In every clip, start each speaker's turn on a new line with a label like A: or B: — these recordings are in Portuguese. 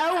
A: Oh,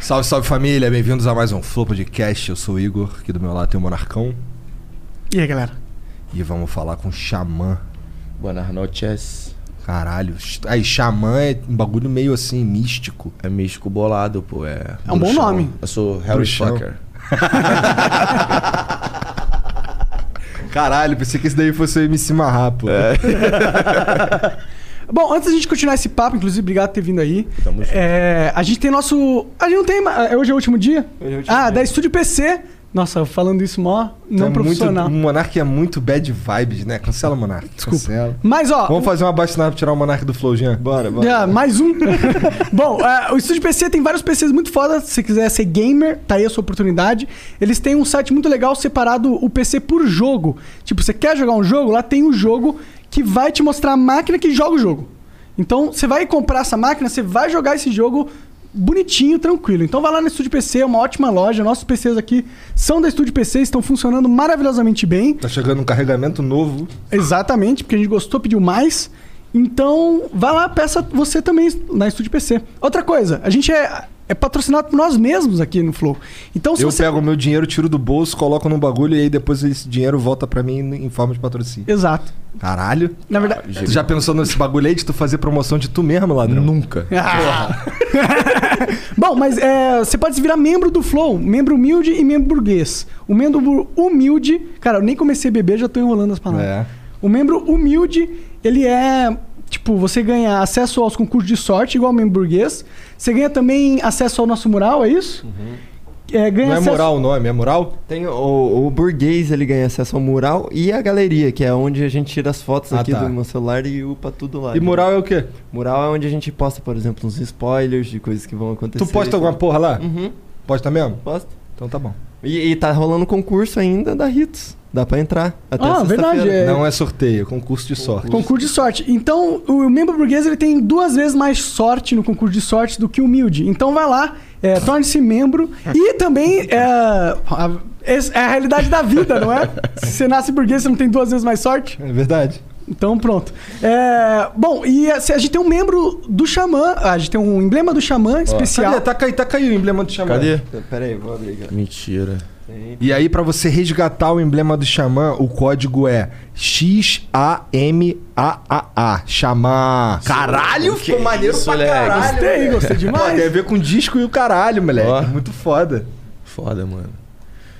B: Salve, salve família, bem-vindos a mais um Flow Podcast. Eu sou o Igor, aqui do meu lado tem o Monarcão.
C: E aí, galera?
B: E vamos falar com o Xamã.
D: Buenas noches.
B: Caralho. Aí, Xamã é um bagulho meio assim, místico.
D: É místico bolado, pô. É,
C: É um bom
D: bruxão.
C: nome.
D: Eu sou Harry
B: Bruxão.
D: Fucker.
B: Caralho, pensei que esse daí fosse o MC Marrá, pô.
D: É.
C: Bom, antes da gente continuar esse papo, inclusive, obrigado por ter vindo aí.
D: Tamo junto.
C: É, a gente tem nosso. A gente não tem. ma- é, Hoje é o último dia? ah, da Estúdio PC. Nossa, falando isso mó não
B: é
C: profissional.
B: Muito, o Monark é muito bad vibes, né? Cancela o Monark. Cancela.
C: Mas, ó.
B: Vamos fazer uma bastinada pra tirar o Monark do Flow, Jean? Bora,
C: Ah, mais um. Bom, ah, o Estúdio PC tem vários PCs muito foda. Se você quiser ser gamer, tá aí a sua oportunidade. Eles têm um site muito legal separado o PC por jogo. Tipo, você quer jogar um jogo? Lá tem o jogo que vai te mostrar a máquina que joga o jogo. Então, você vai comprar essa máquina, você vai jogar esse jogo bonitinho, tranquilo. Então vai lá no Estúdio PC, é uma ótima loja. Nossos PCs aqui são da Estúdio PC, estão funcionando maravilhosamente bem.
B: Tá chegando um carregamento novo.
C: Exatamente, porque a gente gostou, pediu mais. Então, vai lá, peça você também na Estúdio PC. Outra coisa, a gente é, é patrocinado por nós mesmos aqui no Flow. Então, se
B: eu
C: você.
B: pego o meu dinheiro, tiro do bolso, coloco num bagulho e aí depois esse dinheiro volta pra mim em forma de patrocínio.
C: Exato.
B: Caralho.
C: Na verdade.
B: Tu já pensou nesse bagulho aí de tu fazer promoção de tu mesmo, ladrão?
D: Nunca.
C: Ah. Bom, mas é, você pode se virar membro do Flow, membro humilde e membro burguês. O membro humilde, cara, eu nem comecei a beber, já tô enrolando as palavras.
B: É.
C: O membro humilde, ele é tipo, você ganha acesso aos concursos de sorte, igual o membro burguês. Você ganha também acesso ao nosso mural, é isso? É, ganha
B: Não é
C: acesso-
B: moral o nome, é moral?
D: Tem o, o burguês, ele ganha acesso ao mural e a galeria, que é onde a gente tira as fotos
B: Ah,
D: aqui
B: tá.
D: do meu celular e upa tudo lá.
B: E mural é o quê?
D: Mural é onde a gente posta, por exemplo, uns spoilers de coisas que vão acontecer.
B: Tu posta alguma porra lá?
C: Hum.
D: Uhum,
B: Posta mesmo?
D: posta.
B: Então tá bom.
D: E, e tá rolando concurso ainda da Ritos. Dá pra entrar. Até
C: Ah,
D: sexta-feira.
C: verdade, É.
B: Não é sorteio, é concurso de sorte.
C: Concurso de sorte. Então, o membro burguês ele tem duas vezes mais sorte no concurso de sorte do que o humilde. Então, vai lá, é, torne-se membro. E também é, a, esse- é a realidade da vida, não é? Se você nasce burguês, você não tem duas vezes mais sorte?
B: É verdade.
C: Então, pronto. É, bom, e assim, a gente tem um membro do Xamã, a gente tem um emblema do Xamã especial.
B: Cadê? Tá caindo tá caindo o emblema do xamã.
D: Cadê? Pera aí, vou abrir aqui. Mentira.
B: E aí, pra você resgatar o emblema do xamã, o código é X-A-M-A-A-A. Xamã. Caralho,
D: Que isso, moleque.
C: Gostei,
B: Pô, tem
C: gostei
B: a
C: demais.
B: ver com disco e o caralho, moleque.
E: Ó.
B: Muito foda.
E: Foda, mano.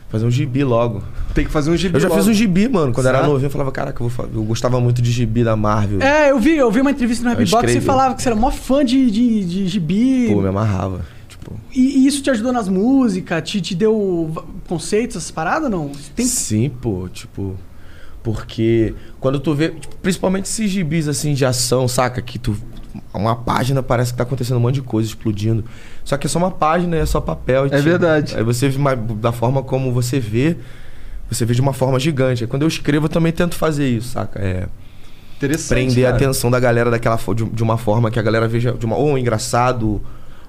E: Fazer um gibi logo.
B: Tem que fazer um gibi
E: Eu já
B: logo.
E: fiz um gibi, mano. Quando eu era
B: Sabe?
E: novinho, eu falava, caraca, eu, vou fa- eu gostava muito de gibi da Marvel.
C: É, eu vi, eu vi uma entrevista no Rapbox que você
E: escrevi.
C: falava que você era mó fã de, de, de gibi.
E: Pô, me amarrava. Tipo,
C: E, e isso te ajudou nas músicas? Te, te deu v- conceitos, essas paradas não? Tem...
E: Sim, pô, tipo. Porque quando tu vê, tipo, principalmente esses gibis assim de ação, saca? Que tu. Uma página parece que tá acontecendo um monte de coisa explodindo. Só que é só uma página, é só papel. e
B: É verdade.
E: Aí você vê uma- da forma como você vê, você vê de uma forma gigante. Aí quando eu escrevo, eu também tento fazer isso, saca? É.
B: Interessante,
E: prender a
B: cara.
E: atenção da galera daquela fo- de, de uma forma que a galera veja de uma ou um engraçado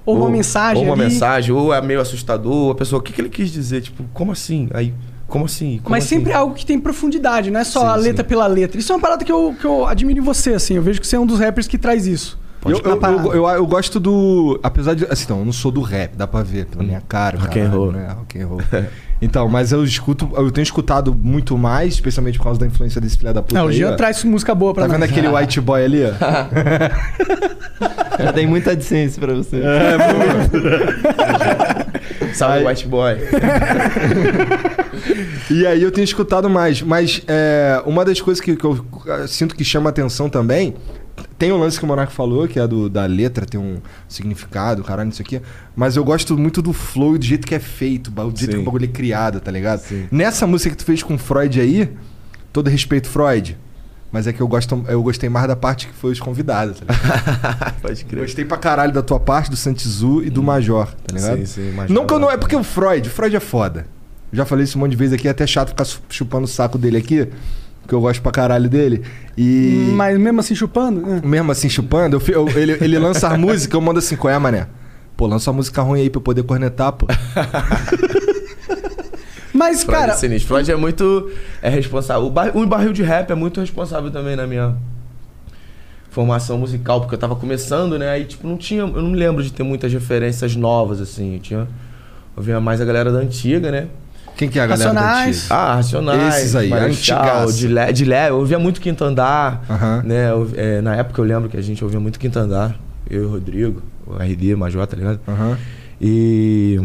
C: Ou uma mensagem
E: ou uma
C: ali.
E: mensagem ou é meio assustador a pessoa o que, que ele quis dizer tipo como assim aí como assim Como
C: Mas
E: assim?
C: sempre é algo que tem profundidade, não é só
E: Sim,
C: a letra
E: sim.
C: pela letra. Isso é uma parada que eu, que eu admiro em você, assim. Eu vejo que você é um dos rappers que traz isso.
B: Eu,
C: Na
B: eu,
C: parada.
B: eu, eu, eu gosto do. Apesar de. Assim, não, eu não sou do rap, dá pra ver
C: Hum.
B: pela minha cara.
E: Rock
B: caralho,
E: and roll.
B: Né? Rock and roll. então, mas eu escuto. Eu tenho escutado muito mais, especialmente por causa da influência desse filho da puta.
C: Não, é, o
B: aí,
E: é.
C: Jean
B: ó.
C: traz música boa pra
B: Tá vendo
C: nós.
B: aquele white boy ali? ó?
D: Já tem muita adicência pra você.
B: É.
E: Salve, white boy
B: E aí eu tenho escutado mais. Mas é, uma das coisas que, que eu eh, sinto que chama atenção também. Tem o lance que o Monarco falou, que é do, da letra, tem um significado, caralho, isso aqui. Mas eu gosto muito do flow e do jeito que é feito, ba- do jeito
E: Sim.
B: que o bagulho é criado, tá ligado? Nessa música que tu fez com o Freud aí, todo respeito, Freud. Mas é que eu, gosto, eu gostei mais da parte que foi os convidados, tá ligado?
E: Pode crer.
B: Gostei pra caralho da tua parte, do Santizu e do Major, tá ligado?
E: Uhum. Sim, sim, Major.
B: Não que eu não. É porque o Freud, o Freud é foda. Eu já falei isso um monte de vezes aqui, é até chato ficar su- chupando o saco dele aqui, porque eu gosto pra caralho dele. E.
C: Mas mesmo assim chupando? é.
B: Mesmo assim, chupando, eu fi- eu- ele, ele lança a música, eu mando assim, qual é, mané? Pô, lança uma música ruim aí pra eu poder cornetar, pô.
C: Mas,
E: Freud
C: cara,
E: é sinistro. Freud é muito é responsável. O, bar- o barril de rap é muito responsável também na minha formação musical, porque eu tava começando, né? Aí, tipo, não tinha. Eu não lembro de ter muitas referências novas, assim. Eu tinha. Ouvia mais a galera da antiga, né?
B: Quem que é a galera
C: Racionais.
B: da antiga?
E: Ah, Racionais.
B: Esses aí,
E: Marechal,
B: antigaço.
E: de, Le, de Le, eu ouvia muito Quinto Andar.
B: Aham.
E: Né? Eu- é, na época eu lembro que a gente ouvia muito Quinto Andar. Eu e o Rodrigo, o RD, Major, tá ligado?
B: Aham.
E: E.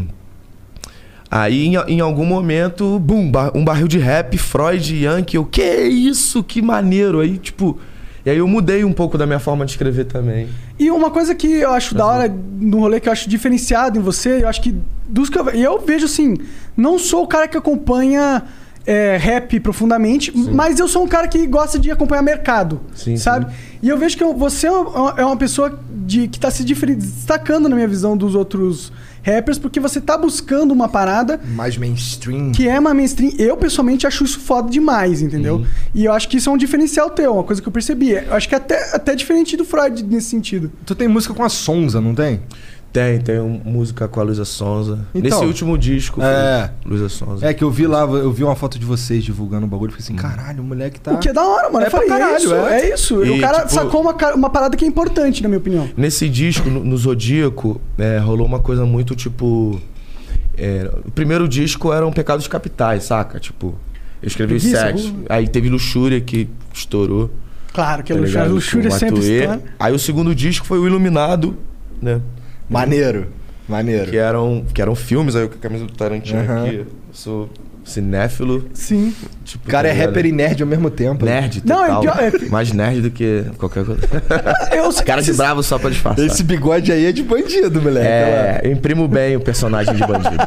E: Aí, em, em algum momento, bum, ba- um barril de rap, Freud, Yankee, eu, que isso, que maneiro. Aí, tipo. E aí eu mudei um pouco da minha forma de escrever também.
C: E uma coisa que eu acho da hora
E: Uhum.
C: no rolê, que eu acho diferenciado em você, eu acho que dos que eu, e eu vejo assim, não sou o cara que acompanha é, rap profundamente, mas eu sou um cara que gosta de acompanhar mercado,
E: Sim,
C: sabe? E eu vejo que eu- você é uma é uma pessoa de, que tá se diferen- destacando na minha visão dos outros rappers, porque você tá buscando uma parada
B: Mais mainstream.
C: que é uma mainstream. Eu, pessoalmente, acho isso foda demais, entendeu?
E: Uhum.
C: E eu acho que isso é um diferencial teu, uma coisa que eu percebi. Eu acho que é até, até diferente do Freud nesse sentido.
B: Tu tem música com a Sonza, não tem?
E: Tem, tem um- música com a Luísa Sonza.
B: Então.
E: Nesse último disco,
B: É.
E: foi Luísa Sonza.
B: É que eu vi lá, eu vi uma foto de vocês divulgando o bagulho e fiquei assim, caralho, o moleque tá.
C: O que é da hora, mano.
B: É
C: eu falei,
B: pra caralho,
C: é isso,
B: é.
C: é, isso. E
E: E,
C: o cara
E: tipo-
C: sacou uma, ca- uma parada que é importante, na minha opinião.
E: Nesse disco, no, no Zodíaco, é, rolou uma coisa muito tipo. é, o primeiro disco eram Pecados Capitais, saca? Tipo, eu escrevi os
C: Preguiça,
E: sete.
C: burro.
E: Aí teve Luxúria que estourou.
C: Claro que é
E: tá
C: luxúria.
E: ligado?
C: Luxúria
E: Com o
C: sempre
E: Matuê.
C: estoura.
E: Aí o segundo disco foi o Iluminado, né?
B: Maneiro. Maneiro.
E: Que eram, que eram filmes, aí eu com a camisa do Tarantino
B: Aham.
E: aqui. Eu sou cinéfilo.
C: Sim.
E: Tipo,
B: O cara é
E: tá ligado?
B: rapper e nerd ao mesmo tempo.
E: Nerd,
C: Não, é
E: total.
C: pior- é-
E: Mais nerd do que qualquer coisa.
C: Eu sei
E: Cara de
C: esses-
E: bravo só pra disfarçar.
B: Esse bigode aí é de bandido, moleque.
E: É, eu imprimo bem o personagem de bandido.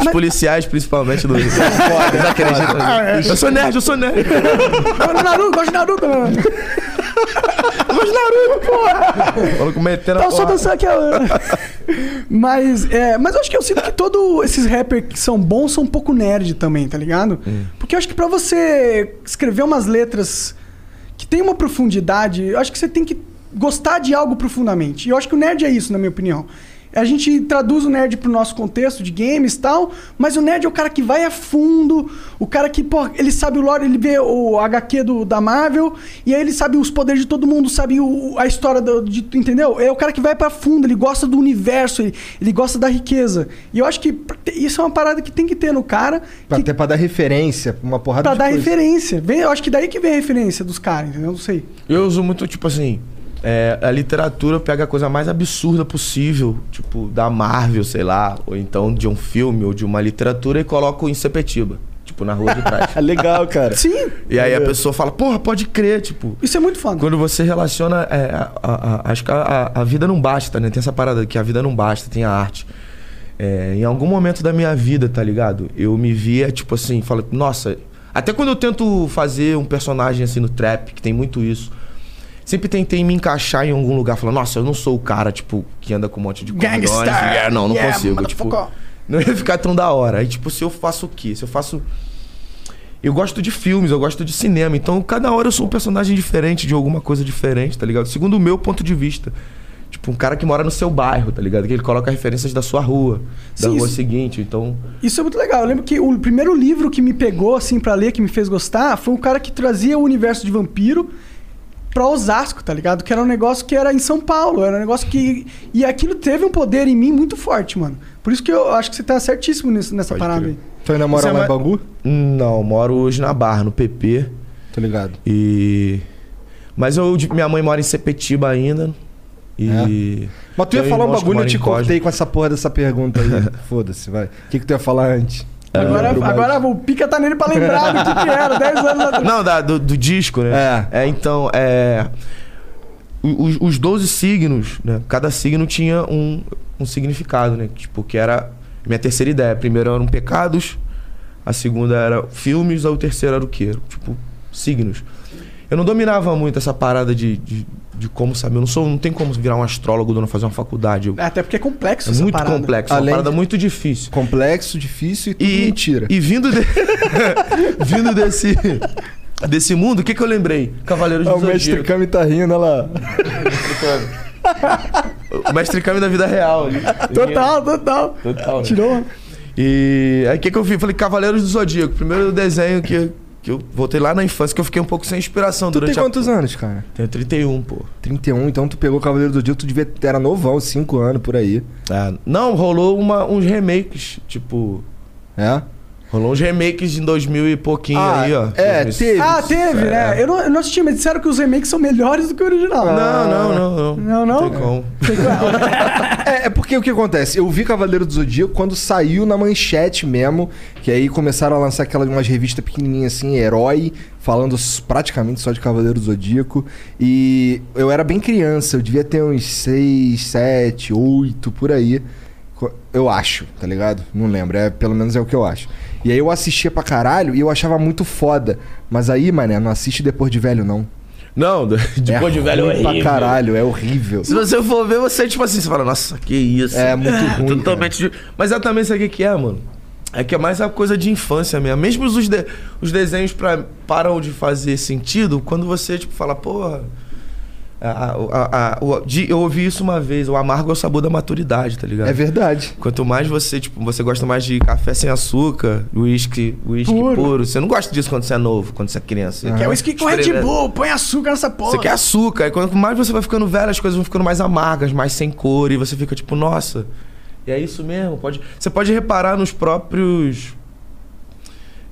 E: Os policiais, principalmente, do Rio. Eles acreditam.
C: Ah, é.
E: Eu sou nerd, eu sou nerd.
C: Não, não, Naruto, gosto de Naruto. mano.
E: Falou metendo
C: Tava Então, Tá, só
E: porrada.
C: dançando aqui. ó. mas, é, mas eu acho que eu sinto que todos esses rappers que são bons são um pouco nerd também, tá ligado?
E: Hum.
C: Porque eu acho que pra você escrever umas letras que tem uma profundidade, eu acho que você tem que gostar de algo profundamente. E eu acho que o nerd é isso, na minha opinião. A gente traduz o nerd pro nosso contexto de games e tal, mas o nerd é o cara que vai a fundo, o cara que, pô, ele sabe o lore, ele vê o HQ do, da Marvel, e aí ele sabe os poderes de todo mundo, sabe o- a história do, de- entendeu? É o cara que vai pra fundo, ele gosta do universo, ele, ele gosta da riqueza. E eu acho que pra ter- isso é uma parada que tem que ter no cara,
B: Pra,
C: que,
B: até pra dar referência, uma porrada
C: pra
B: de
C: dar
B: coisa.
C: referência. Vem, eu acho que daí que vem a referência dos caras, entendeu? Não sei.
E: Eu uso muito, tipo assim. é, a literatura pega a coisa mais absurda possível, tipo, da Marvel, sei lá, ou então de um filme ou de uma literatura e coloco em Sepetiba, tipo, na rua de trás.
B: É legal, cara.
C: Sim,
E: e aí a pessoa fala, porra, pode crer, tipo.
C: isso é muito foda.
E: Quando você relaciona. é, a- a- a- acho que a, a- a vida não basta, né? Tem essa parada que a vida não basta, tem a arte. É, em algum momento da minha vida, tá ligado? Eu me via, tipo assim, fala, nossa. Até quando eu tento fazer um personagem assim no trap, que tem muito isso. Sempre tentei me encaixar em algum lugar, falar, nossa, eu não sou o cara, tipo, que anda com um monte de
C: Gangster!
E: condones. É, não, não
C: Yeah,
E: consigo. Tipo,
C: motherfucker.
E: não ia ficar tão da hora. Aí, tipo, se eu faço o quê? Se eu faço. Eu gosto de filmes, eu gosto de cinema. Então, cada hora eu sou um personagem diferente, de alguma coisa diferente, tá ligado? Segundo o meu ponto de vista. Tipo, um cara que mora no seu bairro, tá ligado? Que ele coloca referências da sua rua, da
C: Sim,
E: rua
C: isso-
E: seguinte. Então,
C: Isso é muito legal. Eu lembro que o primeiro livro que me pegou, assim, pra ler, que me fez gostar, foi um cara que trazia o universo de vampiro pra Osasco, tá ligado? Que era um negócio que era em São Paulo, era um negócio que... E aquilo teve um poder em mim muito forte, mano. Por isso que eu acho que você tá certíssimo nisso- nessa
E: Pode
C: parada
E: crer.
C: aí.
B: Tu ainda mora
E: Você é
B: lá em
E: ma-
B: Bangu?
E: não, moro hoje na Barra, no PP.
B: Tô ligado.
E: E. Mas eu, de- minha mãe mora em Sepetiba ainda. E.
B: Mas tu ia
E: Tem
B: falar um
E: irmãos que
B: bagulho e eu
E: moram
B: te
E: em Cosmo.
B: cortei com essa porra dessa pergunta aí. Foda-se, vai. O que, que tu ia falar antes?
E: É,
C: Agora,
B: Lembro mais.
C: agora o Pica tá nele pra lembrar do que, que era, 10 anos atrás.
E: Não, da- do, do disco, né? É. então, é. o- Os, os 12 signos, né? Cada signo tinha um, um significado, né? Tipo, que era. Minha terceira ideia. A primeira eram pecados, a segunda era filmes, a terceira era o quê? Tipo, signos. Eu não dominava muito essa parada de, de, de como saber. Eu não sou, não tem como virar um astrólogo do não fazer uma faculdade. Eu-
C: Até porque é complexo
E: é
C: essa
E: muito
C: parada.
E: complexo, é uma
B: Além-
E: parada muito difícil.
B: Complexo, difícil e tudo
E: E,
B: mentira.
E: e vindo de- vindo desse desse mundo, o que que eu lembrei? Cavaleiros do Zodíaco.
B: Kami tá rindo, olha lá.
E: O mestre Kami da vida real. ali.
C: Total, total.
E: Total.
C: Tirou.
E: E aí o que, que eu vi? Falei, Cavaleiros do Zodíaco. Primeiro desenho que, que eu voltei lá na infância, que eu fiquei um pouco sem inspiração
B: Tu
E: durante
B: tem
E: a...
B: quantos anos, cara?
E: Tenho 31, pô.
B: 31, então tu pegou o Cavaleiro do Zodíaco, tu devia era novão, 5 anos por aí.
E: Ah, não, rolou uma, uns remakes, tipo...
B: É?
E: Rolou uns remakes em 2000 e pouquinho
B: Ah,
E: aí, ó.
B: é,
E: 2000.
B: teve.
C: Ah, teve,
E: é.
C: né? Eu não, eu não assisti, mas disseram que os remakes são melhores do que o original.
E: Não, não, não, não.
C: Não, não?
E: tem como.
B: É, é porque o que acontece? Eu vi Cavaleiro do Zodíaco quando saiu na manchete mesmo, que aí começaram a lançar aquelas umas revistas pequenininhas assim, herói, falando s- praticamente só de Cavaleiro do Zodíaco. E eu era bem criança, eu devia ter uns 6, 7, 8 por aí. Co- Eu acho, tá ligado? Não lembro, é, pelo menos é o que eu acho. E aí eu assistia pra caralho e eu achava muito foda. Mas aí, mané, não assiste depois de velho, não.
E: Não, depois
B: é
E: de velho
B: ruim
E: é
B: pra
E: horrível.
B: caralho, é horrível.
E: Se você for ver, você, tipo assim, você fala, nossa, que isso.
B: É muito ruim. cara.
E: Totalmente. de- Mas é também sabe o que que é, mano? É que é mais a coisa de infância mesmo. Mesmo os, de- os desenhos pra... param de fazer sentido quando você, tipo, fala, porra. a- a- a- o- de- eu ouvi isso uma vez, o amargo é o sabor da maturidade, tá ligado?
B: É verdade.
E: Quanto mais você, tipo, você gosta mais de café sem açúcar, uísque, uísque
C: Puro.
E: puro. Você não gosta disso quando você é novo, quando você é criança. Você
C: Que
B: Ah.
E: quer
C: é o whisky com Red
E: experimenta.
C: Bull, põe açúcar nessa porra.
E: Você quer açúcar. E quanto mais você vai ficando velho, as coisas vão ficando mais amargas, mais sem cor. E você fica tipo, nossa. E é isso mesmo. Pode... Você pode reparar nos próprios.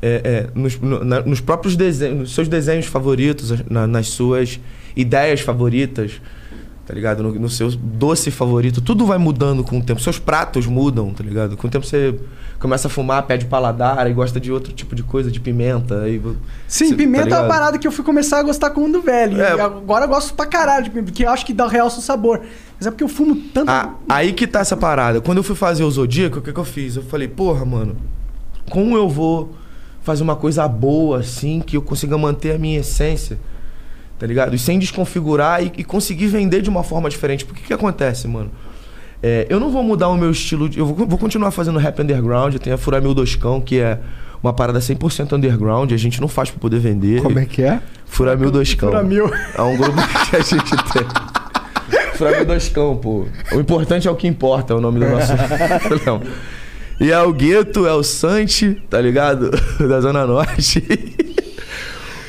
E: é, é, nos, no- na- nos próprios desenhos, nos seus desenhos favoritos, na- nas suas ideias favoritas, tá ligado? No, no seu doce favorito, tudo vai mudando com o tempo. Seus pratos mudam, tá ligado? Com o tempo você começa a fumar, perde paladar e gosta de outro tipo de coisa, de pimenta. aí vo-
C: Sim,
E: você- tá
C: pimenta é uma
E: ligado?
C: parada que eu fui começar a gostar com o do velho.
E: É.
C: E agora eu gosto pra caralho de pimenta, porque eu acho que dá realça o sabor. Mas é porque eu fumo tanto.
E: A- aí que tá essa parada. Quando eu fui fazer o Zodíaco, o que, que eu fiz? Eu falei, porra, mano, como eu vou fazer uma coisa boa assim, que eu consiga manter a minha essência, tá ligado? E sem desconfigurar e, e conseguir vender de uma forma diferente. Porque o que acontece, mano? É, eu não vou mudar o meu estilo. de- eu vou, vou continuar fazendo rap underground. Eu tenho a Furar Mil Doscão, que é uma parada 100% underground. A gente não faz pra poder vender.
B: Como é que é?
E: Furamil Doscão.
C: Furamil.
E: É um grupo que a gente tem. Furamil Doscão, pô. O importante é o que importa, é o nome do nosso programa. E é o Gueto, é o Santi, tá ligado? Da Zona Norte.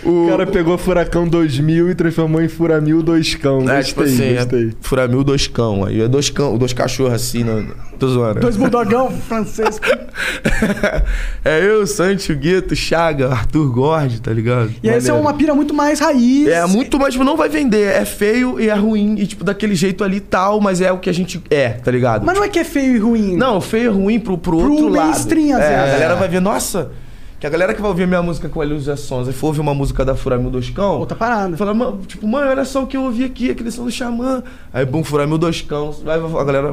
B: O cara pegou Furacão 2000 e transformou em Furamil 2 cão.
E: É,
B: Gostei,
E: tipo assim,
B: gostei.
E: é Furamil Doscão. Aí é dois, cão, dois cachorros assim, no, tô zoando.
C: Dois bulldogão francês.
E: é eu, Santi, o Gueto, Chaga, Arthur Gordi, tá ligado?
C: E aí isso é
E: Maneiro.
C: uma pira muito mais raiz.
E: É muito, mas tipo, não vai vender. É feio e é ruim. E, tipo, daquele jeito ali tal, mas é o que a gente é, tá ligado?
C: Mas não é que é feio e ruim.
E: Não, feio e ruim pro, pro, outro lado.
C: mainstream, às
E: é,
C: vezes.
E: A galera vai ver, nossa, que a galera que vai ouvir minha música com a Elisa Sons e for ouvir uma música da Furamil Doscão.
C: Outra parada.
E: Fala, "Mano, tipo, mãe, olha só o que eu ouvi aqui, aquele som do Xamã. Aí, bum, Furamil Doscão. Aí a galera.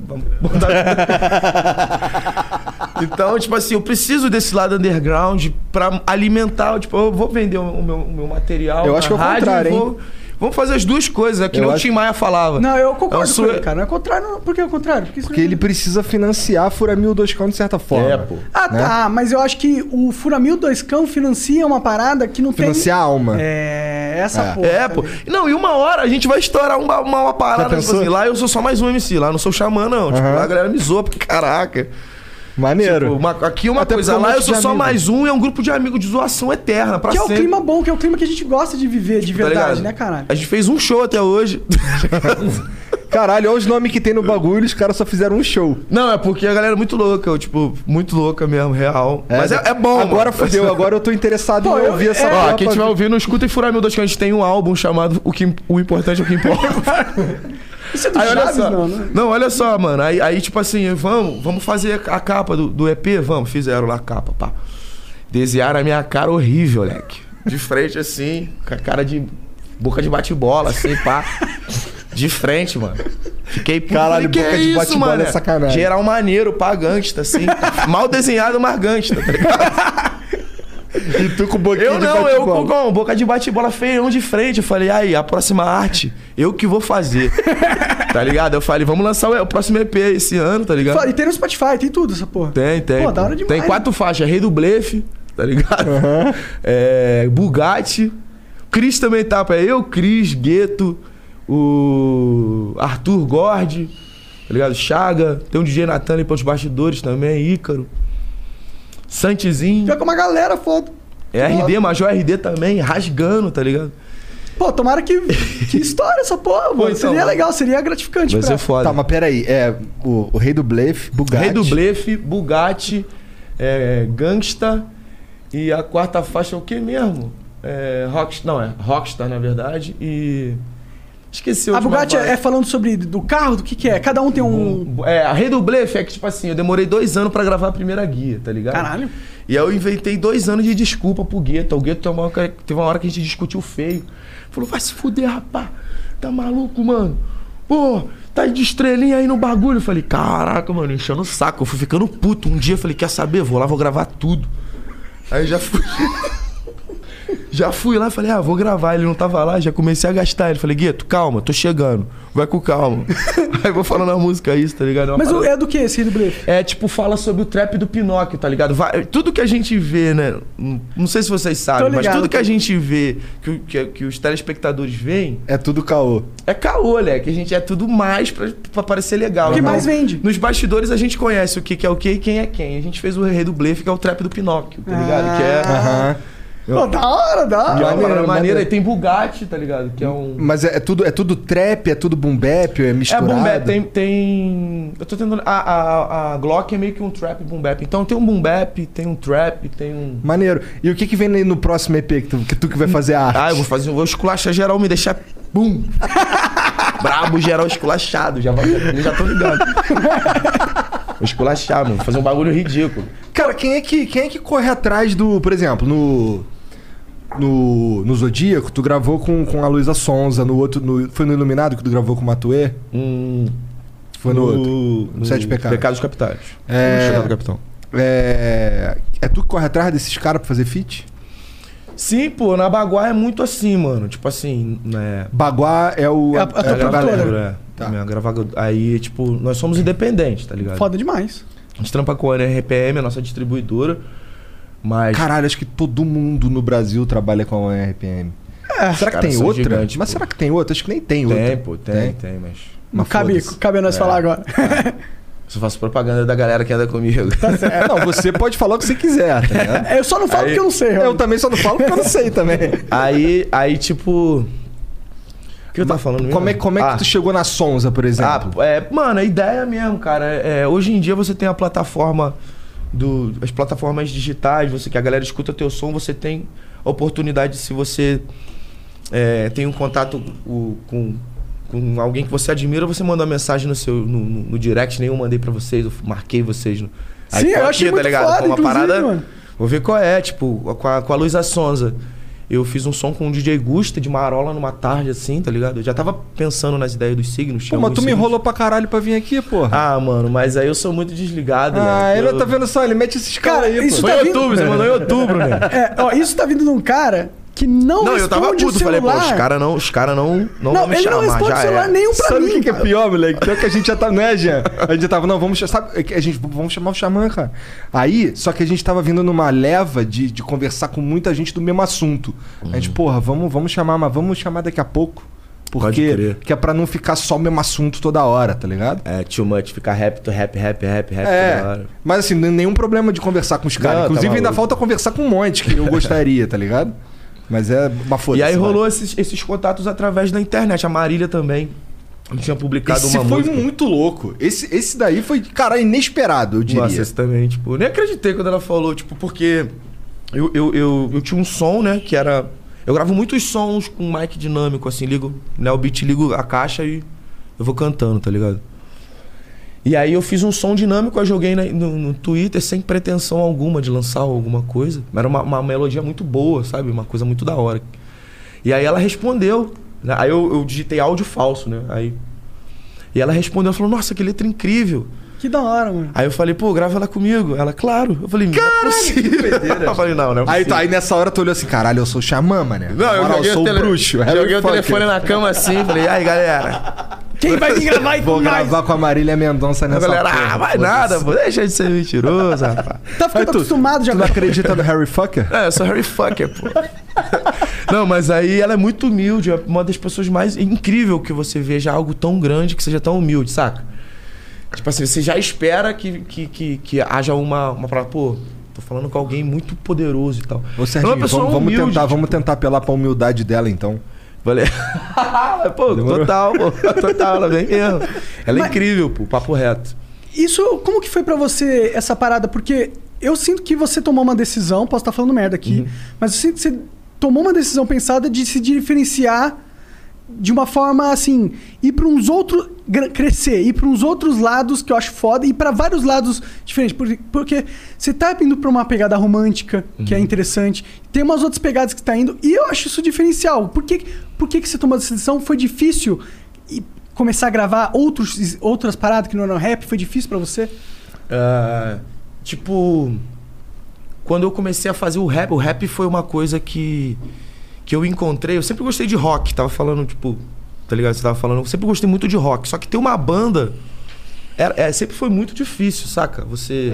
E: vai botar- então, tipo assim, eu preciso desse lado underground pra alimentar. Tipo, eu vou vender o meu, o meu material.
B: Eu
E: na
B: acho que é o
E: rádio,
B: contrário, hein?
E: vou- Vamos fazer as duas coisas, é que
B: Eu
E: nem o
B: acho-
E: Tim Maia falava.
C: Não, eu
E: É
C: concordo
E: o
C: com
E: sua-
C: ele, cara. Não é o contrário, não. Por que é o contrário? Porque, isso
B: Porque
C: não-
B: ele precisa financiar Furamil 2 cão de certa forma.
E: É, pô.
C: Ah, tá. Mas eu acho que o Furamil 2 Cão financia uma parada que não
B: Financiar a
C: tem...
B: alma.
C: É, essa
B: É.
C: porra.
E: É,
C: tá
E: pô.
C: ligado?
E: Não, e uma hora a gente vai estourar uma, uma, uma
B: Já
E: parada, tipo
B: pensou?
E: assim, lá eu sou só mais um MC, lá eu não sou xamã, não. Tipo,
B: Aham.
E: lá a galera me zoa, pra caraca.
B: Maneiro.
E: Tipo, uma- aqui é uma
B: Até
E: coisa,
B: porque é um
E: lá eu
B: monte
E: sou
B: de
E: só
B: amigo.
E: mais um, é um grupo de amigos de zoação eterna, pra
C: Que é o
E: sempre.
C: clima bom, que é o clima que a gente gosta de viver de
E: tá
C: verdade,
E: ligado?
C: né, caralho?
E: A gente fez um show até hoje.
B: Caralho, olha os nomes que tem
E: É.
B: no bagulho, os caras só fizeram um show.
E: não, é porque a galera é muito louca, eu, tipo, muito louca mesmo, real. Mas é, é bom.
B: Agora
E: mano.
B: fudeu, agora eu tô interessado
C: Pô,
B: em
C: eu-
B: ouvir essa
C: é,
B: porra
E: Ó, quem
B: pra-
E: estiver ouvindo, escuta e furar meu dois que a gente tem um álbum chamado O, que, o Importante é o que importa.
C: Isso é do
E: Aí olha
C: Chaves,
E: só.
C: não,
E: Não,
C: né?
E: olha só, mano. Aí, aí, tipo assim, vamos, vamos fazer a capa do, do EP? Vamos, fizeram lá a capa, pá. Desenharam a minha cara horrível, moleque. De frente, assim, com a cara de. boca de bate-bola, assim, pá. De frente, mano. Fiquei puto,
B: Caralho,
E: falei, "Que
B: boca de
E: isso,
B: bate-bola
E: mané?"
B: é sacanagem.
E: Geral maneiro, pá, gangsta, assim. Mal desenhado, mas gangsta, tá ligado?
B: E tu com o boquinho
E: Eu
B: de
E: não, eu
B: bate-bola.
E: com com boca de bate-bola feião de frente. Eu falei, aí, a próxima arte, eu que vou fazer. tá ligado? Eu falei, vamos lançar o, o próximo EP esse ano, tá ligado?
C: Fala, E tem no Spotify, tem tudo essa porra.
E: Tem, tem.
C: Pô, da hora demais.
E: Tem quatro faixas. Rei do Blefe, tá ligado? É, Bugatti. Cris também tá, pé. Eu, Cris, Gueto, o Arthur Gord, tá ligado? Chaga. Tem um DJ Natan ali para os bastidores também, Ícaro. Santizinho.
C: Fica com uma galera foda.
E: É RD, Major RD também, rasgando, tá ligado?
C: Pô, tomara que, que estoure essa porra, mano.
E: então,
C: seria
E: mano.
C: legal, seria gratificante
E: Vai
C: pra...
E: ser é foda.
B: Tá, mas peraí. É, o, o Rei do Blefe, Bugatti.
E: Rei do Blefe, Bugatti, é, Gangsta e a quarta faixa é o que mesmo? É, Rockstar, não, é Rockstar na verdade e... Esqueci o
C: A Bugatti é, é falando sobre do carro, do que que é? Cada um tem um...
E: É, a Rei do Blefe é que tipo assim, eu demorei dois anos pra gravar a primeira guia, tá ligado?
C: Caralho.
E: E aí eu inventei dois anos de desculpa pro Gueto. O Gueto teve uma hora, que- teve uma hora que a gente discutiu feio. Falou, vai se fuder, rapá. Tá maluco, mano? Pô, tá de estrelinha aí no bagulho. Eu falei, caraca, mano, enchendo o saco. Eu fui ficando puto. Um dia eu falei, quer saber? Vou lá, vou gravar tudo. Aí eu já fui. Já fui lá e falei, ah, vou gravar. Ele não tava lá, já comecei a gastar. Ele falei, Gueto, calma, tô chegando. Vai com calma. aí eu vou falando a música isso, tá ligado? É uma
C: Mas o-
E: parada-
C: é do que esse Rei do Blefe?
E: é tipo, fala sobre o trap do Pinóquio, tá ligado? Vai- tudo que a gente vê, né? Não- Não sei se vocês sabem, mas
C: ligado,
E: tudo que
C: tô-
E: a gente vê, que, o- que- que os telespectadores veem,
B: É tudo caô.
E: é caô, né? Que a gente é tudo mais pra, pra parecer legal.
C: O que
E: né?
C: mais vende?
E: Nos bastidores a gente conhece o que, que é o que e quem é quem. A gente fez o Rei do Blefe, que é o trap do Pinóquio, tá ligado? que é,
B: Aham.
C: Pô, da hora, da hora.
E: que é uma
B: maneiro,
E: parada maneira.
B: maneiro.
E: E tem Bugatti, tá ligado? Que é um...
B: Mas é, é tudo, é tudo trap, é tudo boom bap, é
E: É
B: misturado?
E: boom bap, tem, tem... Eu tô tentando... A, a, a Glock é meio que um trap boom bap. Então tem um boom bap, tem um trap, tem um...
B: Maneiro. E o que que vem aí no próximo EP que tu que, tu que vai fazer a arte?
E: Ah, eu vou fazer, eu vou esculachar geral, me deixar. Bum! Brabo geral esculachado, já, vai- eu já tô ligado. Vou esculachar, mano. Fazer um bagulho ridículo.
B: Cara, quem é, que, quem é que corre atrás do... Por exemplo, no... No, no Zodíaco, tu gravou com, com a Luísa Sonza. No outro, no- foi no Iluminado que tu gravou com o Matuê?
E: Hum,
B: Foi no, outro. no Sete Pecados.
E: Pecados Capitais.
B: É.
E: Pecado Capitão.
B: É, é tu que corre atrás desses caras pra fazer feat?
E: Sim, pô, na Baguá é muito assim, mano. Tipo assim, né?
B: Baguá é o...
C: É a- a tua
B: é
E: a
C: produtora.
E: gravadora, é.
B: Tá.
E: Minha gravadora. Aí, tipo, nós somos independentes, tá ligado?
C: Foda demais.
E: A gente trampa com a RPM, a nossa distribuidora. Mas.
B: Caralho, acho que todo mundo no Brasil trabalha com a RPM. será
C: É.
B: que
E: caras
B: tem
E: são
B: outra?
E: gigantes,
B: mas
E: pô.
B: será que tem outra? Acho que nem tem, outra.
E: tem, pô, tem, tem, mas.
B: Mas
C: cabe,
B: foda-se.
C: cabe a
E: É.
C: nós falar agora.
E: Só faço propaganda da galera que anda comigo.
B: É, não, você pode falar o que você quiser, tá ligado?
C: É, Eu só não falo
E: Aí-
C: porque eu não sei,
B: Eu
C: realmente.
B: também só não falo porque eu não sei também.
E: Aí, aí tipo. O que eu tava falando mesmo?
B: Como é, como é que
E: Ah,
B: tu chegou na Sonza, por exemplo?
E: ah, é, mano, a ideia mesmo, cara. É, hoje em dia você tem a plataforma do, as plataformas digitais, você que a galera escuta teu som, você tem a oportunidade se você é, tem um contato o- com, com alguém que você admira, você manda uma mensagem no seu no, no- no direct, nem eu mandei pra vocês, eu marquei vocês no
C: Sim, eu achei muito foda,
E: tá Foi uma
C: inclusive,
E: parada.
C: mano.
E: Vou ver qual é, tipo, com a, com a Luísa Sonza. Eu fiz um som com o DJ Gusta de Marola numa tarde assim, tá ligado? Eu já tava pensando nas ideias dos signos. tinha
B: Pô, mas
E: alguns
B: tu me
E: signos.
B: enrolou pra caralho pra vir aqui, porra.
E: Ah, mano, mas aí eu sou muito desligado.
B: Ah,
E: né?
B: ele
E: eu...
B: tá vendo só, ele mete esses caras
C: Cara,
B: aí,
C: isso
B: pô.
E: Foi
C: Tá
E: em
C: vindo-
E: outubro, você mandou em outubro, né?
C: É, ó, isso tá vindo de um cara que não,
E: Não,
C: responde
E: eu tava
C: o
E: puto. Falei, pô,
C: celular.
E: os caras não, os cara não, não, vão
C: Não,
E: me
C: ele não
E: chamar,
C: responde
E: já
C: o celular
E: é.
C: nenhum pra
B: Sabe o
C: mim.
B: que, que é
C: cara.
B: pior, moleque? Pior que a gente já tá. Né, Jean? A gente já tava, não, vamos. ch- Sabe, é que a gente, vamos chamar o xamã, cara. Aí, só que a gente tava vindo numa leva de, de conversar com muita gente do mesmo assunto. A gente, porra, vamos, vamos chamar, mas vamos chamar daqui a pouco.
E: Pode
B: Porque
E: crer.
B: que é pra não ficar só o mesmo assunto toda hora, tá ligado?
E: É, too much, ficar rap, tu rap, rap, rap, rap toda
B: É,
E: hora.
B: mas assim, n- nenhum problema de conversar com os caras.
E: Não, tá
B: Inclusive, ainda
E: maluco.
B: falta conversar com um monte que eu gostaria, tá ligado? Mas é uma foda
E: E aí rolou esses, esses contatos através da internet. A Marília também tinha publicado
B: Esse
E: uma
B: foi um
E: música.
B: muito louco. Esse, esse daí foi, cara, inesperado, eu diria.
E: Nossa, esse também, tipo, eu nem acreditei quando ela falou, tipo, porque eu, eu, eu, eu tinha um som, né, que era. Eu gravo muitos sons com mic dinâmico, assim, ligo, né, o beat, ligo a caixa e eu vou cantando, tá ligado? E aí eu fiz um som dinâmico, eu joguei na- no, no Twitter sem pretensão alguma de lançar alguma coisa. Era uma, uma melodia muito boa, sabe? Uma coisa muito da hora. E aí ela respondeu. né? Aí eu, eu digitei áudio falso, né? Aí. E ela respondeu, falou, nossa, que letra incrível.
C: Que da hora, mano.
E: Aí eu falei, pô, grava ela comigo. Ela, claro. Eu falei, não é possível. Eu falei, não, não é
B: Aí,
E: possível.
B: tá, aí nessa hora tu olhou assim, caralho, eu sou o xamã, mané.
E: Não, eu
B: Moral,
E: joguei,
B: sou
E: o,
B: o
E: tele-
B: bruxo. é
E: joguei o
B: Harry Potter.
E: telefone na cama assim, falei, aí galera.
C: Quem vai vir gravar e
B: Vou
C: tudo mais?
B: gravar com a Marília Mendonça
E: A
B: nessa
E: galera,
B: porra,
E: ah, vai
B: foda-se.
E: nada, pô, deixa de ser mentiroso, rapaz.
C: Tá ficando
B: Aí tu-
C: acostumado já
B: Tu
C: com
B: não acredita no Harry Fucker?
E: É, eu sou Harry Fucker, pô. Não, mas aí ela é muito humilde, é uma das pessoas mais incrível que você veja algo tão grande que seja tão humilde, saca? Tipo assim, você já espera que, que, que, que haja uma, uma palavra, pô, tô falando com alguém muito poderoso e tal.
B: Ô,
E: Ela é
B: Serginho,
E: uma
B: vamos,
E: pessoa
B: vamos
E: humilde,
B: tentar, vamos tentar apelar pra humildade dela, então.
E: Falei, "Ah, pô,
B: Demorou?
E: total, pô, total, ela vem mesmo. Ela é incrível, pô, papo reto.
C: Isso, como que foi pra você essa parada? Porque eu sinto que você tomou uma decisão, posso estar falando merda aqui, mas eu sinto que você tomou uma decisão pensada de se diferenciar de uma forma assim, ir pra uns outros gra- crescer, ir pra uns outros lados que eu acho foda e pra vários lados diferentes, Por- porque você tá indo pra uma pegada romântica, que é
E: Uhum.
C: interessante, tem umas outras pegadas que tá indo, e eu acho isso diferencial. Por que por que que você tomou essa decisão? Foi difícil e começar a gravar outros, outras paradas que não eram rap? Foi difícil pra você?
E: Ah, tipo, quando eu comecei a fazer o rap, o rap foi uma coisa que que eu encontrei. Eu sempre gostei de rock, tava falando, tipo, tá ligado? Você tava falando, eu sempre gostei muito de rock. Só que ter uma banda era, é, sempre foi muito difícil, saca? Você.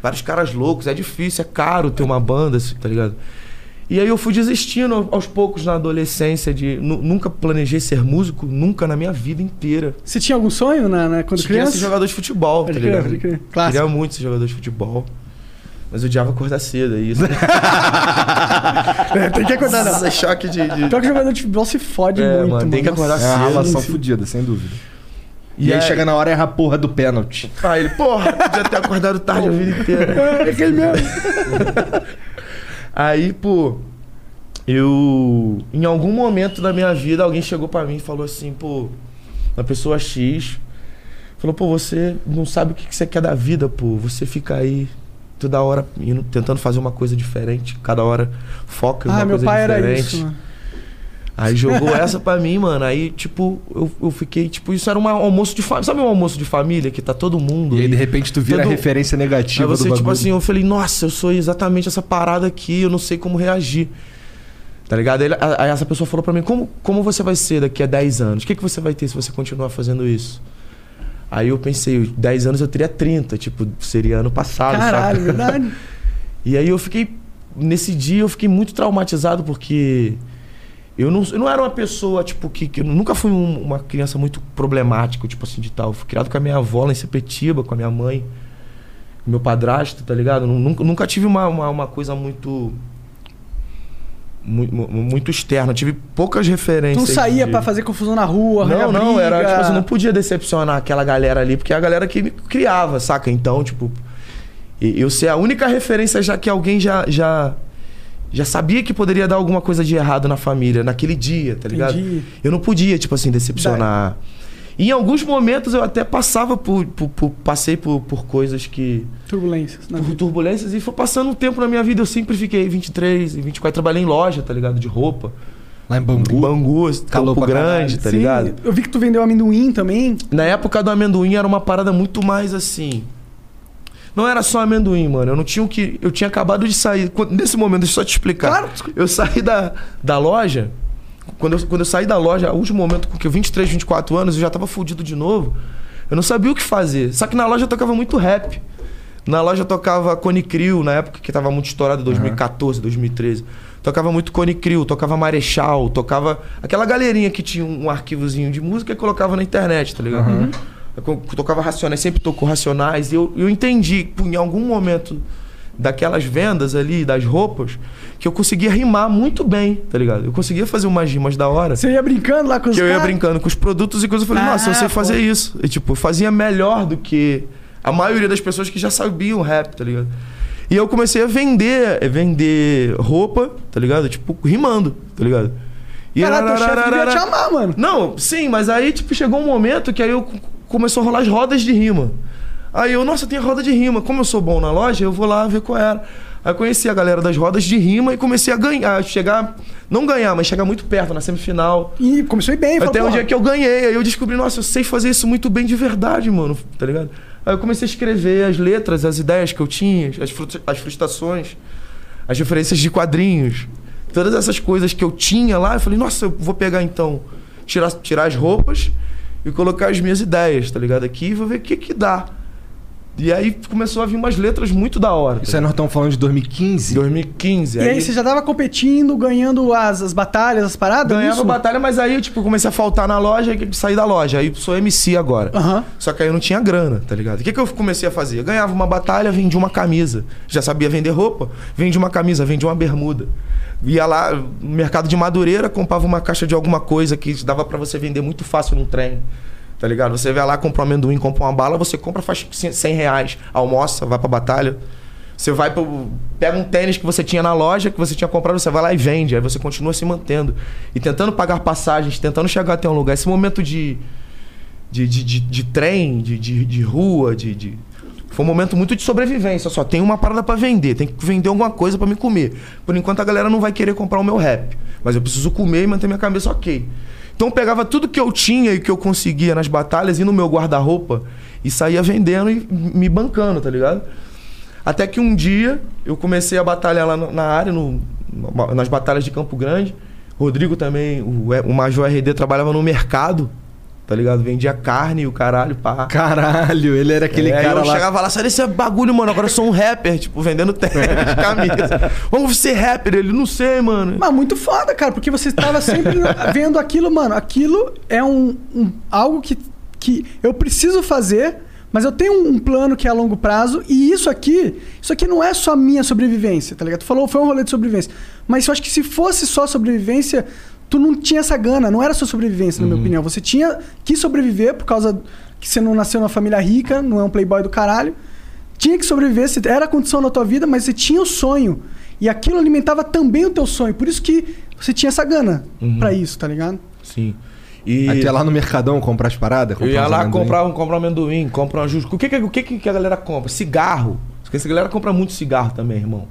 E: Vários caras loucos, é difícil, é caro ter uma banda, assim, tá ligado? E aí eu fui desistindo ao- aos poucos na adolescência de. nu- Nunca planejei ser músico, nunca na minha vida inteira.
C: Você tinha algum sonho na, na- quando
E: Eu queria ser
C: criança?
E: jogador de futebol, tá
C: Pode crer,
E: ligado?
C: pode crer.
E: Queria
C: Clássico.
E: muito ser jogador de futebol. Mas odiava acordar cedo, é isso.
C: É, tem que acordar, não.
E: Nossa, choque de. de-
C: Pior que jogador de futebol se fode
E: É,
C: muito,
E: mano,
C: mano.
E: tem que acordar
B: É uma
C: Nossa.
E: Sim,
B: relação
C: sim.
B: fodida, sem dúvida. E,
E: E
B: aí
E: aí-
B: chega na hora e erra a porra do pênalti.
E: Ah, ele, porra, podia ter acordado tarde a vida inteira.
C: É, aquele mesmo.
E: Aí, pô, eu. Em algum momento da minha vida, alguém chegou pra mim e falou assim, pô, uma pessoa X. Falou, pô, você não sabe o que que você quer da vida, pô. Você fica aí toda hora indo- tentando fazer uma coisa diferente. Cada hora foca em uma
C: Ah, meu
E: coisa
C: pai
E: diferente. Ah,
C: era isso, mano.
E: Aí jogou essa pra mim, mano. Aí, tipo, eu, eu fiquei, tipo, isso era um almoço de família. Sabe um almoço de família que tá todo mundo?
B: E aí, de
E: ali?
B: repente, tu vira
E: Todo-
B: a referência negativa
E: Aí você,
B: do bagulho.
E: tipo assim, eu falei, nossa, eu sou exatamente essa parada aqui, eu não sei como reagir. Tá ligado? Aí, ele- aí essa pessoa falou pra mim, como, como você vai ser daqui a 10 anos? O que, que você vai ter se você continuar fazendo isso? Aí eu pensei, 10 anos eu teria 30, tipo, seria ano passado,
C: Caralho,
E: saca?
C: verdade.
E: E aí eu fiquei. Nesse dia eu fiquei muito traumatizado porque. Eu não, eu não era uma pessoa, tipo, que. que eu nunca fui um- uma criança muito problemática, tipo assim, de tal. Eu fui criado com a minha avó lá em Sepetiba, com a minha mãe, com meu padrasto, tá ligado? Nu- Nunca, nunca tive uma, uma, uma coisa muito. mu- mu- Muito, externa. Eu Tive poucas
C: Tu não
E: referências.
C: saía
E: de-
C: pra fazer confusão na rua, arranhar
E: não, não,
C: briga.
E: era tipo assim, não podia decepcionar aquela galera ali, porque é a galera que me criava, saca? Então, tipo, e- eu ser a única referência já que alguém já já já sabia que poderia dar alguma coisa de errado na família naquele dia, tá ligado?
C: Entendi.
E: Eu não podia, tipo assim, decepcionar. E em alguns momentos eu até passava por, por- por- passei por, por coisas que
C: Turbulências. na
E: por
C: vida.
E: turbulências e foi passando um tempo na minha vida, eu sempre fiquei 23 e 24 trabalhei em loja, tá ligado? De roupa.
B: Lá em Bangu.
E: Em Bangu,
B: Calor
E: Campo
B: pra caralho.
E: Grande, tá
C: Sim,
E: ligado?
C: Eu vi que tu vendeu amendoim também.
E: Na época do amendoim era uma parada muito mais assim. Não era só amendoim, mano. Eu não tinha o que. Eu tinha acabado de sair. Quando- Nesse momento, deixa eu só te explicar.
C: Claro.
E: Eu saí da, da loja. Quando eu, quando eu saí da loja, o último momento, com que eu 23, 24 anos, eu já tava fudido de novo. Eu não sabia o que fazer. Só que na loja eu tocava muito rap. Na loja eu tocava Cone Crew, na época que tava muito estourado, 2014, 2013. Tocava muito Cone Crew, tocava Marechal, tocava aquela galerinha que tinha um arquivozinho de música e colocava na internet, tá ligado? Eu co- tocava Racionais, sempre tocou Racionais. E eu, eu entendi, pô, em algum momento daquelas vendas ali, das roupas, que eu conseguia rimar muito bem, tá ligado? Eu conseguia fazer umas rimas da hora.
C: Você ia brincando lá com os
E: Que eu ia
C: caras?
E: brincando com os produtos e coisas. Eu falei, nossa, eu
C: Ah,
E: sei
C: pô.
E: fazer isso. E, tipo, eu fazia melhor do que a maioria das pessoas que já sabiam rap, tá ligado? E eu comecei a vender, eh, vender roupa, tá ligado? Tipo, rimando, tá ligado? E
C: Caralho, teu chefe devia te
E: rarararara-
C: amar, mano.
E: não, sim, mas aí, tipo, chegou um momento que aí eu c- começou a rolar as rodas de rima. Aí eu, nossa, tem roda de rima. Como eu sou bom na loja, eu vou lá ver qual era. Aí eu conheci a galera das rodas de rima e comecei a ganhar, a chegar Não ganhar, mas chegar muito perto na semifinal.
C: E começou a ir bem,
E: Até um
C: "Porra,
E: dia que eu ganhei, aí eu descobri, nossa, eu sei fazer isso muito bem de verdade, mano, tá ligado? Aí eu comecei a escrever as letras, as ideias que eu tinha, as, frut- as frustrações, as referências de quadrinhos, todas essas coisas que eu tinha lá, eu falei, nossa, eu vou pegar então, tirar, tirar as roupas e colocar as minhas ideias, tá ligado? Aqui e vou ver o que que dá. E aí começou a vir umas letras muito da hora. tá
B: Isso aí nós estamos falando de 2015.
E: 2015.
C: E aí você já tava competindo, ganhando as, as batalhas, as paradas? é
E: Ganhava
C: isso?
E: batalha, mas aí tipo, eu comecei a faltar na loja e saí da loja. Aí sou MC agora.
C: Aham.
E: Só que aí eu não tinha grana, tá ligado? O que, que eu comecei a fazer? Eu ganhava uma batalha, vendia uma camisa. Já sabia vender roupa? Vendia uma camisa, vendia uma bermuda. Ia lá no mercado de Madureira, comprava uma caixa de alguma coisa que dava pra você vender muito fácil num trem. Tá ligado? Você vai lá, compra um amendoim, compra uma bala, você compra, faz 100 reais, almoça, vai pra batalha. Você vai pro, pega um tênis que você tinha na loja, que você tinha comprado, você vai lá e vende. Aí você continua se mantendo. E tentando pagar passagens, tentando chegar até um lugar. Esse momento de, de, de, de, de trem, de, de, de rua, de, de- Foi um momento muito de sobrevivência. Só tem uma parada pra vender, tem que vender alguma coisa pra me comer. Por enquanto a galera não vai querer comprar o meu rap. Mas eu preciso comer e manter minha cabeça ok. Então eu pegava tudo que eu tinha e que eu conseguia nas batalhas e no meu guarda-roupa e saía vendendo e me bancando, tá ligado? Até que um dia eu comecei a batalhar lá na- na área, no- na- nas batalhas de Campo Grande. Rodrigo também, o, é, o Major RD trabalhava no mercado, tá ligado? Vendia carne e o caralho, pá.
B: Caralho, ele era aquele
E: É, aí
B: cara
E: eu
B: lá.
E: chegava lá, sai desse bagulho, mano. Agora eu sou um rapper, tipo, vendendo tênis, camisa. Vamos ser rapper? Ele, não sei, mano.
C: Mas muito foda, cara, porque você tava sempre vendo aquilo, mano. Aquilo é um, um- algo que, que eu preciso fazer, mas eu tenho um plano que é a longo prazo, e isso aqui, isso aqui não é só minha sobrevivência, tá ligado? Tu falou, foi um rolê de sobrevivência. Mas eu acho que se fosse só sobrevivência, tu não tinha essa gana, não era só sobrevivência, na minha opinião. Você tinha que sobreviver por causa que você não nasceu numa família rica, não é um playboy do caralho. Tinha que sobreviver, você- era a condição da tua vida, mas você tinha o sonho. E aquilo alimentava também o teu sonho. Por isso que você tinha essa gana
E: Uhum.
C: pra isso, tá ligado?
E: Sim. E
B: Até lá no Mercadão comprar as paradas?
E: eu ia
B: uns
E: lá,
B: amendoim.
E: comprar um, comprar um amendoim, comprar um jus. O que, que, o que, que a galera compra? Cigarro. Essa galera compra muito cigarro também, irmão.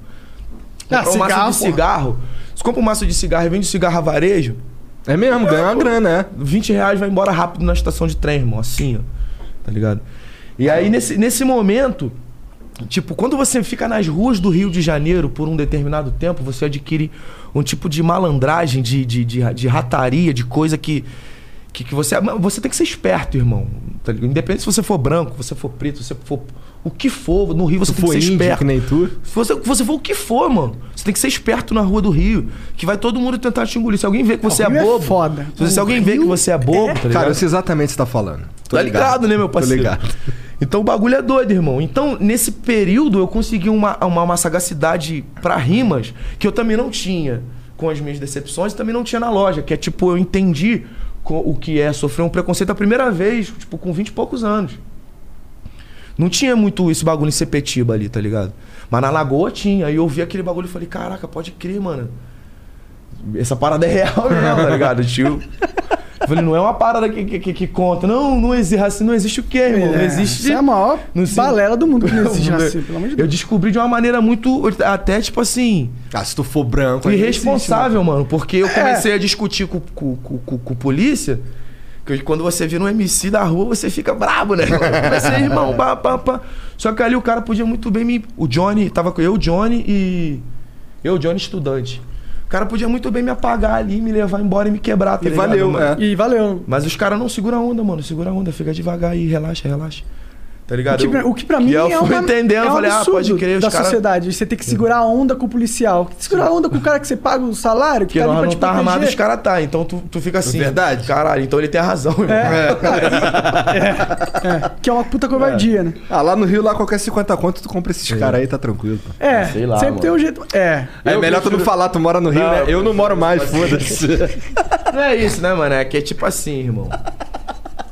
C: Ah,
E: Comprar um maço de
C: cigarro,
E: cigarro. Você compra um maço de cigarro e vende cigarro a varejo,
B: É mesmo, ganhar uma grana, é.
E: 20 reais vai embora rápido na estação de trem, irmão. Assim, ó. Tá ligado? E aí, nesse, nesse momento, tipo, quando você fica nas ruas do Rio de Janeiro por um determinado tempo, você adquire um tipo de malandragem, de, de, de, de rataria, de coisa que. Que, que você, mas você tem que ser esperto, irmão. Tá ligado? Independente se você for branco, se você for preto, se você for. O que for, no Rio você
B: Se
E: tem
B: for
E: que ser
B: índio,
E: esperto. Tá
B: que nem tu.
E: Se você, você for o que for, mano, você tem que ser esperto na rua do Rio. Que vai todo mundo tentar te engolir. Se alguém vê que você é
C: Rio é
E: bobo.
C: foda.
E: Se, você- se
C: O
E: alguém vê que você é bobo, tá ligado?
B: Cara, eu sei exatamente o que você tá falando. Tô
E: tá ligado, né, meu parceiro?
B: Tô ligado.
E: Então o bagulho é doido, irmão. Então, nesse período, eu consegui uma, uma, uma sagacidade pra rimas que eu também não tinha com as minhas decepções e também não tinha na loja. Que é tipo, eu entendi co- o que é sofrer um preconceito a primeira vez, tipo, com 20 e poucos anos. Não tinha muito esse bagulho em Sepetiba ali, tá ligado? Mas na Lagoa tinha. Aí eu vi aquele bagulho e falei, caraca, pode crer, mano. Essa parada é real mesmo, tá ligado, tio? Eu falei, não é uma parada que, que- que- que conta. Não, não existe racismo. Não existe o quê, irmão? Não
C: É,
E: existe...
C: Isso é a maior
E: Não se-
C: balela do mundo que não existe racismo, pelo amor de
E: Eu
C: Deus.
E: descobri de uma maneira muito... Até, tipo assim...
B: Ah, se tu for branco... aí-
C: né?
E: Irresponsável, mano. Porque
C: É.
E: eu comecei a discutir com, com, com, com- com polícia. Que quando você vira um MC da rua, você fica brabo, né? Eu comecei, irmão, pá, pá, pá. Só que ali o cara podia muito bem me. O Johnny, tava com eu, o Johnny e. Eu, o Johnny, estudante. O cara podia muito bem me apagar ali, me levar embora e me quebrar, tá
B: E
E: ligado,
B: valeu,
E: mano?
B: é.
C: E valeu.
E: Mas os caras não segura a onda, mano. Segura a onda, fica devagar aí, relaxa, relaxa. Tá ligado?
C: O que, pra,
E: Eu-
C: o que pra mim
E: eu
C: é
E: fui
C: uma-
E: entendendo,
C: é um
E: falei, ah,
C: absurdo
E: pode crer, os
C: da
E: caras-
C: sociedade. Você tem que segurar a onda com o policial. Segurar a onda com o cara que você paga o salário, que,
E: Porque
C: tá
E: nós
C: ali pra
E: não
C: te
E: tá
C: proteger. É
E: armado, os caras tá. Então tu, tu fica assim.
B: Verdade.
E: Caralho, então ele tem razão, irmão. É.
C: Que é uma puta covardia, né?
B: Ah, lá no Rio, lá qualquer 50 conto, tu compra
E: É.
B: esses caras aí, tá tranquilo. pô.
C: É,
E: Sei lá,
C: sempre
E: mano.
C: tem um jeito... É,
B: É melhor tu não falar, tu mora no Rio,
E: Não,
B: né?
E: eu
B: Eu não moro mais, foda-se.
E: Não é isso, né, mano? É que é tipo assim, irmão.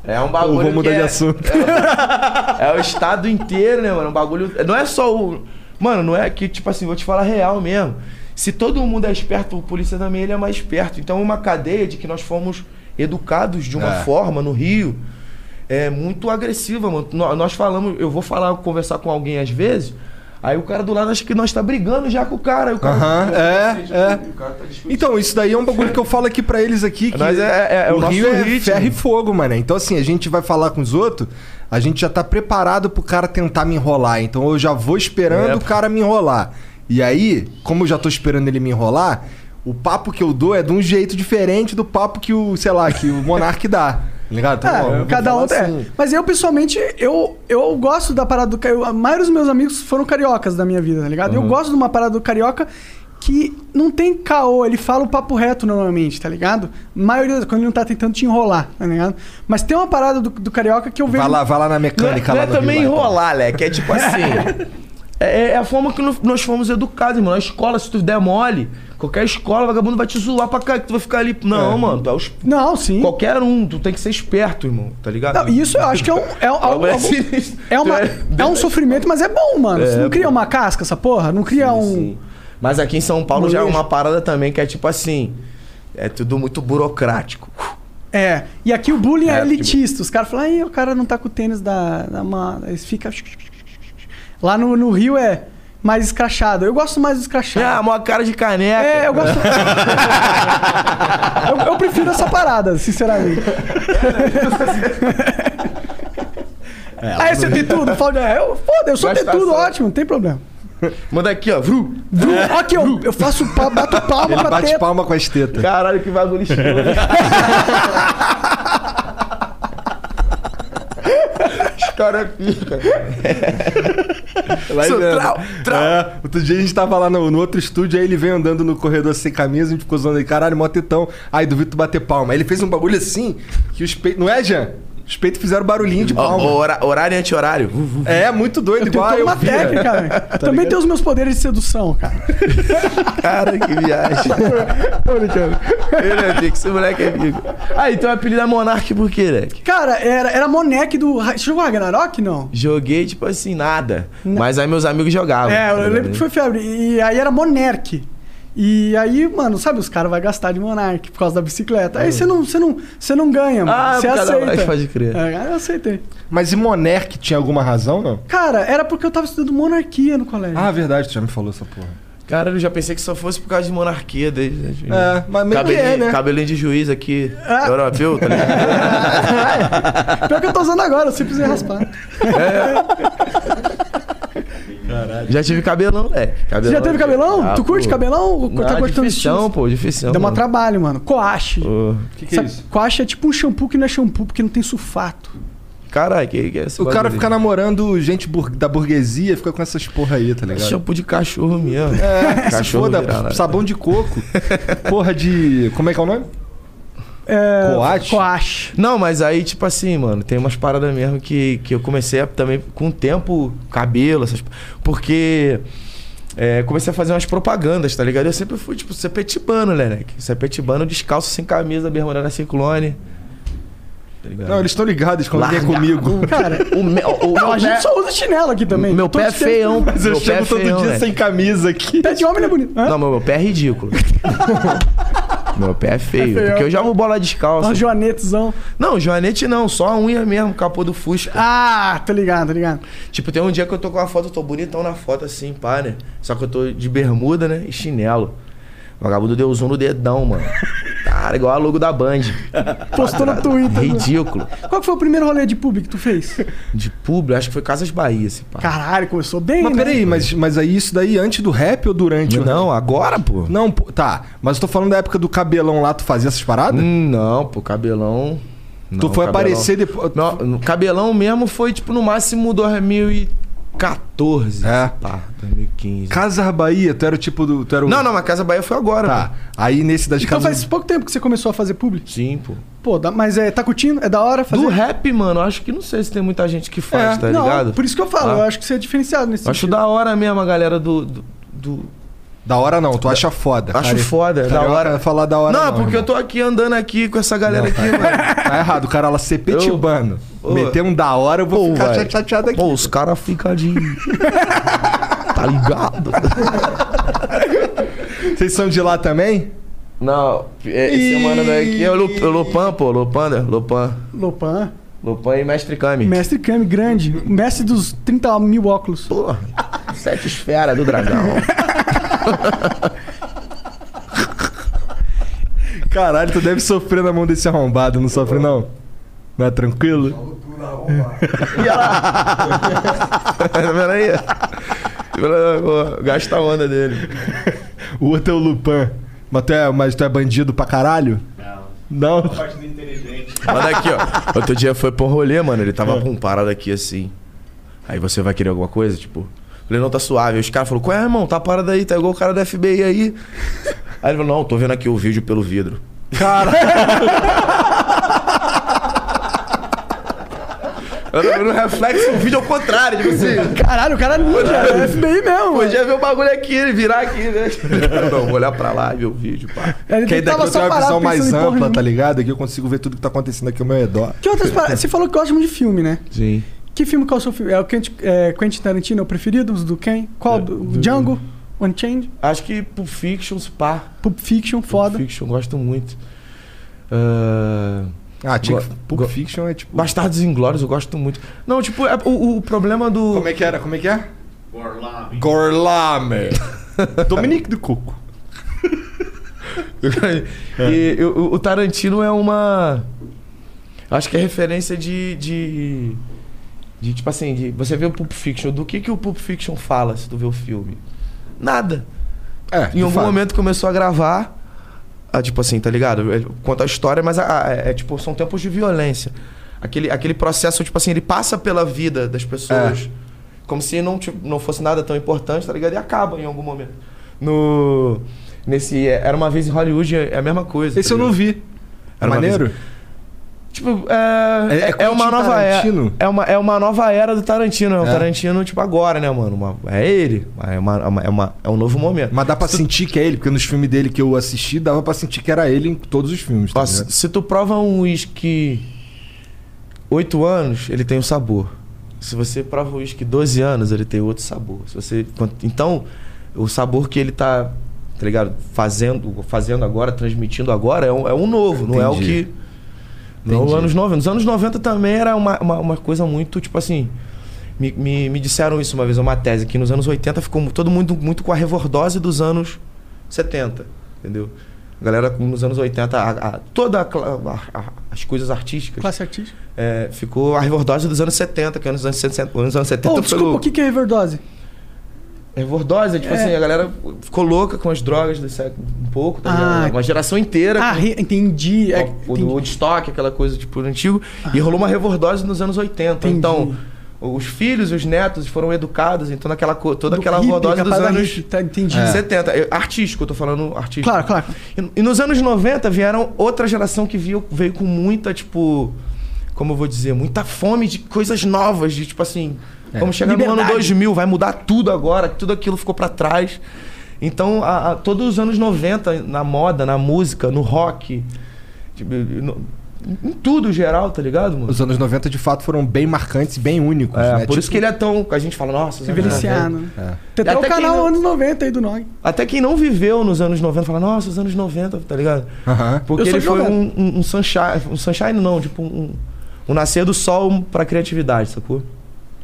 E: É um
B: Eu
E: bagulho.
B: vou mudar
E: que
B: de
E: é-
B: assunto.
E: É o estado inteiro, né, mano? Um bagulho. Não é só o. Mano, não é que, tipo assim, vou te falar real mesmo. Se todo mundo é esperto, o polícia também ele é mais esperto. Então é uma cadeia de que nós fomos educados de
B: É.
E: uma forma no Rio. É muito agressiva, mano. Nó- Nós falamos, eu vou falar, conversar com alguém às vezes. Aí o cara do lado acha que nós tá brigando já com o cara. Aí o cara,
B: Aham, é, é.
E: O cara tá discutindo.
B: Então, isso daí é um bagulho que eu falo aqui pra eles aqui. Que
E: Nós é- é- é
B: o
E: o nosso
B: Rio é
E: ritmo.
B: ferro e fogo, mano. Então, assim, a gente vai falar com os outros, a gente já tá preparado pro cara tentar me enrolar. Então, eu já vou esperando
E: É.
B: o cara me enrolar. E aí, como eu já tô esperando ele me enrolar, o papo que eu dou é de um jeito diferente do papo que o, sei lá, que o Monark dá. Ligado? Então, ó, eu
C: É,
B: vou
C: cada
B: falar
C: um tem.
B: assim.
C: Mas eu, pessoalmente, eu, eu gosto da parada do carioca. A maioria dos meus amigos foram cariocas da minha vida, tá ligado? Eu gosto de uma parada do carioca que não tem caô, ele fala o papo reto normalmente, tá ligado? A maioria das quando ele não tá tentando te enrolar, tá ligado? Mas tem uma parada do, do carioca que eu vejo.
B: Vai lá, vai lá na
E: Não é,
B: mecânica
E: não é
B: lá no Rio,
E: também
B: lá, então.
E: enrolar, Leque. É tipo assim. É, é a forma que no- nós fomos educados, irmão. Na escola, se tu der mole, qualquer escola, vagabundo vai te zoar pra cá, que tu vai ficar ali. Não, mano, tu é os...
C: Não, sim.
E: qualquer um, tu tem que ser esperto, irmão, tá ligado?
C: Não, isso eu acho que é um. É, um, algo-
E: é
C: algo-
E: sinistro.
C: é uma-
E: Tu é-
C: é um sofrimento, mas é bom, mano. Você não cria uma casca, essa porra? Não cria um.
E: Sim. Mas aqui em São Paulo já é
C: Molejo.
E: uma parada também que é tipo assim. É tudo muito burocrático.
C: É, e aqui o bullying é,
E: É,
C: elitista. Os caras falam, aí o cara não tá com o tênis da. da ma- Eles ficam. Lá no, no Rio é mais escrachado. Eu gosto mais do
E: Ah,
C: escrachado.
E: mó cara de
B: Ah,
E: caneca.
C: É, eu gosto. eu, eu prefiro essa parada, sinceramente.
B: É,
C: aí Ah, você tem tudo, foda eu, foda, eu sou
E: Gosta
C: ter tudo,
E: só.
C: ótimo, não tem problema.
E: Manda aqui, ó. Vru.
C: Vrum, Aqui, eu, eu faço pa- bato palma
B: É. Ele
C: pra
B: bate
C: teta.
B: palma com as tetas.
E: Caralho, que bagulho né? escuro. Os caras ficam.
B: Lá em
E: Seu
B: dentro.
E: trau, trau.
B: Tá É, outro dia a gente tava lá no, no outro estúdio, aí ele veio andando no corredor sem camisa, a gente ficou zoando ele, caralho, mó tetão. Aí duvido tu bater palma. Aí ele fez um bagulho assim, que os peitos. Não é, Jean? Os peitos fizeram barulhinho de
E: Ó,
B: palma.
E: ó, hora- horário e anti-horário. Vu, vu.
B: É, muito doido,
C: Eu tenho
B: igual
C: toda
B: eu né? Tá
C: uma
B: via.
C: técnica, velho. Também tem os meus poderes de sedução, cara.
E: Cara, que viagem. Ele é pico, esse moleque é pico. Ah, então o apelido é Monark por quê, moleque?
C: Cara, era, era Monec do. Ra- Você jogou Ragnarok? Não.
E: Joguei, tipo assim, nada. Mas aí meus amigos jogavam.
C: É,
E: tá
C: eu lembro
E: ligado?
C: que foi febre. E aí era Monark. E aí, mano, sabe, os caras vão gastar de Monark por causa da bicicleta. Aí você não, você não, você não ganha, mano.
E: É. Ah,
C: você
E: por causa da-
C: aceita.
E: pode crer.
C: É, eu aceitei.
B: Mas e Monark tinha alguma razão, não?
C: Cara, era porque eu tava estudando monarquia no colégio.
B: Ah, verdade, tu já me falou essa porra.
E: Cara, eu já pensei que só fosse por causa de monarquia desde. né?
B: É, mas meio que
E: cabelinho,
B: é, né?
E: cabelinho de juiz aqui,
C: Ah.
E: europeu, tá ligado?
C: Pior que eu tô usando agora, eu sempre usei raspar.
E: já tive cabelão, moleque.
C: Você já teve cabelão?
E: Ah,
C: tu curte
E: pô.
C: cabelão? Ou
E: Não,
C: tá
E: é
C: cortando
E: dificção,
C: estilos?
E: pô, dificção.
C: Dá um
E: mano.
C: trabalho, mano. Coache.
E: Ô,
B: Que
C: Sabe, Coache é tipo um shampoo que não é shampoo, porque não tem sulfato.
E: Caralho, que, que é esse
B: O cara
E: bagulho?
B: fica namorando gente bur- da burguesia e fica com essas porra aí, tá
E: É
B: ligado?
E: Shampoo de cachorro mesmo.
B: É, se
E: Cachorro
B: foda,
E: virar, né?
B: sabão de coco. Porra de. Como é que é o nome?
C: É,
B: Coache?
C: Coache.
E: Não, mas aí, tipo assim, mano, tem umas paradas mesmo que, que eu comecei a, também com o tempo, cabelo, essas. Porque. é, comecei a fazer umas propagandas, tá ligado? Eu sempre fui, tipo, ser petibano, né, né? Ser petibano descalço, sem camisa, bermuda na ciclone. Tá ligado?
B: Não, eles estão ligados quando vem
E: Larga
B: comigo.
C: Cara,
E: O, me, o,
C: Não,
E: o meu
C: a gente
E: pé,
C: só usa chinelo aqui também.
E: meu
C: Todo
E: pé é
C: chinelo-
E: feão.
B: Então Mas eu
E: meu pé é
B: chego todo
E: feão,
B: dia
E: né?
B: sem camisa aqui.
C: Pé de homem não é bonito. Hã?
E: Não, meu, meu pé é ridículo. meu pé é feio.
C: feio.
E: porque eu
B: né?
E: jogo bola
C: Um
E: descalça.
C: joanetezão.
E: Não, joanete não, só a unha mesmo, capô do Fusca.
C: Ah, tô ligado, tô ligado.
E: Tipo, tem um dia que eu tô com uma foto, eu tô bonitão na foto assim, pá, né? Só que eu tô de bermuda, né? E chinelo. O vagabundo deu zoom no dedão, mano. Cara, igual a logo da Band.
B: É
E: É
C: Postou no Twitter. né?
E: Ridículo.
C: Qual que foi o primeiro rolê de pub que tu fez?
E: De público, acho que foi Casas Bahia, esse pá.
C: Caralho, começou bem,
B: Mas
C: né?
B: peraí, mas, mas aí isso daí antes do rap ou durante o rap?
E: Não, agora, pô.
B: Não, pô, tá. Mas eu tô falando da época do cabelão lá, tu fazia essas paradas?
E: Hum, Não, pô, cabelão.
B: tu
E: Não,
B: foi
E: cabelão.
B: aparecer depois.
E: Não, no cabelão mesmo foi tipo no máximo 2014.
B: É.
E: Pá, 2015.
B: Casa Bahia, tu era o tipo do. Tu era o...
E: Não, não, mas Casa Bahia foi agora, pô.
B: Tá. Aí nesse das
C: Então
B: casas.
C: faz pouco tempo que você começou a fazer publi?
E: Sim, pô.
C: Pô, dá- mas é, tá curtindo? É da hora fazer?
E: Do rap, mano, acho que não sei se tem muita gente que faz,
B: É,
E: tá
C: não,
E: ligado?
C: por isso que eu falo,
E: Ah.
C: eu acho que você é diferenciado nesse
E: Eu acho da hora mesmo a galera do. do, do-
B: Da hora não, tu acha foda.
E: Acho foda, da
B: da
E: hora.
B: hora. Falar da hora.
E: não, é porque
B: irmão.
E: eu tô aqui andando aqui com essa galera aqui, mano.
B: Tá errado, o cara lá ser petibano.
E: Ô.
B: Meter um da hora, eu vou
E: Pô,
B: ficar tá
E: vai.
B: chateado aqui.
E: Pô, os caras ficam de. tá ligado?
B: Vocês são de lá também?
E: Não, é, esse mano daqui é o Lu- o Lopan, pô, Lopan, né? Lopan.
C: Lopan,
E: Lopan e Mestre Kami.
C: mestre Kami, grande. Mestre dos 30 mil óculos.
E: Pô, sete esferas do dragão.
B: Caralho, tu deve sofrer na mão desse arrombado, não sofre não? Não é tranquilo?
E: Peraí. Gasta a onda dele.
B: O outro é o Lupan. Mas tu é, mas tu é bandido pra caralho? Não. Não?
E: Manda aqui, ó. Outro dia foi pra um rolê, mano. Ele
C: É.
E: tava com um parado aqui assim. Aí você vai querer alguma coisa? Tipo. Falei, não, tá suave. Aí os caras falaram, qual é, irmão? Tá parado aí, tá igual o cara da FBI aí. Aí ele falou, não, tô vendo aqui o vídeo pelo vidro.
B: Caralho.
E: Eu tô vendo no reflexo o vídeo ao contrário, tipo assim.
C: Caralho, o cara é ninja, é FBI mesmo. mano.
E: Podia ver o bagulho aqui, ele virar aqui, né? Não, vou olhar pra lá e ver o vídeo, pá.
C: Ele
B: Que aí daqui
C: tava
B: eu tenho
C: só
B: uma
C: parado
B: visão
C: pensando
B: mais
C: em porra
B: ampla,
C: nenhuma.
B: tá ligado? Aqui eu consigo ver tudo que tá acontecendo aqui ao meu redor.
C: Que outras paradas? Você falou que gosta muito de filme, né?
E: Sim.
C: Que filme que é o seu filme? É o Quentin, é, Quentin Tarantino, é o preferido? Os do quem? Qual?
E: É,
C: Do, Django? Unchained?
E: Acho que Pulp Fiction, se pá.
C: Pulp Fiction, foda.
E: Pulp Fiction, gosto muito. Ah,
B: Ah, tinha
E: Go-
B: que- Pulp
E: go-
B: Fiction é tipo...
E: Bastardos Inglórios, eu gosto muito. Não, tipo, é- o, o problema do...
B: Como é que era? Como é que é? Gorlame. Gorlame. Dominique do Coco.
E: e eu- o- o Tarantino é uma. Acho que é referência de. de, de, tipo assim, de, você vê o Pulp Fiction. Do que, que o Pulp Fiction fala se tu vê o filme? Nada.
B: É,
E: Em algum momento começou a gravar. ah, tipo assim, tá ligado? Ele Conta a história, mas a- a- é, tipo, são tempos de violência. Aquele, aquele processo, tipo assim, ele passa pela vida das
B: É.
E: pessoas. Como se não, tipo, não fosse nada tão importante, tá ligado? E acaba em algum momento. No. Nesse. é, Era uma vez em Hollywood, é é a mesma coisa.
B: Esse
E: tá
B: eu não
E: ligado?
B: vi.
E: Era uma
B: Maneiro?
E: Tipo,
B: É-
E: é.
B: é
E: É, uma
B: Quentin
E: nova era.
B: Tarantino?
E: É uma, é uma nova era do Tarantino. É o
B: É.
E: Tarantino, tipo, agora, né, mano? Uma- é ele. É, uma, é uma- é, uma- é um novo momento.
B: Mas dá pra sentir que é ele, porque nos filmes dele que eu assisti, dava pra sentir que era ele em todos os filmes. Tá
E: Ó, se,
B: ligado?
E: se tu prova um uísque 8 anos, ele tem um sabor. Se você prova um uísque 12 anos, ele tem outro sabor. Se você, então, o sabor que ele tá, tá ligado? Fazendo, fazendo agora, transmitindo agora, é um, é um novo, não é o
B: Entendi.
E: que. Não é os
B: Entendi.
E: anos 90. Nos anos 90 também era uma, uma, uma coisa muito, tipo assim. Me, me, me disseram isso uma vez, uma tese, que nos anos 80 ficou mu- todo mundo muito com a revordose dos anos 70, entendeu? A galera nos anos 80, a, a, toda a cla- a- a- as coisas artísticas
C: Classe artística.
E: é, ficou a revordose dos anos 70, que nos anos 60, nos anos 70
C: Oh,
E: foi
C: desculpa, o que, que é Riverdose?
E: Revordose, tipo
C: É.
E: assim, a galera ficou louca com as drogas desse, um pouco, tá
C: Ah.
E: ligado? Uma geração inteira.
C: Ah,
E: com-
C: re- entendi. É,
E: o
C: entendi.
E: do Woodstock, aquela coisa tipo antigo, e rolou uma revordose nos anos 80.
C: Entendi.
E: Então, os filhos e os netos foram educados, então naquela co- toda
C: Do
E: aquela
C: hippie,
E: revordose dos É.
C: capada
E: anos
C: hippie, tá, entendi.
E: de 70, Eu- artístico, eu tô falando artístico.
C: Claro, claro.
E: E, e nos anos 90 vieram outra geração que veio, veio com muita, tipo, como eu vou dizer, muita fome de coisas novas, de tipo assim, vamos chegar no ano
C: Liberdade.
E: 2000, vai mudar tudo agora, tudo aquilo ficou pra trás. Então, a- a- todos os anos 90, na moda, na música, no rock, tipo, no- em tudo geral, tá ligado, mano?
B: Os anos 90 de fato foram bem marcantes e bem únicos,
E: É,
B: né?
E: por isso que ele é tão. A gente fala, nossa, os anos 90.
C: Envelheciano.
B: É.
C: Tem até,
E: Até
C: o
E: quem
C: canal
E: não-
C: anos 90 aí do Nog.
E: Até quem não viveu nos anos 90 fala, nossa, os anos 90, tá ligado?
B: Aham.
E: Porque
C: Eu sou
E: ele foi um,
C: jovem.
E: um, um sunshine. Um sunshine não, tipo um, um nascer do sol pra criatividade, sacou?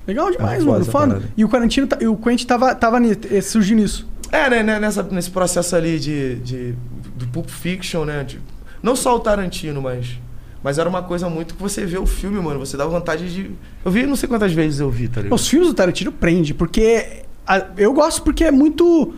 C: Legal demais,
E: É,
C: mano.
E: foda,
C: Foda.
E: parada.
C: E o Quarantino tá- e o Quentin tava, tava ni- eh, surgindo isso.
E: É, né, né, nessa, nesse processo ali de, de. do Pulp Fiction, né? de- não só o Tarantino, mas. Mas era uma coisa muito que você vê o filme, mano. Você dá vontade de. Eu vi não sei quantas vezes eu vi, tá ligado?
C: Os filmes do Tarantino prende, porque a- eu gosto porque é muito.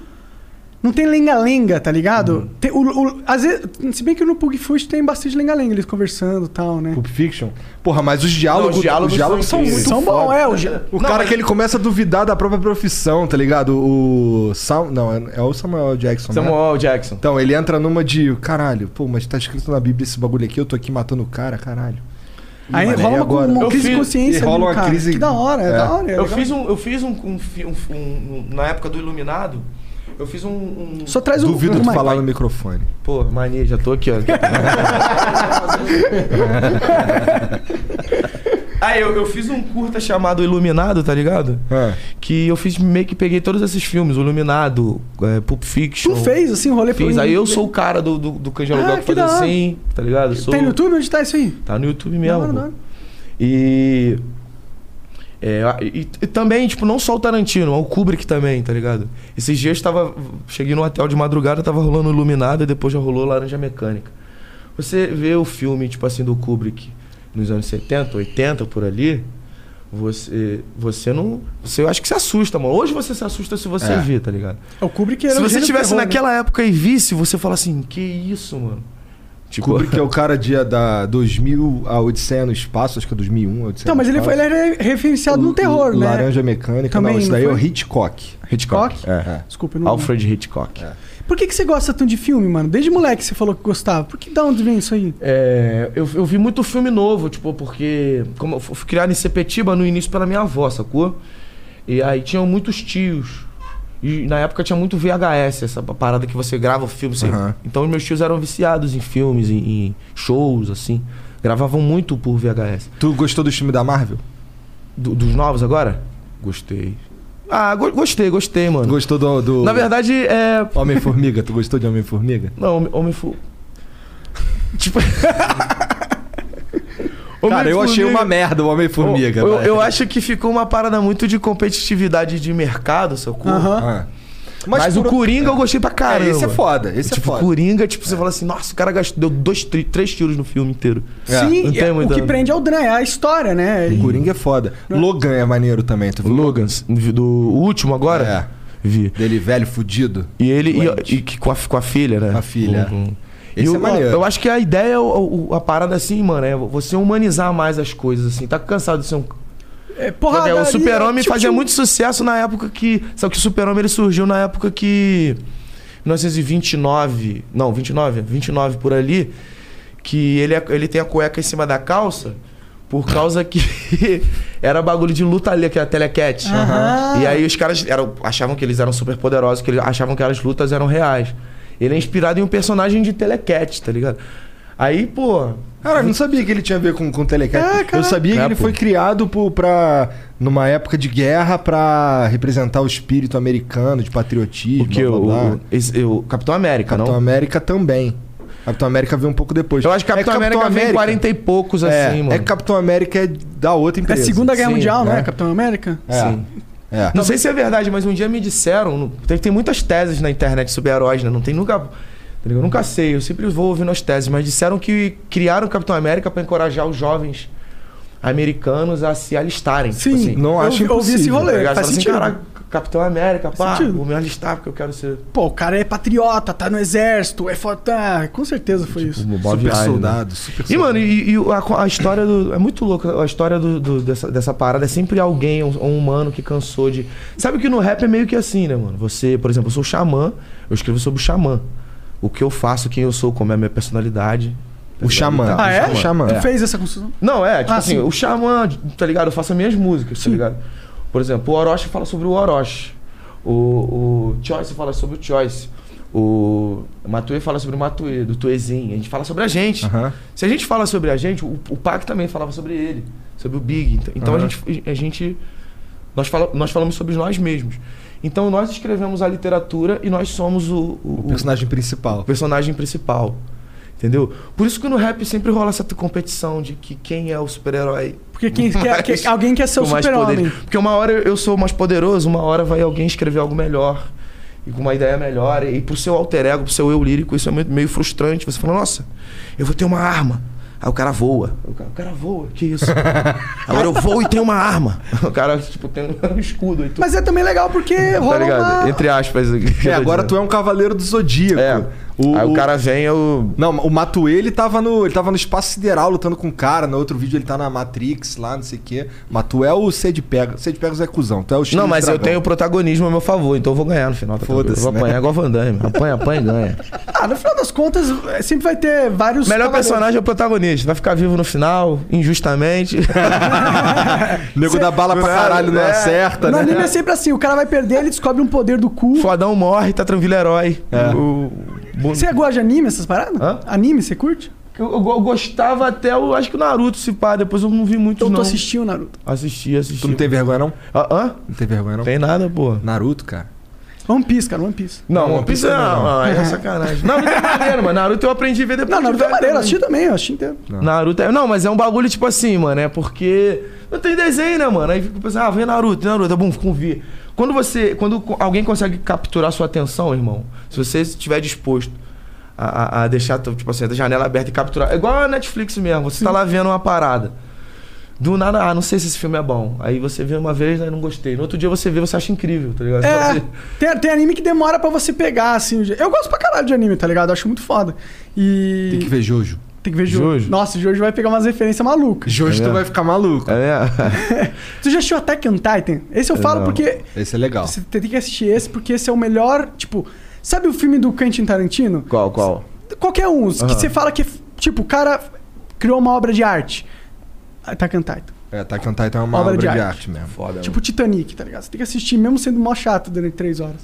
C: Não tem lenga-lenga, tá ligado? Tem- o- o- às vezes, se bem que no Pug Fust tem bastante lenga-lenga, eles conversando e tal, né?
B: Pulp Fiction. Porra, mas os diálogos,
E: Não, os diálogos
B: são,
E: são
B: muito
E: incríveis.
C: São
B: foda.
C: bom, é. O, ge-
B: O
E: Não,
B: cara
E: mas-
B: que ele começa a duvidar da própria profissão, tá ligado? O Sam... Não, é é o Samuel Jackson, né?
E: Samuel Jackson.
B: Então, ele entra numa de, caralho, pô, mas tá escrito na Bíblia esse bagulho aqui, eu tô aqui matando o cara, caralho.
C: aí
B: Mano,
C: rola
B: e
C: uma,
B: agora?
C: uma
E: Eu
C: crise
E: fiz-
C: de consciência.
B: e rola
C: ali,
B: uma
C: cara.
B: crise-
C: Que da hora, é,
B: é.
C: da hora. é
E: Eu
C: legal.
E: fiz um. Eu fiz um, um, fi- um- um- um- Na época do Iluminado, eu fiz um. um
C: Só traz um.
B: Duvido
C: um
B: tu
C: mais.
B: falar no microfone.
E: Pô, mania, já tô aqui, ó. Aí eu, eu fiz um curta chamado Iluminado, tá ligado?
B: Ah.
E: Que eu fiz meio que peguei todos esses filmes, o Iluminado, é, Pulp Fiction.
C: Tu fez, assim, um rolê
E: Fiz. Aí eu sou o cara do, do, do Canja Aluguel
C: Ah,
E: que
C: que
E: faz
C: da hora.
E: assim, tá ligado? Eu Sou,
C: Tem no YouTube? Onde tá isso aí?
E: Tá no YouTube
C: Da
E: mesmo.
C: hora,
E: pô.
C: da hora.
E: E. É, e, e também, tipo, não só o Tarantino, mas o Kubrick também, tá ligado? Esses dias tava. Cheguei no hotel de madrugada, tava rolando Iluminado e depois já rolou Laranja Mecânica. Você vê o filme, tipo assim, do Kubrick nos anos 70, 80, por ali, você. Você não. Você, eu acho que se assusta, mano. Hoje você se assusta se você
B: É.
E: vir, tá ligado?
C: É o Kubrick era
E: se
C: o
E: você
C: gênio do
E: estivesse
C: terror, né?
E: naquela época e visse, você fala assim, que isso, mano? Tipo,
B: Kubrick é o cara de, da 2000 a Odisseia no Espaço, acho que é 2001 a Odisseia
C: Então,
B: no
C: mas ele, foi,
B: Espaço.
C: ele era referenciado no terror, né?
B: Laranja Mecânica,
C: Também,
B: não, isso
C: não
B: daí é o
C: foi?
B: Hitchcock.
E: Hitchcock.
C: Hitchcock?
B: É.
C: Desculpa, eu não...
E: Alfred Hitchcock.
C: Por que, que você gosta tanto de filme, mano? Desde moleque você falou que gostava. Por que da onde vem isso aí?
E: É, eu, eu vi muito filme novo, tipo, porque. Como eu fui criado em Sepetiba no início pela minha avó, sacou? E aí tinham muitos tios. E na época tinha muito VHS, essa parada que você grava o filme. você-
B: Aham.
E: Então os meus tios eram viciados em filmes, em, em shows, assim. Gravavam muito por VHS.
B: Tu gostou do filme da Marvel?
E: Do- dos novos agora? Gostei. Ah, go- gostei, gostei, mano.
B: Gostou do, do
E: Na verdade, é.
B: Homem-Formiga? tu gostou de Homem-Formiga?
E: Não, Homem- Homem Fu. Tipo.
B: Cara, eu achei uma
E: Homem-Formiga.
B: merda o Homem-Formiga.
E: Eu, eu,
B: velho.
E: eu acho que ficou uma parada muito de competitividade de mercado, sacou?
C: Aham.
B: Ah.
E: Mas, o
B: por- um-
E: Coringa eu gostei pra caramba.
B: É, esse é foda, esse
E: tipo,
B: é foda.
E: Coringa, tipo, você fala assim, nossa, o cara gastou, deu dois, tri- três tiros no filme inteiro.
B: É,
E: não
C: Sim,
E: tem
C: é- o
E: muita-
C: que prende é o drama, é a história, né?
B: O Coringa é foda. Logan é maneiro também, tu
E: O
B: viu?
E: Logan, do o último agora? É. Vi.
B: Dele velho, fudido.
E: E ele e,
B: Doente.
E: e que com, a, com a filha, né?
B: A filha,
E: Com- com-
B: Esse
E: e
B: é
E: eu,
B: maneiro.
E: eu acho que a ideia, é o- o- a parada assim, mano, é você humanizar mais as coisas, assim. Tá cansado de ser um
C: É porrada.
E: É, o
C: ali,
E: Super-Homem
C: tchum,
E: fazia
C: tchum.
E: muito sucesso na época que. Só que o Super-Homem ele surgiu na época que. 1929. Não, 29? 29 por ali. Que ele, é- ele tem a cueca em cima da calça. Por causa que era bagulho de luta ali, que era telecat.
C: Aham.
E: E aí os caras eram- achavam que eles eram super poderosos, que eles achavam que as lutas eram reais. Ele é inspirado em um personagem de telecat, tá ligado? Aí, pô,
B: Cara, eu não sabia que ele tinha a ver com, com
C: É,
B: Telecast.
C: cara.
B: eu sabia que
E: É,
B: ele
E: pô.
B: foi criado por, pra, numa época de guerra pra representar o espírito americano, de patriotismo.
E: o que?
B: blá,
E: O,
B: blá, blá.
E: o- esse- o Capitão América,
B: Capitão
E: não?
B: América também. Capitão América veio um pouco depois.
E: Eu acho que Capitão, América, vem 40 e poucos,
B: é,
E: assim, mano.
B: É que Capitão América é da outra
C: É a
B: empresa.
C: Segunda Guerra
E: Sim,
C: Mundial, né?
B: é.
C: Capitão América?
B: É.
E: Sim.
B: É.
E: Não sei se é verdade, mas um dia me disseram. no- Tem, tem muitas teses na internet sobre heróis, né? Não tem nunca. tá ligado? Eu nunca sei, eu sempre vou ouvindo as teses, mas disseram que criaram o Capitão América pra encorajar os jovens americanos a se alistarem. tipo assim.
C: Sim.
B: não
C: eu
B: acho
C: ouvi- ouvi esse
B: impossível,
E: Tá
C: rolê,
E: ligado?
C: faz
E: Fala assim,
C: sentido.
E: "Caraca, Capitão América, pá,
C: sentido.
E: vou me alistar porque eu quero ser.
C: Pô, o cara é patriota, tá no exército, é foda. tá, Com certeza foi isso.
E: Bob
B: Super
E: Iger, né?
B: soldado, super
E: E,
B: soldado.
E: mano, e, e a, a história do. É muito louco a história do- do- dessa, dessa parada. É sempre alguém, um, um humano que cansou de. Sabe que no rap é meio que assim, né, mano? Você, por exemplo, eu sou xamã, eu escrevo sobre o xamã. O que eu faço, quem eu sou, como é a minha personalidade.
B: O Xamã.
C: Ah, é?
B: O Xamã.
C: Tu fez essa construção?
E: Não, é, tipo
C: Ah,
E: assim,
C: sim.
E: o xamã, tá ligado? Eu faço as minhas músicas,
C: Sim.
E: tá ligado? Por exemplo, o Orochi fala sobre o Orochi. O, o Choice fala sobre o Choice. O Matue fala sobre o Matue, do Tuezinho. A gente fala sobre a gente.
B: Aham.
E: Se a gente fala sobre a gente, o, o Pac também falava sobre ele, sobre o Big. Então, então a
B: Aham.
E: gente. A gente nós, fala- nós falamos sobre nós mesmos. Então nós escrevemos a literatura e nós somos o, o-
B: O
E: o-
B: personagem principal.
E: o personagem principal. Entendeu? Por isso que no rap sempre rola essa competição de que quem é o super-herói
C: Porque quem quer,
E: Mas-
C: que- alguém quer ser o
E: com mais
C: super-homem.
E: poder. Porque uma hora eu sou mais poderoso, uma hora vai alguém escrever algo melhor. E com uma ideia melhor. E pro seu alter ego, pro seu eu lírico, isso é meio- meio frustrante. Você fala, nossa, eu vou ter uma arma. Aí o cara voa. O cara, o cara voa, que isso? Agora eu voo e tenho uma arma. O cara, tipo, tem um escudo e tudo.
C: Mas é também legal porque
E: tá
C: rola
E: ligado?
C: uma...
E: Entre aspas.
B: É, agora tu é um cavaleiro do zodíaco.
E: É. Aí o cara vem, eu.
B: Não, o Matue, ele tava no, ele tava no espaço sideral lutando com o cara. No outro vídeo ele tá na Matrix lá, não sei o quê. Matue é o C de pega. C de pegas é cuzão. Tu é o X
E: Não,
B: do
E: mas eu
B: dragão.
E: tenho o protagonismo a meu favor, então eu vou ganhar no final. tá tranquilo.
B: Foda-se,
E: Eu vou
B: né?
E: apanhar igual Van Damme. Apanha, apanha e ganha.
C: Ah, no final das contas, é, sempre vai ter vários...
E: Melhor
C: cavaleiros.
E: personagem é o protagonista. Vai ficar vivo no final, injustamente.
B: O nego da bala pra caralho, não
E: É.
B: acerta,
C: No
B: né?
C: anime é sempre assim, o cara vai perder, ele descobre um poder do cu.
E: Fodão morre, tá tranquilo, herói.
B: É.
E: O- o-
C: Você gosta de anime, essas paradas?
E: Hã?
C: Anime, você curte?
E: Eu, eu go- gostava até, o, acho que o Naruto se pá, depois eu não vi muito
C: Eu
E: não.
C: tô assistindo, Naruto.
E: Assisti, assisti.
B: Tu não tem vergonha, não?
E: Ah, hã?
B: Não tem vergonha, não?
E: Tem nada, pô.
B: Naruto, cara.
C: One Piece, cara, One Piece.
E: Não,
B: Não,
E: One Piece
B: One Piece
E: não,
B: também
E: não, é sacanagem. Naruto é maneiro, mano. Naruto eu aprendi a ver depois.
C: Não,
E: de
C: Naruto é
E: velho
C: maneiro, eu
E: também.
C: assisti também, eu assisti inteiro.
E: Naruto é. Não, mas é um bagulho tipo assim, mano. É porque. Não tem desenho, né, mano? Aí fica pensando, ah, vê Naruto, Naruto, é bom, fica um vi. Quando você. Quando co- alguém consegue capturar sua atenção, irmão, se você estiver disposto a, a- a deixar, tipo assim, a janela aberta e capturar. É igual a Netflix mesmo, você tá lá vendo uma parada. Do nada, ah, não sei se esse filme é bom. Aí você vê uma vez, aí não gostei. No outro dia você vê, você acha incrível, tá ligado? Você fala
C: É,
E: assim,
C: tem, tem anime que demora pra você pegar, assim. o je- Eu gosto pra caralho de anime, tá ligado? Eu acho muito foda. E.
B: Tem que ver Jojo.
C: Tem que ver Jojo.
E: Jojo.
C: Nossa, Jojo vai pegar umas referências malucas.
B: Jojo tu vai ficar maluco.
E: É,
C: Tu já assistiu Attack on Titan? Esse eu falo
E: Não.
C: porque
B: Esse é legal.
C: você tem que assistir esse, porque esse é o melhor, tipo... Sabe o filme do Quentin Tarantino?
E: Qual, qual?
C: Qualquer um, os que você fala que, é f- tipo, o cara criou uma obra de arte. Attack on Titan.
B: É, tá cantar então é uma obra, de, arte. mesmo.
E: Foda.
C: Tipo Titanic, tá ligado? Você tem que assistir mesmo sendo mó chato durante três horas.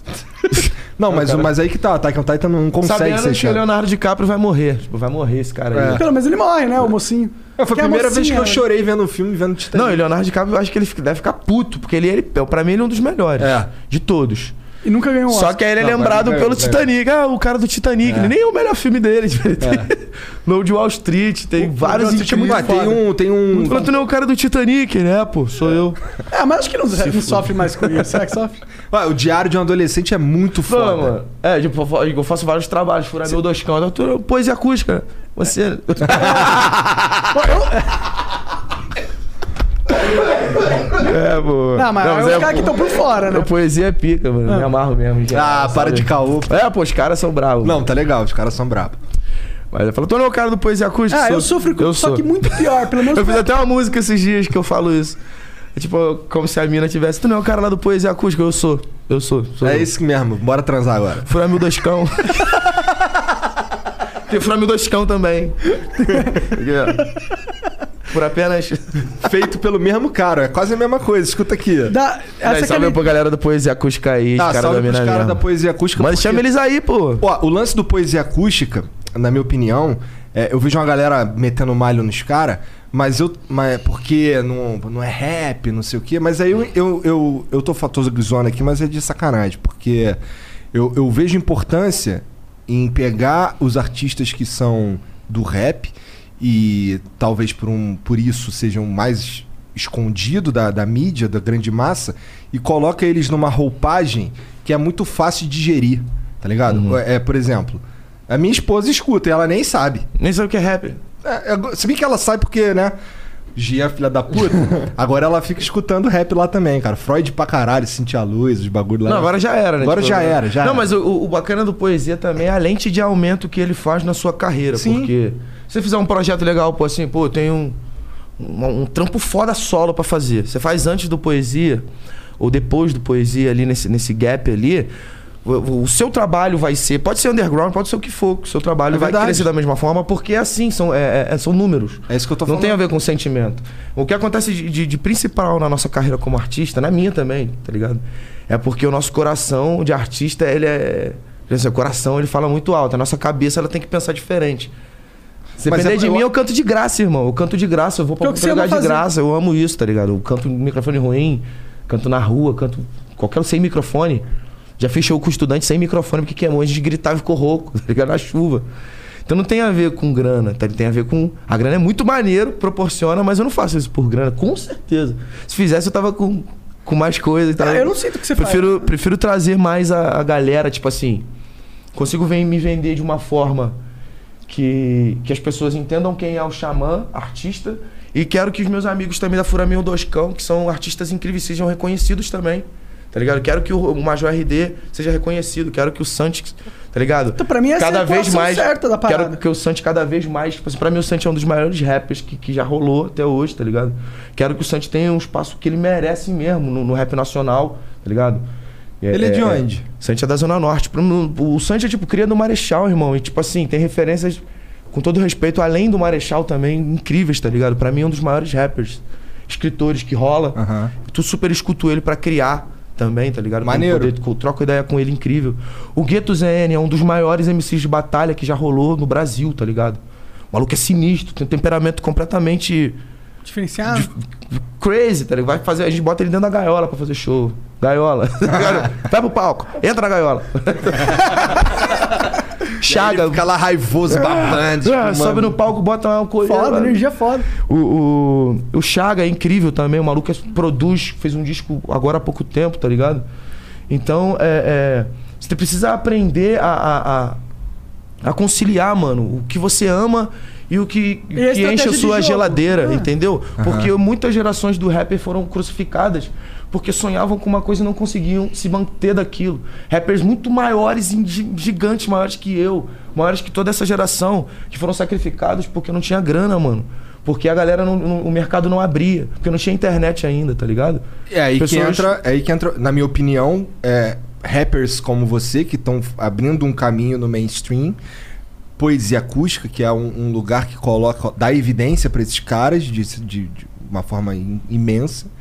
B: Não, mas, mas aí que tá, Attack on Titan não consegue
E: Sabendo
B: ser
E: que o
B: chato.
E: Leonardo DiCaprio vai morrer. Tipo, vai morrer esse cara aí.
C: Pelo menos ele morre, né, o mocinho?
B: É, Foi
C: Que
B: a primeira vez que
C: mocinha,
B: eu
C: né?
B: chorei vendo o filme, vendo Titanic.
E: Não, e o Leonardo DiCaprio, eu acho que ele fica- deve ficar puto, porque ele, ele pra mim, ele é um dos melhores.
B: É.
E: De todos.
C: E nunca ganhou um
E: Só
C: Oscar.
E: que aí ele é
B: Não, mas
E: lembrado
B: ele ganhou,
E: pelo
B: ganhou.
E: Titanic. Ah, o cara do Titanic. Nem é o melhor filme dele. Tipo, ele tem
B: É.
E: Load Wall Street, tem vários
B: Não, tipo,
E: incríveis.
B: ah, tem um, tem um. É.
E: Enquanto não é o cara do Titanic, né, pô? Sou eu.
C: Ah, mas acho que não, não sofre mais com isso. Será que sofre?
B: Ah, o Diário de um Adolescente é muito foda.
E: Não, mano. É, tipo, eu fa- eu faço vários trabalhos, furar meu doscão. eu tô- é Poesia acústica. Você. é, pô.
C: Não, mas, é os caras que estão por fora, né?
E: A poesia é pica, mano.
C: Ah.
E: Me amarro mesmo. em geral,
B: Ah, para
E: sabe?
B: de caô. pô.
E: É, pô, os caras são bravos.
B: Não, tá legal, os caras são bravos.
E: Mas ele falou, tu não é o cara do poesia acústica?
C: Ah,
E: sou-
C: eu sofro com
E: eu
C: só
E: sou.
C: que muito pior. Pelo menos
E: Eu fiz
C: foi-
E: até uma música esses dias que eu falo isso. É tipo, como se a mina tivesse. Tu não é o cara lá do poesia acústica? Eu sou. Eu sou. sou
B: É
E: eu.
B: isso mesmo, bora transar agora.
E: Furar meu doscão. Tem furar meu doscão também. Por apenas.
B: Feito pelo mesmo cara, é quase a mesma coisa, escuta aqui.
C: dá-
E: Aí,
C: essa que é
E: salve
C: ele-
E: pra galera da poesia acústica aí,
B: Ah,
E: cara
B: salve
E: da
B: pros
E: mina
B: caras
E: mesmo.
B: da poesia acústica.
E: Mas
B: porque-
E: chama eles aí, pô.
B: Ó, o lance do poesia acústica, na minha opinião, é, eu vejo uma galera metendo malho nos caras, mas eu. Mas é porque não, não é rap, não sei o quê. Mas aí eu, eu, eu, eu tô fatosogrizando aqui, mas é de sacanagem, porque eu, eu vejo importância em pegar os artistas que são do rap e talvez por, um, por isso sejam mais escondido da, da mídia, da grande massa, e coloca eles numa roupagem que é muito fácil de digerir, tá ligado?
E: Uhum.
B: É, por exemplo, a minha esposa escuta e ela nem sabe.
E: Nem sabe o que é rap.
B: É, é, se bem que ela sabe porque, né? Gia, filha da puta. agora ela fica escutando rap lá também, cara. Freud pra caralho, sentir a luz, os bagulho lá.
E: Não, agora já era, né?
B: Agora já era, já
E: Não,
B: era.
E: mas o, o bacana do poesia também é a lente de aumento que ele faz na sua carreira.
B: Sim.
E: Porque se você fizer um projeto legal, pô, assim, pô, eu tenho um, um, um trampo foda solo pra fazer. Você faz antes do poesia, ou depois do poesia ali, nesse, nesse gap ali. O o seu trabalho vai ser, pode ser underground, pode ser o que for, o seu trabalho
B: É
E: vai
B: verdade.
E: crescer da mesma forma, porque é assim, são, é- é- são números.
B: É isso que eu tô
E: Não
B: falando.
E: tem a ver com sentimento. O que acontece de, de- de principal na nossa carreira como artista, na minha também, tá ligado? É porque o nosso coração de artista, ele é. quer dizer, O coração ele fala muito alto. A nossa cabeça ela tem que pensar diferente. Se
B: Mas
E: depender
B: é-
E: de
B: eu-
E: mim, eu canto de graça, irmão. Eu canto de graça, eu vou pra
C: Que é o que você
E: qualquer
C: ama
E: lugar de
C: fazer.
E: graça. Eu amo isso, tá ligado? Eu canto no microfone ruim, canto na rua, canto qualquer um sem microfone. Já fiz show com estudante sem microfone, porque queimou, a gente gritava e ficou rouco, tá ligado? Na chuva. Então não tem a ver com grana, tá? tem a ver com. A grana é muito maneiro, proporciona, mas eu não faço isso por grana, com certeza. Se fizesse, eu tava com, com mais coisa e tal.
C: Ah, eu não sinto o que você
E: tá? prefiro, Prefiro trazer mais a, a galera, tipo assim. Consigo ven- me vender de uma forma que, que as pessoas entendam quem é o xamã, artista. E quero que os meus amigos também da Furaminho Doscão, que são artistas incríveis, sejam reconhecidos também. Tá ligado? Quero que o Major RD seja reconhecido. Quero que o Santos, tá ligado?
C: Então, pra mim, essa é a
E: cada vez
C: equação
E: mais
C: certa da parada.
E: Quero que o Santos cada vez mais. Tipo assim, pra mim, o Santos é um dos maiores rappers que, que já rolou até hoje, tá ligado? Quero que o Santos tenha um espaço que ele merece mesmo no, no rap nacional, tá ligado?
B: Ele é de onde?
E: Santos é da Zona Norte. Pro- no- O Santos é tipo cria do Marechal, irmão. E tipo assim, tem referências, com todo respeito, além do Marechal também, incríveis, tá ligado? Pra mim é um dos maiores rappers, escritores que rola.
B: Aham.
E: Tu super escuto ele pra criar também, tá ligado? Tem um
B: Maneiro.
E: poder- co- troco ideia com ele incrível. O Gueto ZN é um dos maiores MCs de batalha que já rolou no Brasil, tá ligado? O maluco é sinistro, tem um temperamento completamente
C: Diferenciado?
E: crazy, tá ligado? Vai fazer, a gente bota ele dentro da gaiola pra fazer show. Gaiola. Vai pro palco, entra na gaiola. Chaga.
B: Fica lá raivoso, babando. tipo,
E: Ah, sobe no palco, bota uma coisa.
C: Foda, energia é foda.
E: O, o, o Chaga é incrível também, o maluco é- produz, fez um disco agora há pouco tempo, tá ligado? Então, é, é, você precisa aprender a, a, a- a conciliar, mano, o que você ama e o que,
C: a
E: que enche
C: estratégia
E: a
C: de
E: sua
C: jogo.
E: geladeira,
C: É.
E: entendeu? Porque muitas gerações do rapper foram crucificadas porque sonhavam com uma coisa e não conseguiam se manter daquilo. Rappers muito maiores, e gi- gigantes, maiores que eu, maiores que toda essa geração, que foram sacrificados porque não tinha grana, mano. Porque a galera, não- não- o mercado não abria, porque não tinha internet ainda, tá ligado?
B: É aí, que
E: Pessoas-
B: entra, é aí que entra, na minha opinião, é, rappers como você, que estão abrindo um caminho no mainstream, poesia acústica, que é um, um lugar que coloca, dá evidência pra esses caras de, de- de uma forma im- imensa.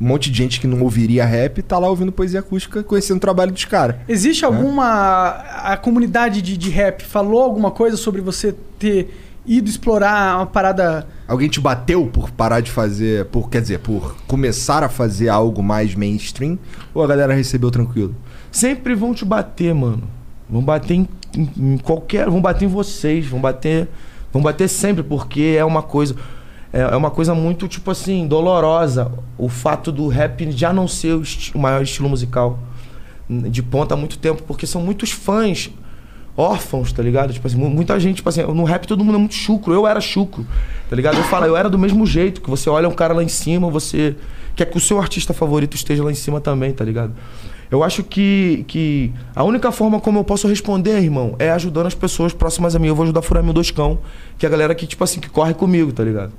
B: Um monte de gente que não ouviria rap tá lá ouvindo poesia acústica, conhecendo o trabalho dos caras.
E: É.
C: Existe alguma. A comunidade de, de rap falou alguma coisa sobre você ter ido explorar uma parada.
B: Alguém te bateu por parar de fazer, por quer dizer, por começar a fazer algo mais mainstream? Ou a galera recebeu tranquilo?
E: sempre vão te bater, mano. Vão bater em, em- em qualquer. Vão bater em vocês, vão bater. Vão bater sempre, porque é uma coisa. É é uma coisa muito, tipo assim, dolorosa. O fato do rap já não ser o, esti- o maior estilo musical hum, de ponta há muito tempo, porque são muitos fãs órfãos, tá ligado? Tipo assim, mu- muita gente, tipo assim, no rap todo mundo é muito chucro, eu era chucro, tá ligado? Eu falo, eu era do mesmo jeito, que você olha um cara lá em cima, você quer que o seu artista favorito esteja lá em cima também, tá ligado? Eu acho que, que a única forma como eu posso responder, irmão, é ajudando as pessoas próximas a mim. Eu vou ajudar Furamil Doscão, que é a galera que, tipo assim, que corre comigo, tá ligado?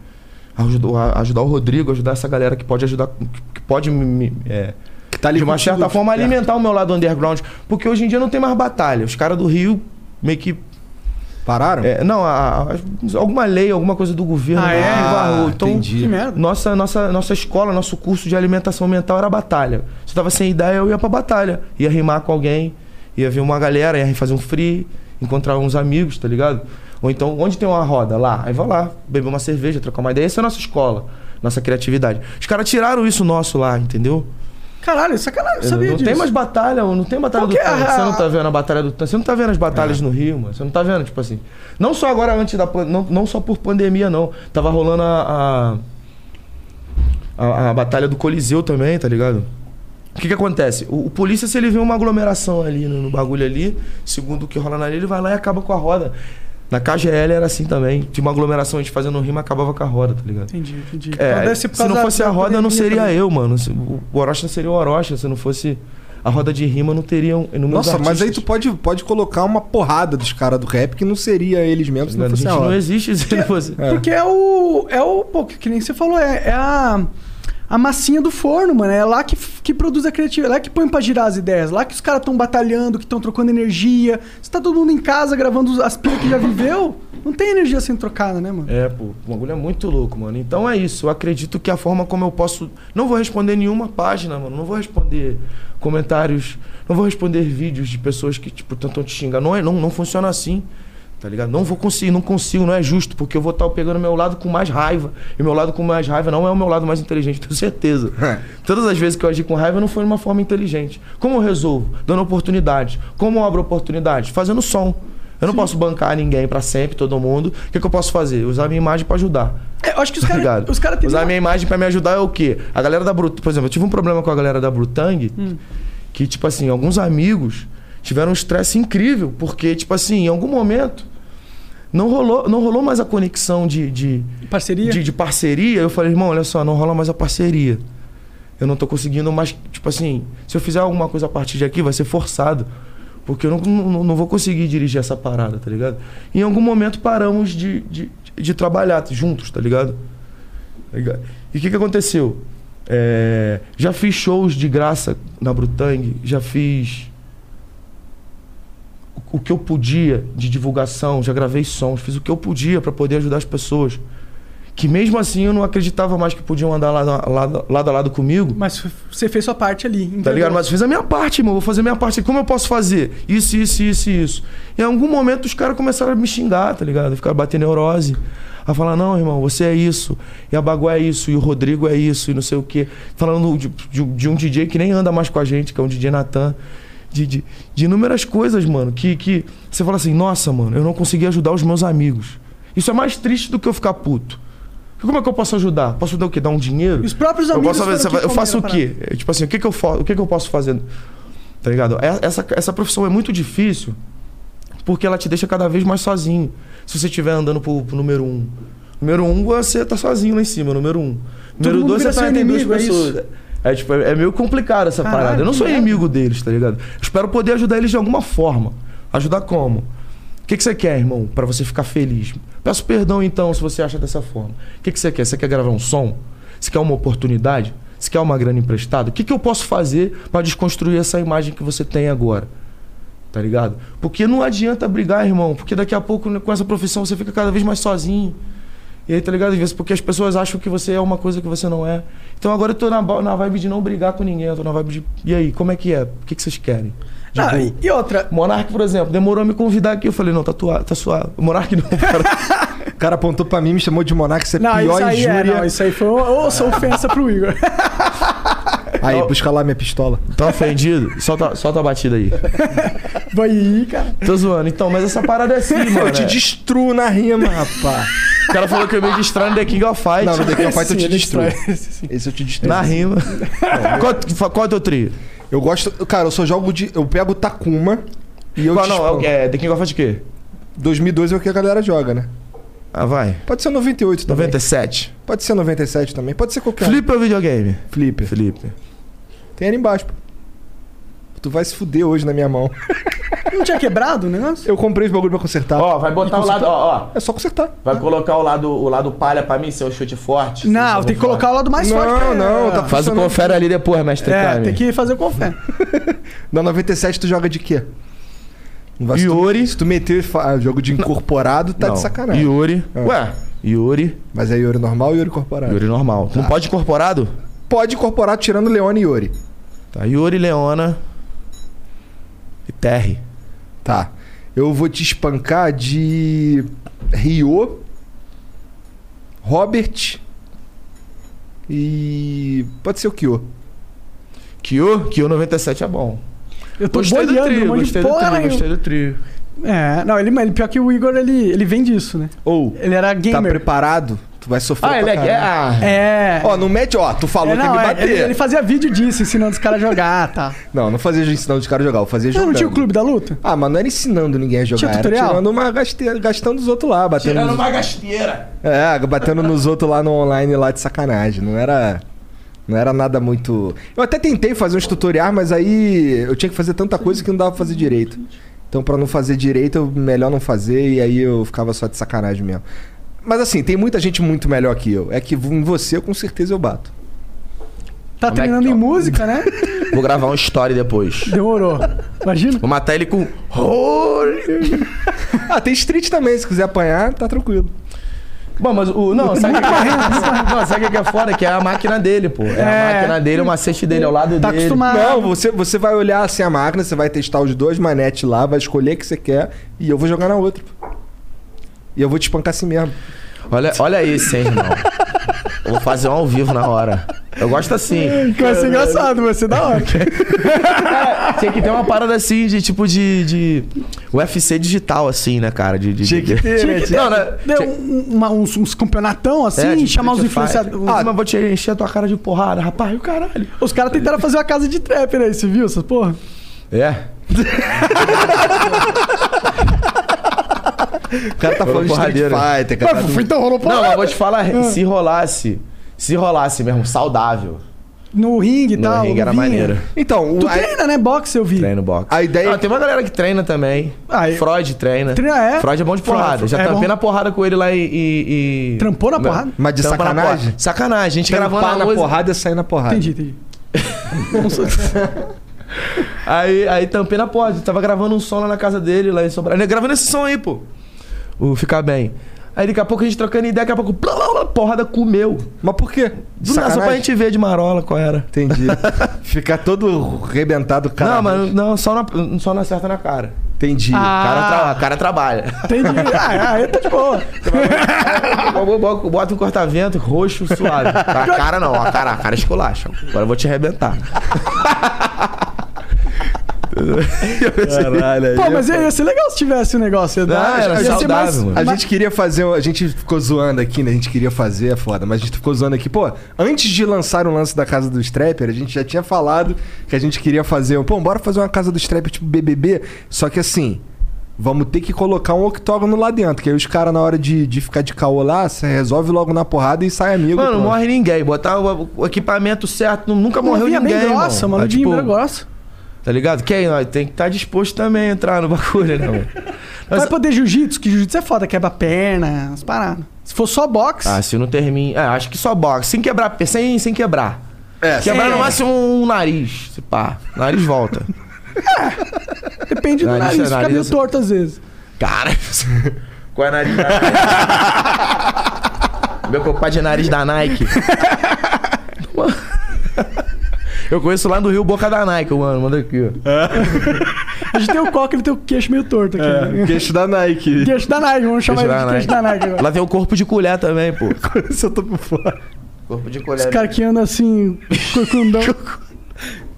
E: Ajudou- a- ajudar o Rodrigo, ajudar essa galera que pode ajudar, que pode me- me, é,
B: Que tá
E: de uma
B: contigo,
E: certa
C: É.
E: forma
B: perto.
E: alimentar o meu lado underground. Porque hoje em dia não tem mais batalha. Os caras do Rio meio que.
B: Pararam?
E: é, não, a- a- alguma lei, alguma coisa do governo. né?
C: Ah, é?
E: embarrou. Então,
B: entendi.
C: Que merda.
E: nossa, nossa, nossa escola, nosso curso de alimentação mental era batalha. Se eu tava sem ideia, eu ia pra batalha. Ia rimar com alguém, ia ver uma galera, ia fazer um free, encontrar uns amigos, tá ligado? Ou então, onde tem uma roda? Lá. Aí vai lá, beber uma cerveja, trocar uma ideia. Essa é a nossa escola, nossa criatividade. Os caras tiraram isso nosso lá, entendeu?
C: Caralho, é sacanagem, não
E: Eu
C: sabia
E: não
C: disso.
E: tem mais batalha, não tem batalha
C: Porque
E: do
C: a-
E: tanque.
C: É.
E: Você não tá vendo a batalha do tanque. Você não tá vendo as batalhas no Rio, mano. Você não tá vendo, tipo assim. Não só agora antes da. pan- Não, não só por pandemia, não. Tava rolando a. a, a- a batalha do Coliseu também, tá ligado? O que que acontece? O, o polícia, se ele vê uma aglomeração ali no, no bagulho ali, segundo o que rola na lei, ele vai lá e acaba com a roda. Na KGL era assim também. Tinha uma aglomeração, a gente fazendo rima, acabava com a roda, tá ligado?
C: Entendi, entendi. Então
E: É,
C: deve ser por
E: se não
C: causa
E: fosse
C: da-
E: a
C: da
E: roda, não
C: pandemia
E: seria
C: também.
E: eu, mano. Se- O o Orochi não seria o Orochi. Se não fosse a roda de rima, não teriam inúmeros
B: Nossa, mas aí tu
E: artistas,
B: pode, pode colocar uma porrada dos caras do rap que não seria eles mesmos
E: tá
B: se não
E: ligado? A
B: fosse assim,
E: gente
B: a
E: não
B: hora.
E: existe se não fosse...
B: É.
C: Porque é o. É o. Pô, que que nem você falou, é, é a. A massinha do forno, mano. É lá que, que produz a criatividade. É lá que põe pra girar as ideias. Lá que os caras estão batalhando, que estão trocando energia. Se tá todo mundo em casa gravando as pilhas que já viveu, não tem energia sendo trocada, né, mano?
E: É, pô, o bagulho é muito louco, mano. Então é isso. Eu acredito que a forma como eu posso. Não vou responder nenhuma página, mano. Não vou responder comentários. Não vou responder vídeos de pessoas que, tipo, tentam te xingar. Não, é, não, não funciona assim. Tá ligado? Não vou conseguir, não consigo, não é justo, porque eu vou estar pegando meu lado com mais raiva. E meu lado com mais raiva não é o meu lado mais inteligente, tenho certeza. Todas as vezes que eu agi com raiva não foi de uma forma inteligente. Como eu resolvo? Dando oportunidade. Como eu abro oportunidade? Fazendo som. Eu não posso bancar ninguém pra sempre, todo mundo. O que, que eu posso fazer? Usar minha imagem pra ajudar.
C: É, eu acho que os
E: Tá
C: caras.
E: ligado?
C: Os caras
E: Usar minha imagem pra me ajudar é o quê? A galera da Brut... Por exemplo, eu tive um problema com a galera da Brutang, que, tipo assim, alguns amigos tiveram um estresse incrível, porque, tipo assim, em algum momento não rolou, não rolou mais a conexão de- de,
C: Parceria?
E: de, de parceria, eu falei, irmão, olha só, não rola mais a parceria. Eu não tô conseguindo mais, tipo assim, se eu fizer alguma coisa a partir de aqui, vai ser forçado. Porque eu não, não, não vou conseguir dirigir essa parada, tá ligado? Em algum momento paramos de, de, de trabalhar juntos, tá ligado? Tá ligado? E o que, que aconteceu? É, já fiz shows de graça na Brutang, já fiz o- o que eu podia de divulgação, já gravei sons, fiz o que eu podia pra poder ajudar as pessoas. Que mesmo assim eu não acreditava mais que podiam andar lado, lado, lado a lado comigo.
C: Mas você fez sua parte ali.
E: Tá
C: entendeu?
E: ligado? Mas eu fiz a minha parte, irmão. Vou fazer a minha parte. Assim, Como eu posso fazer? Isso, isso, isso, isso. Em algum momento os caras começaram a me xingar, tá ligado? Ficaram batendo neurose. a falar, não, irmão, você é isso, e a Baguá é isso, e o Rodrigo é isso, e não sei o quê. Falando de, de- de um DJ que nem anda mais com a gente, que é um DJ Natan. De, de, de inúmeras coisas, mano, que, que você fala assim, nossa, mano, eu não consegui ajudar os meus amigos. Isso é mais triste do que eu ficar puto. Porque Como é que eu posso ajudar? Posso dar o quê? Dar um dinheiro?
C: Os próprios
E: eu
C: amigos
E: posso fazer,
C: foram
E: eu
C: que
E: faço o
C: comeram a
E: quê? É, Tipo assim, o que que eu, fa- o que que eu posso fazer? Tá ligado? É- Essa, essa profissão é muito difícil porque ela te deixa cada vez mais sozinho. Se você estiver andando pro, pro número um. Número um, você tá sozinho lá em cima, número um. Número
C: mundo
E: dois,
C: vira
E: você tá
C: seu
E: entre duas
C: inimigo, é
E: pessoas. É, tipo, é é meio complicado essa
C: Caralho,
E: parada. Eu não
C: que
E: sou
C: merda.
E: inimigo deles, tá ligado? Espero poder ajudar eles de alguma forma. Ajudar como? O que, que você quer, irmão, pra você ficar feliz? Peço perdão então se você acha dessa forma. O que, que você quer? Você quer gravar um som? Você quer uma oportunidade? Você quer uma grana emprestada? O que, que eu posso fazer pra desconstruir essa imagem que você tem agora? Tá ligado? Porque não adianta brigar, irmão, porque daqui a pouco né, com essa profissão você fica cada vez mais sozinho. E aí, tá ligado? Às vezes, porque as pessoas acham que você é uma coisa que você não é. Então agora eu tô na, ba- na vibe de não brigar com ninguém, eu tô na vibe de. E aí, como é que é? O que, que vocês querem? De
C: Ah,
E: boa.
C: e- e outra,
E: Monark, por exemplo, demorou a me convidar aqui. Eu falei, não, tá, tua, tá suave. Monark não, cara.
B: O cara apontou pra mim, me chamou de monarca, isso é
C: Não,
B: pior
C: isso aí, é,
B: injúria.
C: não, isso aí foi ouça, ofensa pro Igor.
E: é
B: Aí, busca lá minha pistola.
E: tá ofendido? Solta, solta a batida aí.
C: Vai aí, cara.
E: Tô zoando. Então, mas essa parada é assim, mano.
B: Eu te
E: é.
B: destruo na rima, rapaz.
E: O cara falou que eu me distraio no The King of Fight.
B: Não, no The King of Fight eu te
C: Sim, ele
B: destruo.
C: destrói. Sim.
B: Esse eu te destruo.
E: assim, Na rima. qual, fa- qual é o teu trio?
B: Eu gosto. Cara, eu só jogo de. Eu pego o Takuma e eu.
E: qual,
B: te
E: não, é, o-
B: exponho.
E: é The King of Fight o quê?
B: 2002 é o que a galera joga, né?
E: Ah, vai.
B: Pode ser 98 também.
E: 97.
B: Pode ser 97 também. Pode ser qualquer.
E: Flip ou videogame?
B: Flip.
E: Felipe.
B: Tem ali embaixo. pô. Tu vai se fuder hoje na minha mão.
C: Não tinha quebrado o negócio?
B: Eu comprei os bagulho pra consertar.
E: Ó, vai botar o lado, ó, ó.
B: É só consertar.
E: Vai colocar o lado, o lado palha pra mim, seu chute forte.
C: Não, tem que colocar o lado mais
B: Não,
C: forte. pra-
B: não, tá
E: Faz o
B: funcionando.
E: confere ali depois, mestre
C: É,
E: Kami.
C: tem que fazer o confé.
B: Na 97 tu joga de quê? Não vai- se tu-
E: Yuri.
B: Se tu meter fa- ah, jogo de incorporado, tá
E: Não,
B: de sacanagem.
E: Yuri.
C: É.
B: Ah.
E: Ué, Yuri.
B: Mas é Yuri normal e Yuri incorporado.
E: Yuri normal. Tá. Não pode incorporado?
B: Pode incorporar tirando Leone e Yuri.
E: Tá, Yuri, Leona. E Terry.
B: Tá. Eu vou te espancar de. Rio. Robert. E. Pode ser o Kyo.
E: Kyo? Kyo 97 é bom.
C: Eu tô
E: Gostei do
C: boiando um
E: trio,
C: monte
E: gostei
C: de
E: do
C: porra
E: trio,
C: nenhuma.
E: gostei do trio.
C: É, não, ele, ele, pior que o Igor, ele, ele vem disso, né?
B: Ou.
C: Ele era
B: Tá
C: gamer.
B: preparado? Tu vai sofrer.
E: Ah, ele é...
B: pra caralho.
E: Ah,
C: é.
B: Ó, não mete. Ó, tu falou
C: é,
B: que ia
C: não,
B: me
C: é,
B: bater.
C: ele, ele fazia vídeo disso, ensinando os caras a jogar, tá?
B: Não, não fazia ensinando os caras a jogar, eu fazia
C: Não,
B: jogando.
C: não tinha o clube da luta?
B: Ah, mas não era ensinando ninguém a jogar,
C: Tinha
B: era
C: tutorial?
B: tirando uma gaste- gastando os outros lá, batendo.
E: Tirando
B: nos-
E: uma gasteira.
B: É, batendo nos outros lá no online lá de sacanagem. Não era. Não era nada muito. Eu até tentei fazer uns tutoriais, mas aí eu tinha que fazer tanta coisa que não dava pra fazer direito. Então, pra não fazer direito, eu- melhor não fazer, e aí eu ficava só de sacanagem mesmo. Mas assim, tem muita gente muito melhor que eu. É que em você, com certeza, eu bato.
C: Tá
E: Como é que
C: treinando Tá em
E: joga?
C: música, né?
E: Vou gravar um story depois.
C: Demorou. Imagina.
E: Vou matar ele com... Holy...
B: Ah, tem street também, se quiser apanhar, tá tranquilo.
E: Bom, mas o. Não, sabe o que, que, não, sabe o que que é foda? Que é a máquina dele, pô. É,
C: É.
E: a máquina dele, o macete dele, é o lado
C: Tá
E: dele.
C: acostumado.
B: Não, você, você vai olhar assim a máquina, você vai testar os dois manetes lá, vai escolher o que você quer e eu vou jogar na outra. pô. E eu vou te espancar assim mesmo.
E: Olha, olha isso, hein, irmão. Vou fazer um ao vivo na hora. Eu gosto assim.
C: Vai ser engraçado, vai ser da hora.
E: Cara, tinha que ter uma parada assim de tipo de. de UFC digital, assim, né, cara? De, de,
B: Tinha que ter, né?
E: Não, né?
C: Deu um- uma- uns, uns campeonatão assim,
E: É, tipo
C: chamar os
E: Street Fighter.
C: influenciadores.
E: Ah, mas vou te encher a tua cara de porrada, rapaz, o caralho.
C: Os caras tentaram fazer uma casa de trap, né? Você viu essa porra?
E: É.
B: O cara tá falando de Street
E: porradeiro.
B: Fighter, tá cara.
C: Mas, então rolou
E: Não, mas
C: porra.
E: vou te falar,
C: Ah.
E: se rolasse. Se rolasse mesmo, saudável.
C: No ringue e
E: No
C: tal.
E: ringue era
C: vinha.
E: maneiro.
B: Então, o-
C: Tu
B: a-
C: treina, né? Boxe, eu vi.
E: Treino boxe.
B: A ideia é
E: Ah, tem uma galera que treina também.
C: Ah, eu-
E: Freud treina.
C: Treina, é?
E: Freud é bom de
C: Porra,
E: porrada. Já
C: é
E: tampei
C: bom.
E: na porrada com ele lá e. e- e-
C: Trampou na
E: Não,
C: porrada?
B: mas de
E: Trampa na
B: sacanagem.
E: porrada. Sacanagem, a gente
B: Trampar
E: gravando a
B: na
E: música.
B: porrada e sair na porrada.
C: Entendi, entendi.
E: Aí, aí tampei na porta. Tava gravando um som lá na casa dele, lá em Sobral. Gravando esse som aí, pô. O Ficar Bem. Aí daqui a pouco a gente trocando ideia, daqui a pouco. Blá, blá, blá, porrada comeu.
B: Mas por quê?
E: Do nada, só pra gente ver de marola qual era.
B: Entendi. Ficar todo arrebentado, cara.
E: Não, mas não, só na, só na certa na cara.
B: Entendi.
E: O cara,
C: Ah.
E: tra- o cara trabalha.
C: Entendi. Ah, ah, eu tô de boa.
E: Bota um corta-vento roxo suave. A cara não, a cara, a cara esculacha. Agora eu vou te arrebentar.
B: Caralho,
C: Pô, mas ia, ia ser legal se tivesse um negócio. ia dar-
E: Ah, era
C: ia ser
E: saudável,
C: mais-
E: mano.
B: A gente queria fazer, um, a gente ficou zoando aqui, né? A gente queria fazer, é foda, mas a gente ficou zoando aqui. Pô, antes de lançar o lance da Casa do Strapper, a gente já tinha falado que a gente queria fazer, um, pô, bora fazer uma Casa do Strapper tipo BBB, só que assim, vamos ter que colocar um octógono lá dentro, que aí os caras na hora de, de ficar de caô lá, você resolve logo na porrada e sai amigo.
E: Mano,
B: pronto.
E: não morre ninguém. Botar o, o equipamento certo, nunca
C: Uma
E: morreu
C: vinha
E: ninguém.
C: bem grossa,
E: irmão.
C: mano.
E: É,
C: Vinha bem grossa.
E: Tá ligado? Quem? ó, Tem que estar disposto também a entrar no bagulho, né, mano?
C: Vai
E: Mas-
C: poder jiu-jitsu, que jiu-jitsu é foda, quebra perna, as paradas. Se for só boxe,
E: Ah, se não termina. É, acho que só boxe. Sem quebrar, sem, sem quebrar.
B: É,
E: quebrar
C: sim.
E: no máximo um nariz. Se pá, nariz volta.
C: depende do
E: nariz,
C: nariz, fica
E: nariz,
C: meio
E: assim.
C: torto às vezes.
E: Cara. Qual é o nariz da Nike? Meu compadre é nariz da Nike. Eu conheço lá no Rio Boca da Nike, mano. Manda aqui,
C: Tá,
E: ó.
C: A gente tem o coque, ele tem o queixo meio torto aqui. né?
B: É, queixo da Nike.
C: Queixo da Nike, vamos chamar ele
E: Queixo
C: de
E: da
C: queixo é da Nike agora.
E: Lá tem o corpo de colher também, pô.
B: Isso eu tô por fora.
E: Corpo de
C: Os
E: colher.
C: caras que andam assim, corcundão.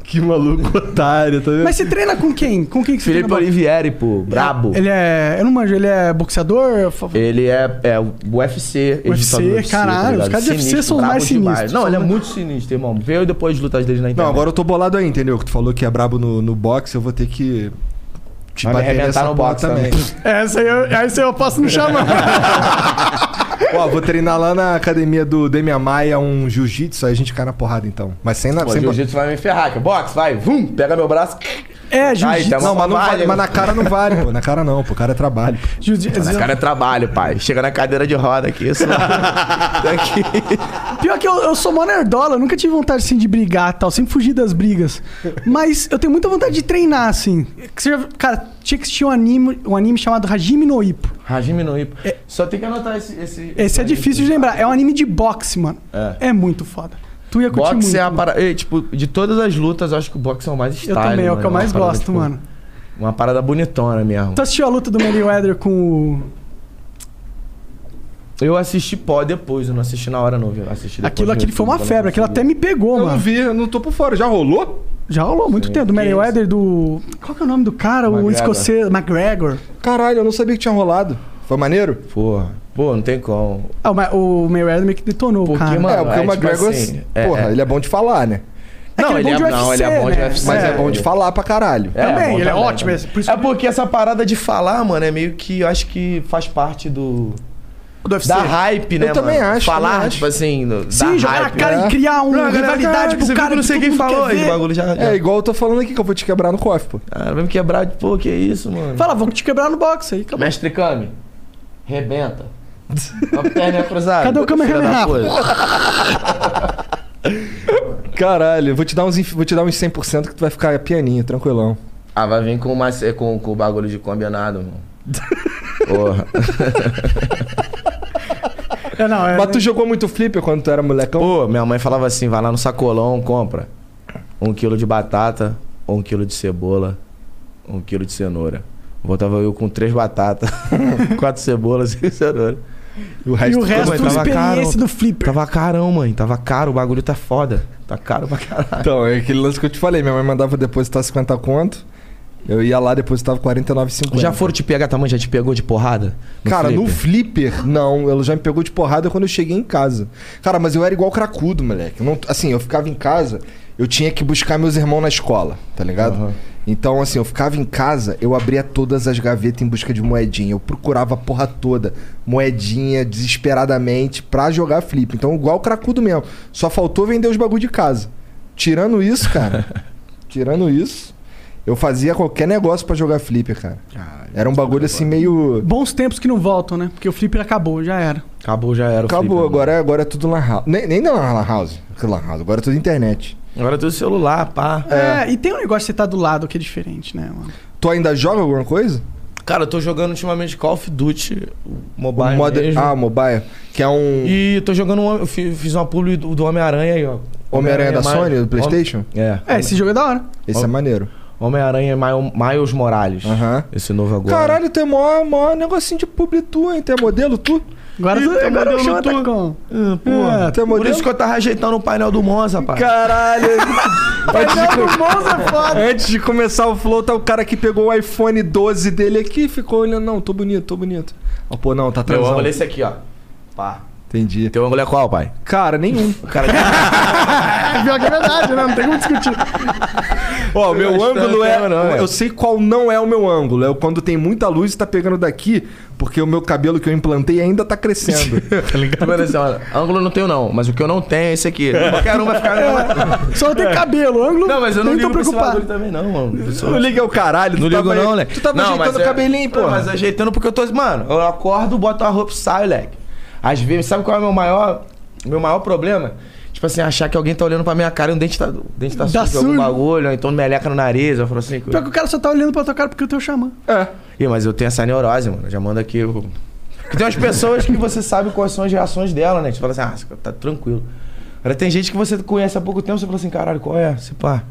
B: Que maluco otário, tá vendo?
C: Mas você treina com quem? Com quem que você
E: Felipe
C: treina?
E: Olivieri, pô. Brabo.
C: Ele é. Eu não manjo, ele é boxeador? fa-
E: Ele é, é o UFC.
C: UFC,
E: editado do tá
C: caralho, os
E: ligado?
C: caras de UFC são os
E: brabo
C: mais
E: demais.
C: sinistros.
E: Não, ele é
C: São-
E: muito sinistro, irmão. Veio depois de lutas dele na internet.
B: Não, agora eu tô bolado aí, entendeu? Que tu falou que é brabo no, no boxe, eu vou ter que te
E: Vai me
B: bater
E: arrebentar
B: nessa
E: no
B: porra
E: boxe também.
C: É, Essa aí eu, essa aí eu posso me chamar.
B: Ó, vou treinar lá na academia do Demian Maia um jiu-jitsu, aí a gente cai na porrada então. Mas sem nada.
E: Pô,
B: Sem...
E: jiu-jitsu vai me ferrar. Que box, vai, vum, pega meu braço.
C: É,
E: Aí,
C: jiu-jitsu.
E: tá
B: Não, mas, não
E: Trabalho.
B: vale, mas na cara não vale, pô. Na cara não, pô. Cara é trabalho.
C: jiu-jitsu.
E: Esse cara é trabalho, pai. Chega na cadeira de roda aqui, isso. aqui.
C: Pior que eu, eu sou mó nerdola, eu nunca tive vontade assim de brigar e tal, sempre fugi das brigas. Mas eu tenho muita vontade de treinar, assim. Que você já- Cara, tinha que assistir um anime, um anime chamado Hajime no Ippo.
E: Hajime no Ippo. Só tem que anotar esse. Esse,
C: É Esse é difícil de lembrar, é um anime de boxe, mano. É, muito foda. Tu ia curtir
E: Boxe
C: muito.
E: é a
C: mano.
E: parada. Tipo, de todas as lutas, eu acho que o boxe é o mais
C: Eu
E: style.
C: também, é o
E: mano.
C: que eu
E: Uma
C: mais
E: parada,
C: gosto,
E: tipo,
C: mano.
E: Uma parada bonitona mesmo.
C: Tu assistiu a luta do Meriwether com o...
E: Eu assisti pó depois, eu não assisti na hora, não, viu? Assisti depois
C: Aquilo,
E: no
C: aquilo foi
E: YouTube,
C: uma
E: quando eu
C: febre, aquilo
E: consegui.
C: até me pegou,
B: Eu não
C: mano.
B: vi, eu não tô por fora. Já rolou?
C: Já rolou há muito tempo, do
E: que
C: Meriwether, do... Qual que é o nome do cara? O
E: McGregor.
C: escocês, McGregor.
B: Caralho, eu não sabia que tinha rolado. Foi maneiro?
E: Porra. Pô, não tem como.
C: Ah, o Ma- o Meriwether meio que detonou o
E: Porque,
C: cara.
E: mano,
B: é, porque
E: é
B: o
E: tipo
B: McGregor.
E: assim, é,
B: porra,
E: é.
B: ele é bom de falar, né?
C: É que ele é bom de
E: não, ele é
C: UFC,
E: bom de
C: né?
E: UFC.
B: Mas é,
C: É.
B: bom de falar pra caralho.
E: É,
C: Também,
E: bom
C: ele é ótimo, esse- por isso
E: é
C: que-
E: porque essa parada de falar, mano, é meio que. Eu acho que faz parte do.
C: Do UFC.
E: Da hype, né?
B: Eu também
E: mano?
B: acho,
E: Falar,
B: também acho.
E: tipo assim. No,
C: Sim,
E: da
C: jogar
E: hype,
C: na cara
B: né?
C: e criar uma
E: Não, a galera,
C: rivalidade
E: "Caraca,
C: pro
E: você
C: cara
E: viu que não sei
C: todo
E: quem
C: mundo
E: falou.
C: quer
E: Esse
C: ver.
E: bagulho já. já.
B: É, igual eu tô falando aqui que eu vou te quebrar no cofre, pô.
E: Cara, vai me quebrar de pô, que isso, mano.
C: Fala, vamos te quebrar no box aí. acabou.
E: Mestre Kami, rebenta. Uma perna é cruzada.
C: Cadê o Kamen
E: Filha da
C: Rider?
E: puta.
B: Caralho, eu vou te dar uns, inf- vou te dar uns 100% que tu vai ficar pianinho, tranquilão.
E: Ah, vai vir com, uma, com, com o bagulho de combinado, mano. Porra.
C: Então- É, não, é.
B: Mas tu jogou muito flipper quando tu era molecão?
E: Pô, minha mãe falava assim: vai lá no sacolão, compra um quilo de batata, um quilo de cebola, um quilo de cenoura. Voltava eu com três batatas, quatro cebolas e cenoura.
B: o
C: E o resto,
E: Mas é
C: uma
E: tava
C: experiência
E: caro.
C: do Flipper.
E: Tava carão, mãe. Tava caro, o bagulho tá foda. Tá caro pra caralho.
B: Então, é aquele lance que eu te falei. Minha mãe mandava depositar 50 conto. Eu ia lá, depositava 49,50.
E: Já foram te pegar também? Já te pegou de porrada?
B: Cara, no
E: flipper?
B: flipper, não. Ela já me pegou de porrada quando eu cheguei em casa. Cara, mas eu era igual cracudo, moleque. Eu não- assim, eu ficava em casa, eu tinha que buscar meus irmãos na escola, tá ligado?
E: Aham.
B: Então, assim, eu ficava em casa, eu abria todas as gavetas em busca de moedinha. Eu procurava a porra toda, moedinha, desesperadamente, pra jogar flip. Então, igual cracudo mesmo. Só faltou vender os bagulho de casa. Tirando isso, cara. tirando isso, eu fazia qualquer negócio pra jogar flip, cara. Era um bagulho assim meio.
C: Bons tempos que não voltam, né? Porque o Flipper acabou, já era.
E: Acabou, já era o
B: Acabou,
E: flipper,
B: agora, agora é tudo lan house. Nem, nem na lan house, que lan house, agora é tudo internet.
E: mano. Agora tem o celular, pá.
C: É. e tem um negócio de você tá do lado que é diferente, né, mano?
B: Tu ainda joga alguma coisa?
E: Cara, eu tô jogando ultimamente Call of Duty
B: O
E: Mobile
B: moda-
E: mesmo.
B: Ah, mobile, que é um
E: E tô jogando um. Eu fi- fiz uma publi do, do Homem-Aranha aí, ó.
B: Homem-Aranha da
E: mais-
B: Sony, do
E: Home-
B: Playstation?
E: É.
C: É, esse jogo é da hora.
B: Esse é maneiro.
E: Homem-Aranha e Mile- Miles Morales.
B: Aham.
E: Esse novo agora.
B: Caralho, tu é mó, mó negocinho de publi tu, hein? Tu é modelo tu?
C: Agora,
E: Ih, tá
C: agora o
E: mandando
C: show tá
E: tudo.
C: com.
E: Ah, porra.
C: É,
B: tu é
E: Por
B: modelo?
E: isso que eu tava ajeitando o painel do Monza, rapaz.
B: Caralho.
E: Tá
B: antes, de,
C: Não, o
B: co-
C: Monza é foda.
B: antes de começar o flow, tá o cara que pegou o iPhone 12 dele aqui e ficou olhando. Não, tô bonito, tô bonito. Ó, pô, não, tá
E: Meu
B: transão.
E: ângulo é esse aqui, ó. Pá.
B: Entendi.
E: Teu ângulo é qual, pai?
B: Cara, nenhum.
C: Pior que é verdade, né? Não tem como discutir.
B: Ó, o meu
E: acho que não
B: ângulo
E: tem
B: é.
E: ângulo, não,
B: eu
E: velho.
B: sei qual não é o meu ângulo. É quando tem muita luz e tá pegando daqui, porque o meu cabelo que eu implantei ainda tá crescendo.
E: Primeiro assim, ó, ângulo eu não tenho, não. Mas o que eu não tenho é esse aqui. Qualquer um vai ficar.
C: Só não tem cabelo, ângulo.
E: não, mas eu não
C: nem tô
E: ligo pra esse bagulho
C: preocupado.
E: também, não, mano. Eu sou-
B: não liga o caralho, tu
E: Não ligo
B: tava,
E: não, moleque.
B: Tu tava
E: não,
B: ajeitando
E: mas
B: o
E: é-
B: cabelinho, pô.
E: Não, mas ajeitando porque eu tô... Mano, eu acordo, boto a roupa e saio, moleque. Às vezes, sabe qual é o meu maior... Meu maior problema? Tipo assim, achar que alguém tá olhando pra minha cara e o dente tá, o dente tá
C: Tá
E: sujo, de algum
C: sujo.
E: bagulho, ou então meleca no nariz, eu falo assim... que-
C: Pior que o cara só tá olhando pra tua cara porque eu tenho xamã.
E: Ih, mas eu tenho essa neurose, mano. Já manda aqui... eu- Porque tem umas pessoas que você sabe quais são as reações dela, né? Você fala assim, ah, tá tranquilo. Agora tem gente que você conhece há pouco tempo, você fala assim, caralho, qual é? Se pá...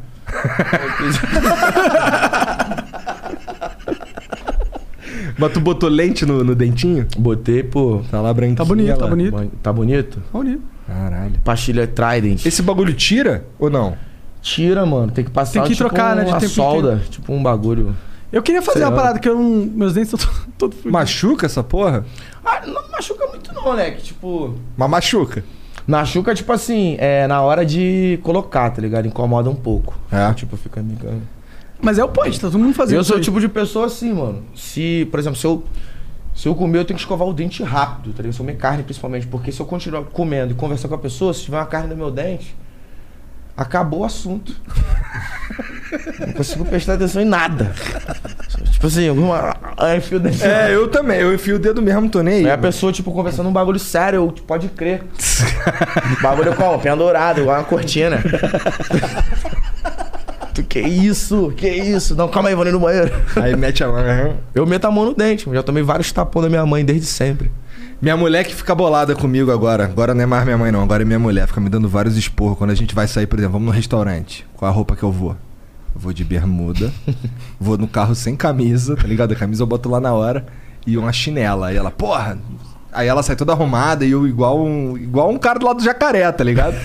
B: Mas tu botou lente no, no dentinho?
E: Botei, pô...
B: Tá lá branquinho.
C: Tá bonito,
B: olha
C: tá
B: lá.
C: bonito.
E: Tá bonito?
C: Tá bonito.
B: Caralho.
E: Pastilha Trident.
B: Esse bagulho tira ou não?
C: Uhum.
E: Tira, mano. Tem que passar
C: Tem que
E: tipo,
C: trocar, né, de
E: uma
C: tempo em
E: solda. Tipo um bagulho.
C: Eu queria fazer
E: Sei
C: uma
E: lá.
C: parada que eu não... meus dentes estão todos fudidos.
B: Machuca essa porra?
E: Ah, não machuca muito não, moleque. Tipo...
B: Mas machuca.
E: Machuca, tipo assim, é na hora de colocar, tá ligado? Incomoda um pouco.
B: É.
E: Tipo, fica me enganando.
C: Mas é o point, tá todo mundo fazendo.
E: Eu sou o
C: isso aí.
E: tipo de pessoa assim, mano. Se, por exemplo, se eu... Se eu comer, eu tenho que escovar o dente rápido, tá ligado? Se eu comer carne, principalmente. Porque se eu continuar comendo e conversar com a pessoa, se tiver uma carne no meu dente, acabou o assunto. não consigo prestar atenção em nada. Tipo assim, alguma... Aí enfio o dente.
B: É, eu também. Eu enfio o dedo mesmo, não tô nem aí.
E: Aí a pessoa, tipo, conversando um bagulho sério, eu, tipo, pode crer. bagulho como? Pendurado, igual uma cortina. tu, que isso? Que isso? Não, calma aí, vou ali no banheiro.
B: Aí mete a mão. aham.
E: Eu meto a mão no dente, já tomei vários tapões da minha mãe desde sempre.
B: Minha mulher que fica bolada comigo agora. Agora não é mais minha mãe, não. Agora é minha mulher. Fica me dando vários esporros. Quando a gente vai sair, por exemplo, vamos no restaurante. Qual a roupa que eu vou? Eu vou de bermuda. vou no carro sem camisa, tá ligado? A camisa eu boto lá na hora. E uma chinela. Aí ela, porra. Aí ela sai toda arrumada e eu igual um, igual um cara do lado do jacaré, tá ligado?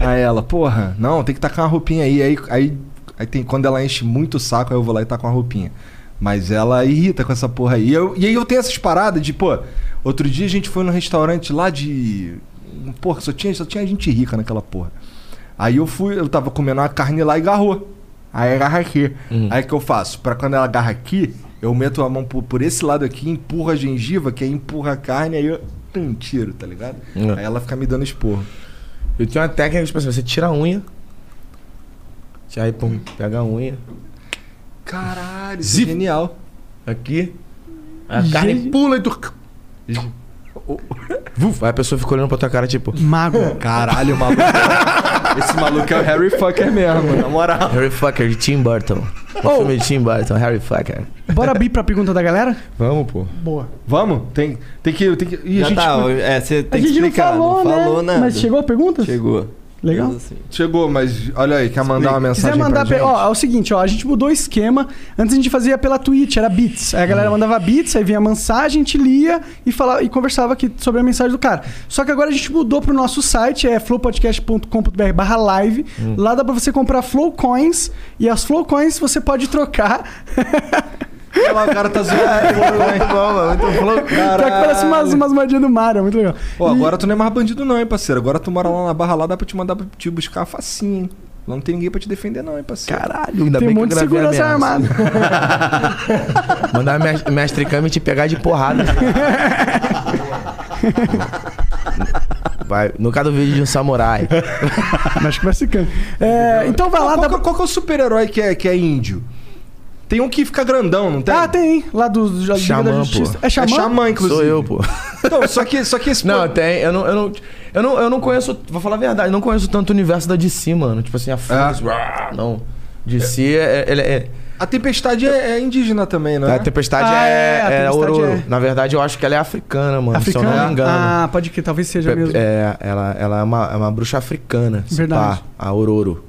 B: aí ela, porra, não, tem que tacar uma roupinha aí. Aí, aí, aí tem, quando ela enche muito o saco, aí eu vou lá e taco uma roupinha. Mas ela irrita com essa porra aí. E eu- e aí eu tenho essas paradas de, pô, outro dia a gente foi num restaurante lá de. Porra, só tinha, só tinha gente rica naquela porra. Aí eu fui, eu tava comendo uma carne lá e agarrou. Aí agarra aqui. Aí o que eu faço? Pra quando ela agarra aqui, eu meto a mão por, por esse lado aqui, empurro a gengiva, que aí empurra a carne, aí eu tum, tiro, tá ligado?
E: É.
B: Aí ela fica me dando esporro.
E: Eu tenho uma técnica, tipo assim, você tira a unha, aí, pum, pega a unha,
B: Caralho, isso é
E: Zip.
B: genial.
E: aqui, a carne pula e tu... Vuf, Aí a pessoa fica olhando pra tua cara, tipo...
C: Mago.
B: Caralho, o maluco. esse maluco é o Harry Fucker mesmo, na moral.
E: Harry Fucker de Tim Burton. O filme de Tim Burton, Harry Fucker.
C: Bora abrir pra pergunta da galera?
E: Vamos, pô.
C: Boa.
B: Vamos? Tem, tem que. Tem que Ih,
D: Já
B: a gente
D: tá, é, você tem
C: a
D: que
C: gente não
D: explicar.
C: falou, né?
D: nada.
C: Mas chegou a pergunta?
D: Chegou.
C: Legal.
D: Mas assim,
B: chegou, mas olha aí, quer mandar uma
C: Se quiser
B: mensagem
C: mandar.
B: pra gente?
C: pe- Ó, é o seguinte, ó. A gente mudou o esquema. Antes a gente fazia pela Twitch, era bits. Aí a galera mandava bits, aí vinha a mensagem, a gente lia e, falava, e conversava aqui sobre a mensagem do cara. Só que agora a gente mudou pro nosso site, é flowpodcast.com.br barra live. Lá dá pra você comprar Flow Coins e as Flow Coins você pode trocar.
B: Olha lá, o cara tá zoando. muito bom, mano. Muito bom.
C: Pior que parece umas, umas moedinhas do mar, é muito legal.
B: Pô, agora tu não é mais bandido, não, hein, parceiro. Agora tu mora lá na barra lá, dá pra te mandar pra te buscar facinho, hein? Lá não tem ninguém pra te defender, não, hein, parceiro.
E: Caralho, ainda
C: Tem um
E: bem
C: monte de
E: que eu gravei
C: segurança
E: ameaça.
C: armada.
E: Mandar minha, minha stricam e te pegar de porrada. Vai, no caso do vídeo de um samurai.
C: Acho que vai ficando. É, então vai lá,
B: qual,
C: dá
B: qual-
C: pra...
B: qual que é o super-herói que é, que é índio? Tem um que fica grandão, não tem?
C: Ah, tem. Lá do, do Liga
E: Xamã,
C: da
E: pô.
C: Justiça. É
B: É
C: Xamã?
B: xamã, inclusive.
E: Sou eu, pô.
B: Então, só que, só que esse.
E: Não, tem. Eu não, eu, não, eu, não, eu não conheço. Vou falar a verdade, eu não conheço tanto o universo da DC, mano. Tipo
B: É?
E: assim, a Fox. Não. DC é. Ele é
B: A tempestade é, é indígena também, né?
E: a Tempestade
C: Ah,
E: é,
C: é, a
E: é
C: Tempestade
E: ouro.
C: é.
E: Na verdade, eu acho que ela é africana, mano. Se eu não
C: Africana?
E: me engano.
C: Ah, pode que talvez seja
E: Pe-
C: mesmo.
E: É, ela, ela é, uma, é uma bruxa africana. se
C: Verdade.
E: pá, a Ororo.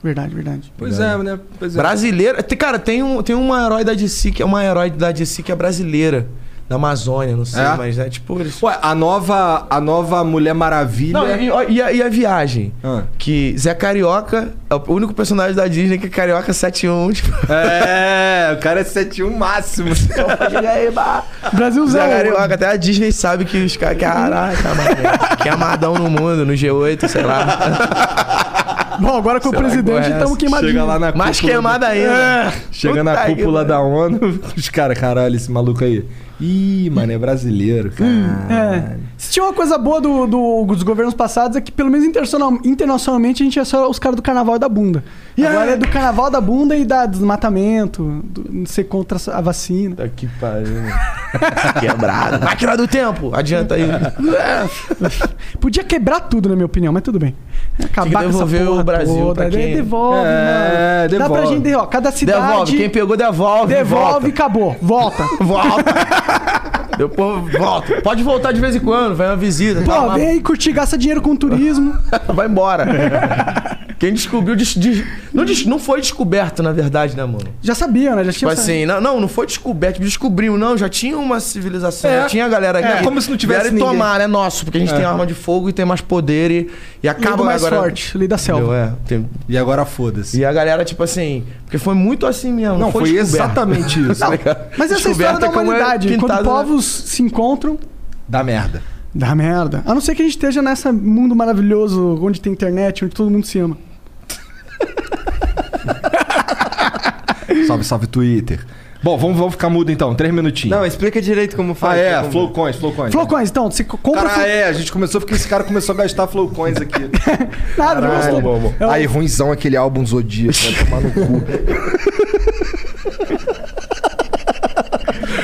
C: Verdade, verdade.
B: Pois é, né? Pois é.
E: Brasileira. Tem- Cara, tem, um, tem uma herói da DC que é uma herói da DC que é brasileira. Da Amazônia, não sei,
B: É?
E: mas é tipo. Eles...
B: Ué, a nova, a nova Mulher Maravilha.
E: Não, e, e a, e a viagem?
B: Ah.
E: Que Zé Carioca é o único personagem da Disney que é Carioca 71. Tipo,
B: É, o cara é 71 máximo.
C: Brasil
E: Ah, Zé
C: zero.
E: Carioca, até a Disney sabe que os caras. Caraca, mano. Que é amadão no mundo, no G8, sei lá.
C: Bom, agora com o
E: Será que
C: presidente
E: conhece?
C: estamos queimadinhos.
B: Chega lá na
E: Mais
B: cúpula do- É.
E: queimada ainda.
B: Chega na
E: Puta que
B: cúpula
E: pariu.
B: da ONU, os caras, caralho, esse maluco aí. Ih, mano, é brasileiro, cara.
C: É. Se tinha uma coisa boa do- do- dos governos passados é que, pelo menos internacional- internacionalmente, a gente é só os caras do carnaval e da bunda. Agora é do carnaval da bunda e da desmatamento, do, ser contra a vacina.
E: Puta que pariu, mano. Quebrado. Máquina do tempo. Adianta aí.
C: Podia quebrar tudo, na minha opinião, mas tudo bem. Acabar com essa
E: devolver
C: porra
E: o Brasil
C: toda.
E: pra quem-
C: Devolve,
B: É,
C: mano. Dá pra
B: devolve.
C: gente... Ó, cada cidade...
E: Devolve. Quem pegou, devolve.
C: Devolve e acabou. Volta.
E: Volta. Deu povo, volta. Pode voltar de vez em quando, vai uma visita. tá
C: Pô,
E: uma-
C: vem curtir, gasta dinheiro com turismo.
E: Vai embora. Quem descobriu. des- des- não, des- não foi descoberto, na verdade, né, mano?
C: Já sabia, né? Já tinha
E: Tipo assim, não, não, não foi descoberto. tipo, Descobriu, não. Já tinha uma civilização.
B: É.
E: já tinha a galera
B: É, como se não tivesse
E: Vieram
B: ninguém.
E: tomar, é nosso, porque a gente tem arma de fogo e tem mais poder e, e
C: Lei
E: acaba
C: do mais
E: agora.
C: forte, lei da selva.
E: Entendeu? É, tem-
B: E agora foda-se.
E: E a galera, tipo assim, porque foi muito assim mesmo.
B: Não, foi
E: descoberto.
B: exatamente isso.
E: Tá ligado?
C: Mas essa
E: Descoberto
C: história da
E: é como é
C: humanidade, quando
E: pintado, né?
C: povos se encontram,
B: Dá merda.
C: dá merda. A não ser que a gente esteja nesse mundo maravilhoso, onde tem internet, onde todo mundo se ama.
B: Salve, salve, Twitter. Bom, vamos, vamos ficar mudo então, três minutinhos.
D: Não, explica direito como
B: ah,
D: faz.
B: é,
D: como-
B: Flowcoins, Flowcoins.
C: Flowcoins, então, você co- compra...
B: Cara,
C: flow-
B: é, a gente começou porque esse cara começou a gastar Flowcoins aqui.
C: Nada, não
B: Caralho,
C: gostou.
B: bom, bom.
C: É o-
B: Aí, ruimzão aquele álbum Zodíaco, vai tomar no cu.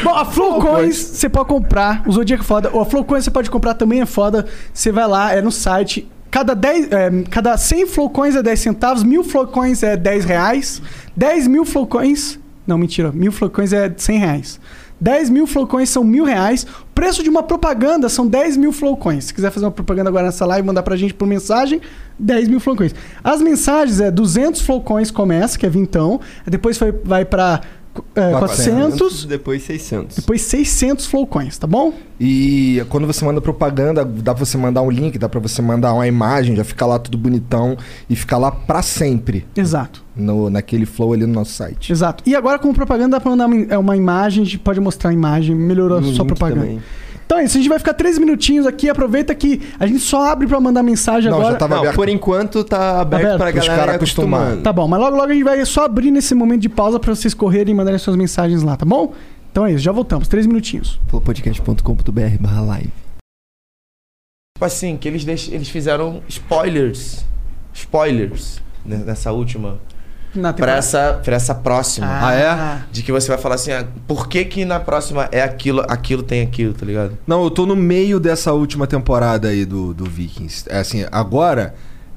C: Bom, a Flowcoins você pode comprar. O Zodíaco é foda. A Flowcoins você pode comprar também é foda. Você vai lá, é no site. Cada, 10, é, cada 100 Flowcoins é 10 centavos, mil Flowcoins é 10 reais, 10 mil Flowcoins... Não, mentira. Mil Flowcoins é 100 reais. 10 mil Flowcoins são mil reais. O preço de uma propaganda são 10 mil Flowcoins. Se quiser fazer uma propaganda agora nessa live, mandar pra gente por mensagem, 10 mil Flowcoins. As mensagens é 200 Flowcoins começa, que é vintão. Depois foi, vai pra é, 400
D: depois 600.
C: depois 600 flowcoins, tá bom?
B: E quando você manda propaganda, dá pra você mandar um link, dá pra você mandar uma imagem, já fica lá tudo bonitão e fica lá pra sempre
C: Exato,
B: no, naquele flow ali no nosso site.
C: exato. E agora com propaganda dá pra mandar uma, é uma imagem, a gente pode mostrar a imagem, melhorou a
D: E o
C: sua
D: link
C: propaganda.
D: também.
C: Então é isso, a gente vai ficar 3 minutinhos aqui, aproveita que a gente só abre pra mandar mensagem
B: Não,
C: agora.
B: já tava
D: Não,
B: aberto.
D: por enquanto tá aberto,
C: Aberto.
D: pra
B: Pros
D: galera
B: cara acostumar.
D: acostumando.
C: Tá bom, mas logo logo a gente vai só abrir nesse momento de pausa pra vocês correrem e mandarem suas mensagens lá, tá bom? Então é isso, já voltamos, 3 minutinhos.
B: Tá.
D: podcast.com.br barra live.
E: Tipo assim, que eles, deix... eles fizeram spoilers. Spoilers. né, Nessa última.
C: Na
E: Pra
C: temporada.
E: essa, pra essa próxima.
B: Ah, é?
C: Ah,
E: De que você vai falar assim, ah, por que que na próxima é aquilo, aquilo tem aquilo, tá ligado?
B: Não, eu tô no meio dessa última temporada aí do, do Vikings. É assim, agora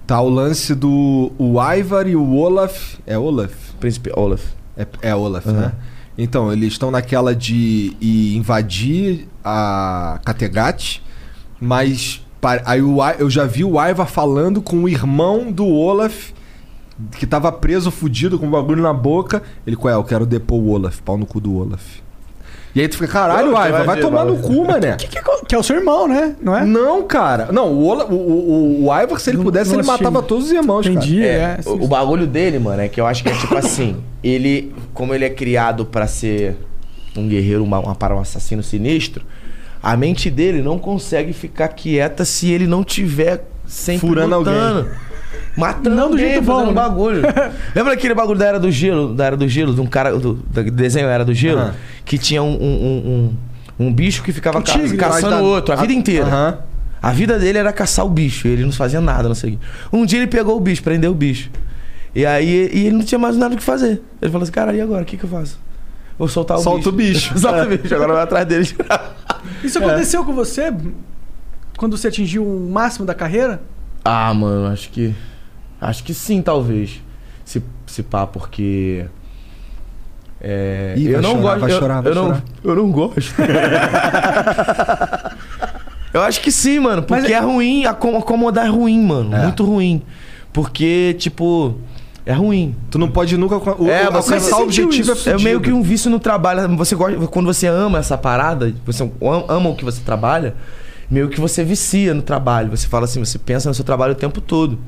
B: tá o lance do o Ivar e o Olaf. É Olaf?
E: Príncipe Olaf.
B: É, é Olaf,
E: Uhum.
B: né? Então, eles estão naquela de ir invadir a Kattegat, mas pa- aí o I- eu já vi o Ivar falando com o irmão do Olaf, que tava preso, fudido, com o bagulho na boca. Ele, qual é? Eu quero depor o Olaf, pau no cu do Olaf. E aí tu fica, caralho,
E: Eu que
B: Ivar, vai
E: imagino,
B: tomar no
E: Olaf.
B: cu, mané.
C: Que, que, co- que é o seu irmão, né? Não é?
B: Não, cara. Não, o, Ola, o, o, o Ivar, se ele
C: Não-
B: pudesse,
C: não
B: ele
C: assisti.
B: matava todos os irmãos,
C: Entendi, é.
E: É,
C: sim,
E: o, o bagulho dele, mano, é que eu acho que é tipo assim, ele, como ele é criado pra ser um guerreiro, uma, uma para um assassino sinistro, a mente dele não consegue ficar quieta se ele não tiver sempre
B: Furando alguém.
E: Matando
C: Não do
E: alguém,
C: jeito
E: fazendo
C: bom, né?
E: bagulho. Lembra aquele bagulho da Era do Gelo? Da Era do Gelo, de um cara. Do, do desenho Era do Gelo?
B: Aham.
E: Que tinha um, um, um, um- um bicho que ficava
B: Um
E: ca-
B: tigre, atrás
E: caçando o
B: da-
E: outro a vida
B: a-
E: inteira.
B: Aham.
E: A vida dele era caçar o bicho, ele não fazia nada, não sei o quê. Um dia ele pegou o bicho, prendeu o bicho. E aí e ele não tinha mais nada o que fazer. Ele falou assim, cara, e agora? O que, que eu faço? Vou soltar o
B: Solta o
E: bicho.
B: bicho.
E: Solta o bicho, agora vai atrás dele.
C: Isso aconteceu com você quando você atingiu o máximo da carreira?
E: ah, mano, acho que. Acho que sim, talvez. Se, se pá, porque. É,
B: Ih, vai
E: eu não
B: chorar,
E: gosto.
B: vai
E: eu,
B: chorar, vai
E: eu não,
B: chorar.
E: eu não gosto. eu acho que sim, mano. é
B: É.
E: Porque é ruim, acom- acomodar é ruim, mano. Muito ruim. Porque, tipo, é ruim.
B: Tu não pode nunca alca- o-
E: É,
B: o-
E: você
B: alcançar o
E: sentiu
B: objetivo
E: isso.
B: é
E: É
B: fudido.
E: meio que um vício no trabalho. Você gosta, quando você ama essa parada, você am- ama o que você trabalha, meio que você vicia no trabalho. Você fala assim, você pensa no seu trabalho o tempo todo.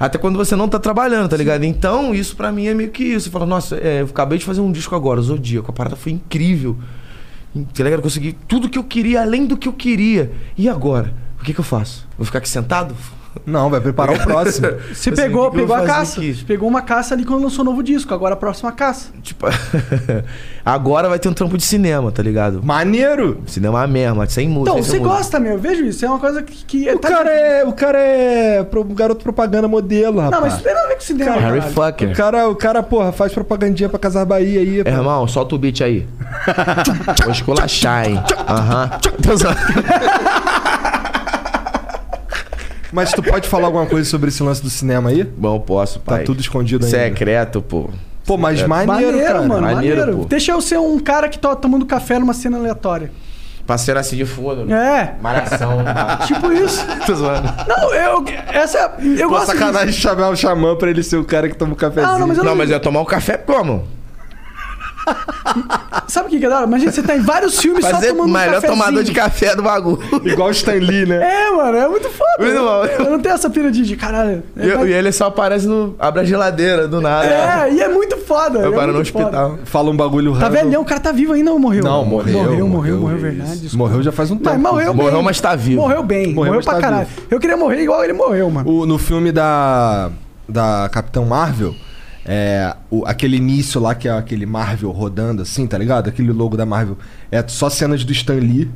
E: Até quando você não tá trabalhando, tá ligado? Então, isso pra mim é meio que isso. Você fala, nossa, é, eu acabei de fazer um disco agora, Zodíaco. A parada foi incrível. Tá ligado? Eu consegui tudo que eu queria, além do que eu queria. E agora? O que que eu faço? Vou ficar aqui sentado?
B: Não, vai preparar o próximo.
C: Você
E: Assim,
C: pegou,
E: o que que eu
C: pegou a
E: vou fazer
C: caça.
E: aqui?
C: Você Pegou uma caça ali quando lançou o novo disco. Agora a próxima caça.
E: Tipo, agora vai ter um trampo de cinema, tá ligado?
B: Maneiro!
E: Cinema mesmo, sem música.
C: Então,
E: sem
C: você
E: música.
C: gosta mesmo. Eu vejo isso. É uma coisa que... que
B: O cara é. O cara é. pro- garoto propaganda modelo, rapaz.
C: Não, mas isso tem nada a ver com cinema,
E: Harry
C: caralho.
B: O
E: Fucker.
B: cara, o cara, porra, faz propagandinha pra Casar Bahia aí.
E: É,
B: pô.
E: irmão, solta o beat aí. Vou esculachar, hein? Aham. Tô zoando.
B: Mas tu pode falar alguma coisa sobre esse lance do cinema aí?
E: Bom, posso,
B: Tá
E: pai.
B: tudo escondido ainda.
E: Secreto, pô.
B: Pô, mas
E: É.
B: maneiro,
C: Maneiro,
B: cara.
C: mano. Maneiro.
E: Maneiro, pô.
C: Deixa eu ser um cara que tá tomando café numa cena aleatória.
E: Parceiro assim de fundo. né?
C: É,
E: Malhação. tá
C: tipo isso.
E: Tô zoando.
C: Não, eu... Essa... Eu
B: Pô,
C: gosto disso.
B: sacanagem chamar o xamã pra ele ser o cara que toma o cafezinho.
C: Ah, não, mas eu
E: Não, mas eu ia tomar um café como?
C: Sabe o que que é da hora? Imagina, você tá em vários filmes só
E: Fazer
C: tomando um
E: melhor
C: cafezinho.
E: tomador de café do bagulho.
B: Igual o Stan Lee, né?
C: É, mano, é muito foda.
E: Muito bom.
C: Eu não tenho essa pira de, de caralho.
E: E, eu- e é- ele só aparece no. Abre a geladeira do nada.
C: É, e é muito foda.
E: Eu
C: é
E: paro no
C: muito foda.
E: hospital.
B: Fala um bagulho
C: Tá
B: raro.
C: velhão, o cara tá vivo ainda ou morreu?
B: Não, morreu,
C: Morreu, morreu,
B: morreu,
C: morreu, é
B: isso.
C: verdade. desculpa.
B: Morreu já faz um tempo.
C: Mas morreu bem.
E: Morreu, mas tá vivo.
C: Morreu bem, morreu,
B: Morreu, mas
C: pra
B: tá
C: caralho. Eu queria morrer igual ele morreu, mano.
B: O- no filme da, da Capitão Marvel, é, o- aquele início lá que é aquele Marvel rodando assim, tá ligado? Aquele logo da Marvel. É só cenas do Stan Lee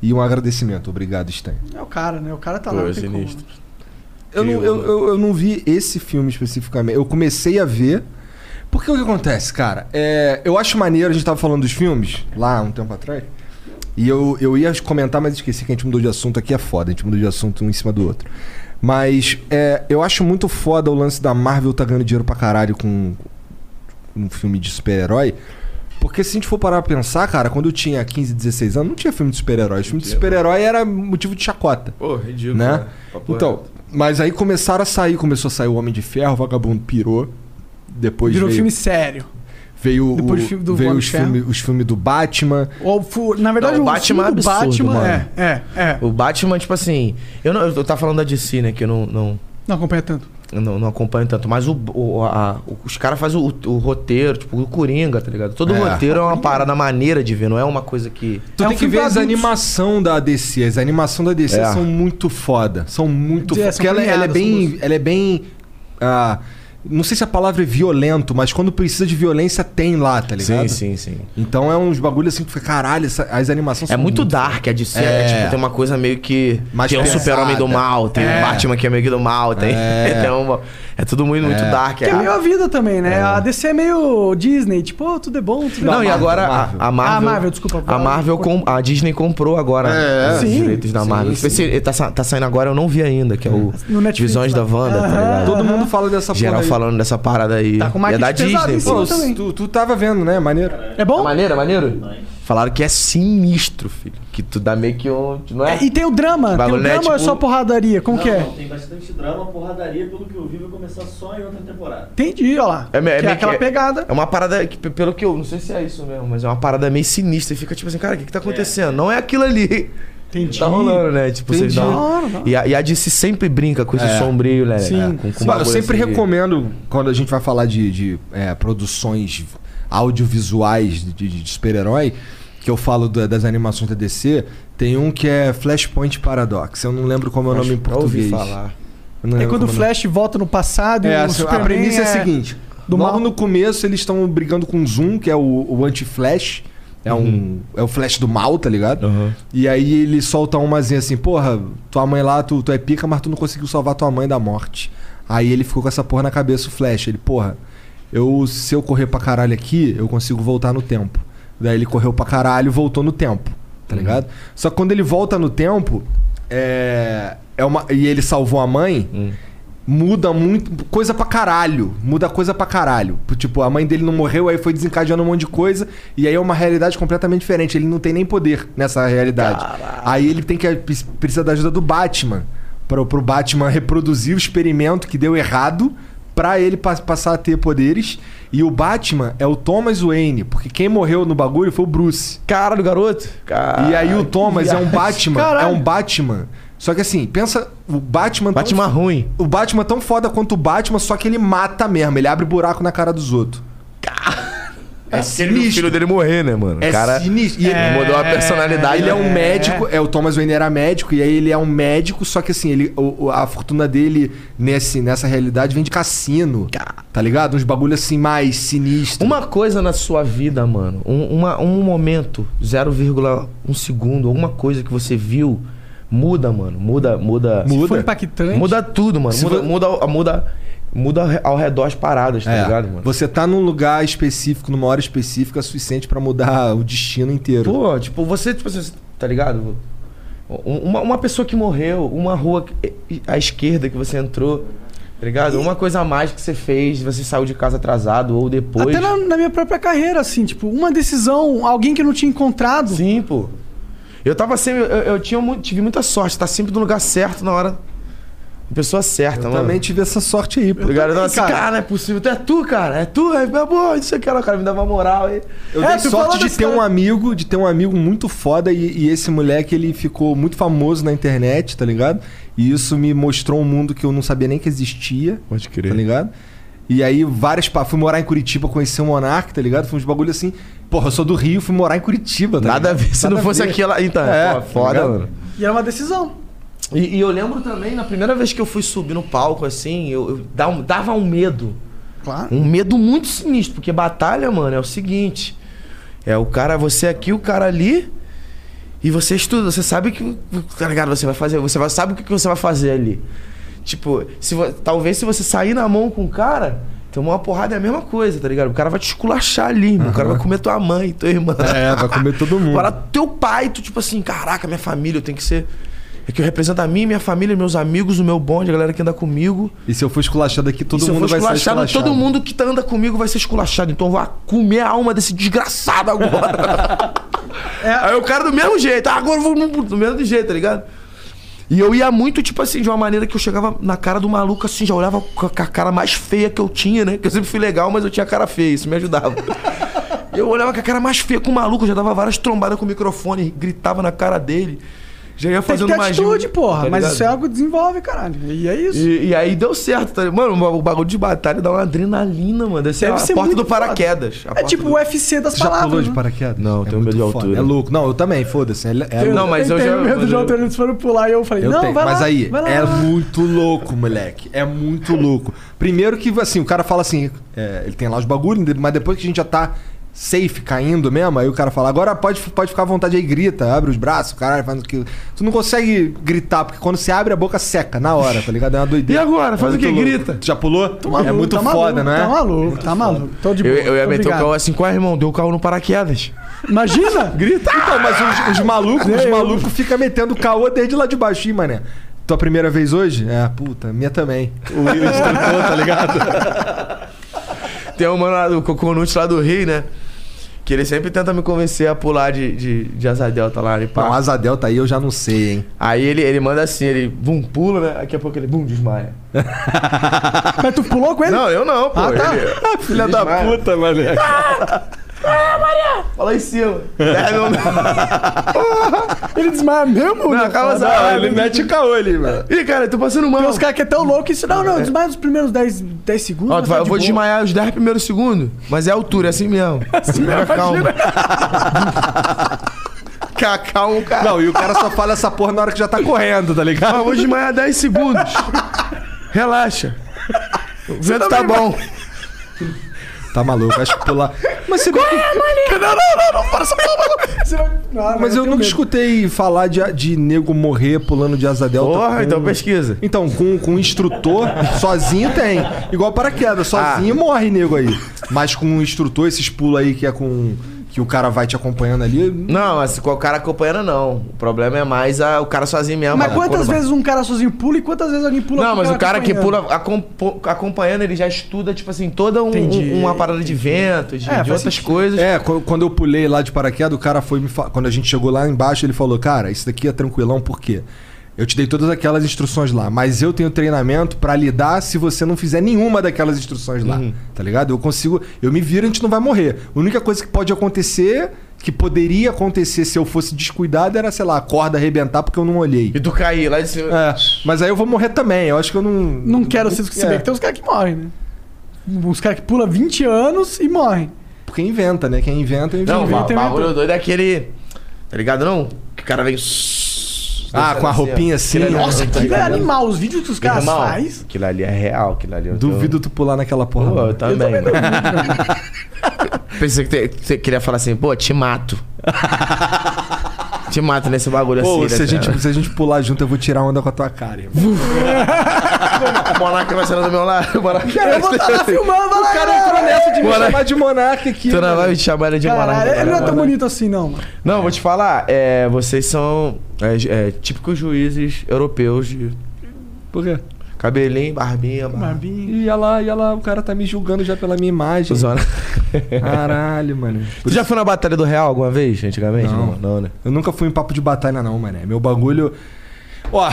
B: e um agradecimento. Obrigado, Stan.
C: É o cara, né? O cara tá lá.
E: Pô, é
C: não tem como.
E: sinistro.
B: Eu não, eu, eu, eu não vi esse filme especificamente. Eu comecei a ver. Porque o que acontece, cara? É, eu acho maneiro, a gente tava falando dos filmes lá um tempo atrás. E eu, eu ia comentar, mas esqueci que a gente mudou de assunto aqui, é foda. A gente mudou de assunto um em cima do outro. Mas é, eu acho muito foda o lance da Marvel tá ganhando dinheiro pra caralho com um filme de super-herói. Porque se a gente for parar pra pensar, cara, quando eu tinha 15, 16 anos, não tinha filme de super-herói. Filme de super-herói era motivo de chacota
E: Pô, ridículo.
B: né? Então, mas aí começaram a sair, começou a sair o Homem de Ferro, o Vagabundo pirou. Depois
C: Virou
B: veio,
C: filme sério.
B: veio,
C: depois
B: o-
C: do filme do
B: veio
C: Homem
B: os
C: de Ferro.
B: filmes os filme do Batman.
C: Ou, fu- na verdade,
E: Não,
C: o
E: o Batman
C: filme do
E: é absurdo,
C: Batman
E: mano.
C: é, é, é.
E: O Batman, tipo assim. Eu, não, eu tava falando da DC, né? Que eu não, não,
C: Não acompanha tanto.
E: eu não, não acompanho tanto. Mas o, o- a- o- os caras fazem o, o roteiro, tipo, o Coringa, tá ligado? Todo
B: É.
E: roteiro é uma parada maneira de ver, não é uma coisa que.
B: Tu
C: É um
B: tem que
C: filme
B: ver
C: pra
B: as
C: adultos.
B: animação da DC. As animação da DC
E: É.
B: são muito foda. São muito
C: É,
B: foda.
C: são
B: Porque ela, ela é
C: premiadas,
B: bem.
C: são
B: Ela é bem. ah, não sei se a palavra é violento, mas quando precisa de violência, tem lá, tá ligado?
E: sim.
B: Então é uns bagulho assim que fica, caralho, essa- as animações
E: É muito dark a DC, é,
B: É.
E: tipo, tem uma coisa meio que.
B: Mais
E: tem um
B: pesada.
E: super-homem do mal, tem
B: É.
E: um Batman que é meio que do mal, tem. É, uma- é tudo muito, muito dark.
C: Que é
E: é-
C: meio a vida também, né? A DC é meio Disney, tipo, oh, tudo é bom, tudo é
E: Não,
C: bom.
E: e agora a-
B: Marvel.
E: A, Marvel.
C: Ah, Marvel, desculpa.
E: A Marvel, com- a Disney comprou agora
B: É,
E: os
C: sim,
E: direitos da
B: sim,
E: Marvel.
B: sim.
E: Esse- tá, sa- tá saindo agora, eu não vi ainda, que é o
C: No Netflix,
E: Visões
C: lá.
E: da Wanda, tá
C: Aham.
E: ligado?
B: Todo mundo fala dessa
E: Geral
B: aí.
E: falando dessa parada aí.
C: Tá com
E: E é da
C: marketing pesado
E: Disney,
C: em
E: pô.
C: cima. também.
B: Pô, tu, tu tava vendo, né? Maneiro.
C: É
E: É
C: bom?
E: maneiro, é maneiro? Falaram que é sinistro, filho. Que tu dá meio que um. Não é?
C: É, e tem o drama. Tem o
E: Bagulho, né?
C: drama ou é
E: Tipo-
C: só porradaria? Como
A: não,
C: que é?
A: Não, tem bastante drama, porradaria, pelo que eu vi, vai começar só em outra temporada.
C: Entendi, ó lá.
E: É me- é
C: que é
E: meio
C: aquela
E: que-
C: pegada.
E: É uma parada que, pe- pelo que eu. Não sei se é isso mesmo, mas é uma parada meio sinistra. E fica tipo assim, cara, o que, que tá acontecendo? Não é aquilo ali.
C: Entendi.
E: Tá rolando, né? Tipo, vocês
B: Entendi.
E: dão.
C: Da hora, da hora.
E: E a, e a DC sempre brinca com esse sombrio, né?
C: Sim.
E: É, com- com
B: Mano, eu
E: bagulho
B: sempre
E: assim de-
B: recomendo, quando a gente vai falar de, de, é, produções audiovisuais de, de- de super-herói, que eu falo da- das animações da DC, tem um que é Flashpoint Paradox. Eu não lembro como é o
E: Acho
B: nome em
E: que eu ouvi
B: português.
E: falar.
B: Eu não
C: É
E: né?
B: lembro
C: quando o
E: Tá
B: como é
C: Flash volta no passado
B: nome.
C: e
B: É,
C: o
B: assim, a
C: Superman
B: premissa é a seguinte.
C: do
B: logo
C: mal.
B: no começo eles estão brigando com o Zoom, que é o, o anti-Flash. É,
C: Uhum.
B: um, é o Flash do mal, tá ligado? E aí ele solta umazinha assim, porra, tua mãe lá, tu, tu é pica, mas tu não conseguiu salvar tua mãe da morte. Aí ele ficou com essa porra na cabeça, o Flash. Ele, porra, eu, se eu correr pra caralho aqui, eu consigo voltar no tempo. Daí ele correu pra caralho voltou no tempo, tá ligado?
C: Uhum.
B: Só que quando ele volta no tempo, é. é uma, e ele salvou a mãe, muda muito. Coisa pra caralho. Muda coisa pra caralho. Tipo, a mãe dele não morreu, aí foi desencadeando um monte de coisa. E aí é uma realidade completamente diferente. Ele não tem nem poder nessa realidade. Aí ele tem que. Precisa da ajuda do Batman. Pro, pro Batman reproduzir o experimento que deu errado pra ele pa- passar a ter poderes. E o Batman é o Thomas Wayne, porque quem morreu no bagulho foi o Bruce.
E: Cara do garoto. Cara,
B: e aí o
E: Ah, que
B: Thomas é um
E: viagem.
B: Batman,
E: Caralho.
B: é um Batman. Só que assim, pensa o Batman tão-
E: Batman ruim.
B: o Batman é tão foda quanto o Batman, só que ele mata mesmo, ele abre buraco na cara dos outros.
E: É
B: sinistro.
E: filho dele morrer, né, mano?
B: É
E: o cara
B: sinistro. E ele-
E: mudou a personalidade.
B: Ele é um
E: né?
B: médico, é o Thomas Wayne era médico, e aí ele é um médico, só que assim, ele, o- o- a fortuna dele nesse, nessa realidade vem de cassino. Tá ligado? Uns bagulho assim mais sinistro.
E: Uma coisa na sua vida, mano, um, uma- um momento, 0,1 segundo, alguma coisa que você viu, muda, mano. Muda, muda.
B: Muda.
C: Foi impactante.
E: Muda tudo, mano.
B: Se
E: Muda,
B: vo-
E: muda, muda, muda ao redor as paradas, tá
B: É,
E: ligado, mano?
B: Você tá num lugar específico, numa hora específica, é suficiente pra mudar o destino inteiro.
E: Pô, tipo, você, tipo assim, tá ligado? Um- Uma, uma pessoa que morreu, uma rua que- à esquerda que você entrou, tá ligado? Uma coisa a mais que você fez, você saiu de casa atrasado ou depois.
C: Até na, na minha própria carreira, assim, tipo, uma decisão, alguém que eu não tinha encontrado.
E: Sim, pô. Eu tava sempre. Eu, eu tinha, mu- tive muita sorte, tá sempre no lugar certo na hora. na Pessoa certa,
B: Eu
E: mano.
B: também tive essa sorte aí, pô.
E: Tá ligado? Eu tava
C: também,
E: assim,
C: cara.
E: cara. não é possível. Tu é tu, cara. É tu, é meu amor, isso aqui, o cara me dava uma moral aí.
B: Eu
C: É,
B: dei
C: tu
B: sorte
C: falou
B: de
C: dessa
B: ter um
C: história.
B: amigo, de ter um amigo muito foda e, e esse moleque ele ficou muito famoso na internet, tá ligado? E isso me mostrou um mundo que eu não sabia nem que existia,
E: Pode
B: tá ligado? E aí várias pa... fui morar em Curitiba, conheci o Monark, tá ligado? Foi uns bagulho assim. Porra, eu sou do Rio, fui morar em Curitiba, tá
E: Nada a
B: ligado?
E: ver. Se
B: Nada
E: não
B: a
E: fosse
B: ver.
E: aquela. Então,
B: É,
E: é,
B: tá
E: foda,
B: ligado?
E: mano.
C: E era uma decisão.
E: E, e eu lembro também, na primeira vez que eu fui subir no palco, assim, eu, eu dá um- dava um medo.
C: Claro.
E: Um medo muito sinistro, porque batalha, mano, é o seguinte. É o cara, você aqui, o cara ali. E você estuda, você sabe que. Tá ligado? Você vai fazer. Você vai, sabe o que que você vai fazer ali. Tipo, se, vo- talvez se você sair na mão com o cara, tomar uma porrada é a mesma coisa, tá ligado? O cara vai te esculachar ali, irmão. O cara vai comer tua mãe, tua irmã.
B: É, vai comer todo mundo.
E: Agora, teu pai, tu tipo assim, caraca, minha família, eu tenho que ser. É que eu represento a mim, minha família, meus amigos, o meu bonde, a galera que anda comigo.
B: E se eu for esculachado aqui, todo
E: E se eu
B: mundo
E: for
B: vai ser
E: esculachado,
B: esculachado.
E: todo mundo que tá- anda comigo vai ser esculachado. Então eu vou comer a alma desse desgraçado agora.
C: É.
E: Aí o cara do mesmo jeito, ah, agora eu vou do mesmo jeito, tá ligado? E eu ia muito, tipo assim, de uma maneira que eu chegava na cara do maluco, assim, já olhava com a com a cara mais feia que eu tinha, né? Que eu sempre fui legal, mas eu tinha cara feia, isso me ajudava. Eu olhava com a cara mais feia com o maluco, já dava várias trombadas com o microfone, gritava na cara dele. Já ia
C: Tem que
E: fazendo
C: ter
E: mais um, tá
C: atitude, porra. mas isso é algo que desenvolve, caralho. E é isso.
E: e, e aí deu certo, tá ligado? Mano, o bagulho de batalha dá uma adrenalina, mano. Deve ser
C: Deve
E: a
C: ser
E: porta
C: muito
E: do paraquedas. A
C: É
E: porta
C: tipo
E: do-
C: o UFC das
B: Você já
C: palavras.
B: pulou de
C: né?
B: paraquedas?
E: Não, tenho medo de
B: muito foda,
E: altura. um
B: É louco. Não, eu também, foda-se. É, é
E: Não, mas eu
C: tenho
E: já-
C: medo
E: mas
C: de
E: eu-
C: altura, eles foram pular e eu falei,
B: Eu
C: não,
B: tenho.
C: vai
B: Mas
C: lá,
B: aí,
C: vai lá.
B: é muito louco, moleque. É muito louco. Primeiro que, assim, o cara fala assim, é, ele tem lá os bagulhos, mas depois que a gente já tá safe, caindo mesmo, aí o cara fala, agora pode, pode ficar à vontade aí, grita, abre os braços, caralho, faz o que... Tu não consegue gritar, porque quando você abre a boca, seca na hora, tá ligado? É uma doideira.
E: E agora?
B: É
E: Faz o
B: muito
E: quê?
B: louco.
E: Grita.
B: Tu já pulou? é
C: Maluco,
B: muito
C: tá
B: foda,
C: maluco,
B: né?
C: Tá maluco, tá maluco. Tô de
E: é? Eu,
C: boa.
E: eu ia
C: tô
E: meter o
C: obrigado.
E: carro assim com a irmão, deu o carro no paraquedas.
C: Imagina!
E: Grita!
B: Então, mas os, os malucos, os
C: Deus.
B: malucos ficam metendo caô desde lá de baixo, Ih, mané. Tua primeira vez hoje? É, puta, minha também.
E: um
B: O Will estrupou, tá ligado?
E: Tem um mano lá do Coconut lá do Rio, né? Que ele sempre tenta me convencer a pular de, de, de asa delta lá, ele
B: Não,
C: Ah.
E: pá.
B: asa delta um tá aí eu já não sei, hein?
E: Aí ele, ele manda assim, ele bum, pula, né? Daqui a pouco ele bum, desmaia.
C: Mas tu pulou com ele?
E: Não, eu não, pô.
C: Ah, tá.
E: Ele-
B: Filha da puta, moleque.
E: Fala em cima. É, não,
C: Ele desmaia mesmo?
E: não,
C: né?
E: acaba essa-
B: mete o caô ali, mano.
E: Ih, cara, tô passando mal.
C: Tem uns caras que é tão louco que isso. Não, não, desmaia nos primeiros 10, 10 segundos.
E: Ó,
C: mas tá
E: tu vai- eu
C: de
E: vou
C: boa.
E: desmaiar os 10 primeiros segundos, mas é a altura, é assim mesmo. Fica calmo. Fica calmo, cara.
B: Não, e o cara só fala essa porra na hora que já tá correndo, tá
E: Ó, eu
B: ligado?
E: vou desmaiar 10 segundos. Relaxa. O vento tá bom.
B: Tá maluco, acho que pular. Mas você bem
E: é,
B: que-
E: Não, não, não, não, para essa
C: Você vai- Não,
B: Mas eu
C: Ah, tenho
B: nunca
C: medo.
B: escutei falar de, de nego morrer pulando de asa delta.
E: Porra, então pesquisa.
B: Então, com, com um instrutor, sozinho tem. Igual paraquedas,
E: Ah.
B: sozinho morre nego aí. Mas com um instrutor, esses pulos aí que é com. que o cara vai te acompanhando ali.
E: Não, mas com o cara acompanhando, não. O problema é mais a- o cara sozinho mesmo.
C: Mas
E: a
C: quantas
E: curva.
C: vezes um cara sozinho pula e quantas vezes alguém pula
E: Não,
C: com um
E: mas o cara que
C: acompanhando?
E: pula acompo- acompanhando, ele já estuda, tipo assim, toda um-
C: Entendi.
E: um- uma parada de ventos, de,
C: É,
E: de
C: faz
E: outras
C: sentido.
E: coisas.
B: É, qu- quando eu pulei lá de paraquedas, o cara foi me fa... Quando a gente chegou lá embaixo, ele falou, cara, isso daqui é tranquilão, por quê? Eu te dei todas aquelas instruções lá, mas eu tenho treinamento pra lidar se você não fizer nenhuma daquelas instruções lá.
C: Uhum.
B: Tá ligado? Eu consigo, eu me viro, a gente não vai morrer. A única coisa que pode acontecer, que poderia acontecer se eu fosse descuidado, era, sei lá, a corda arrebentar porque eu não olhei.
E: E tu cair lá de cima.
B: É, mas aí eu vou morrer também. Eu acho que eu não.
C: Não quero ser. Se bem
B: é,
C: que tem uns caras que morrem, né? Uns caras que pulam 20 anos e morrem.
B: Porque inventa, né? Quem inventa, inventa.
E: Não, o
C: Inventa,
E: bagulho doido é aquele. Tá ligado não? Que o cara vem.
B: Ah, com a roupinha assim.
E: Aquele ali-
C: Nossa,
E: tá
C: aquilo é
E: ligado?
C: animal. Os vídeos que os caras
E: Irmão,
C: fazem.
E: Aquilo ali é real, aquilo ali. eu tô-
B: Duvido tu pular naquela porra.
E: Pô, eu
C: tá
B: lá.
E: também. mano. Pensei que te- que você queria falar assim, pô, te mato. te mato nesse bagulho
B: Pô,
E: assim.
B: se, a gente, se a gente pular junto, eu vou tirar onda com a tua cara. irmão.
E: O Monarca vai saindo do meu lado. O Monarca
C: Eu vou estar Tá lá filmando, vai
B: é
C: lá, galera.
B: de
E: Monarca.
B: chamar de monarca aqui.
E: Tu não
B: mano.
E: vai me chamar ele de Monarca.
C: Caralho, ele não é tão
E: Monarca.
C: bonito assim, não. mano.
E: Não, vou te falar, é, vocês são é, ju- é, típicos juízes europeus de
B: Por quê?
E: cabelinho, barbinha, barba.
C: Barbinha.
B: Ih, olha lá, olha lá, o cara tá me julgando já pela minha imagem.
E: Zona.
B: Caralho, mano.
E: Tu já foi na Batalha do Real alguma vez, antigamente?
B: Não.
E: né?
B: Eu nunca fui em papo de batalha, não, mano. Meu bagulho. Ó.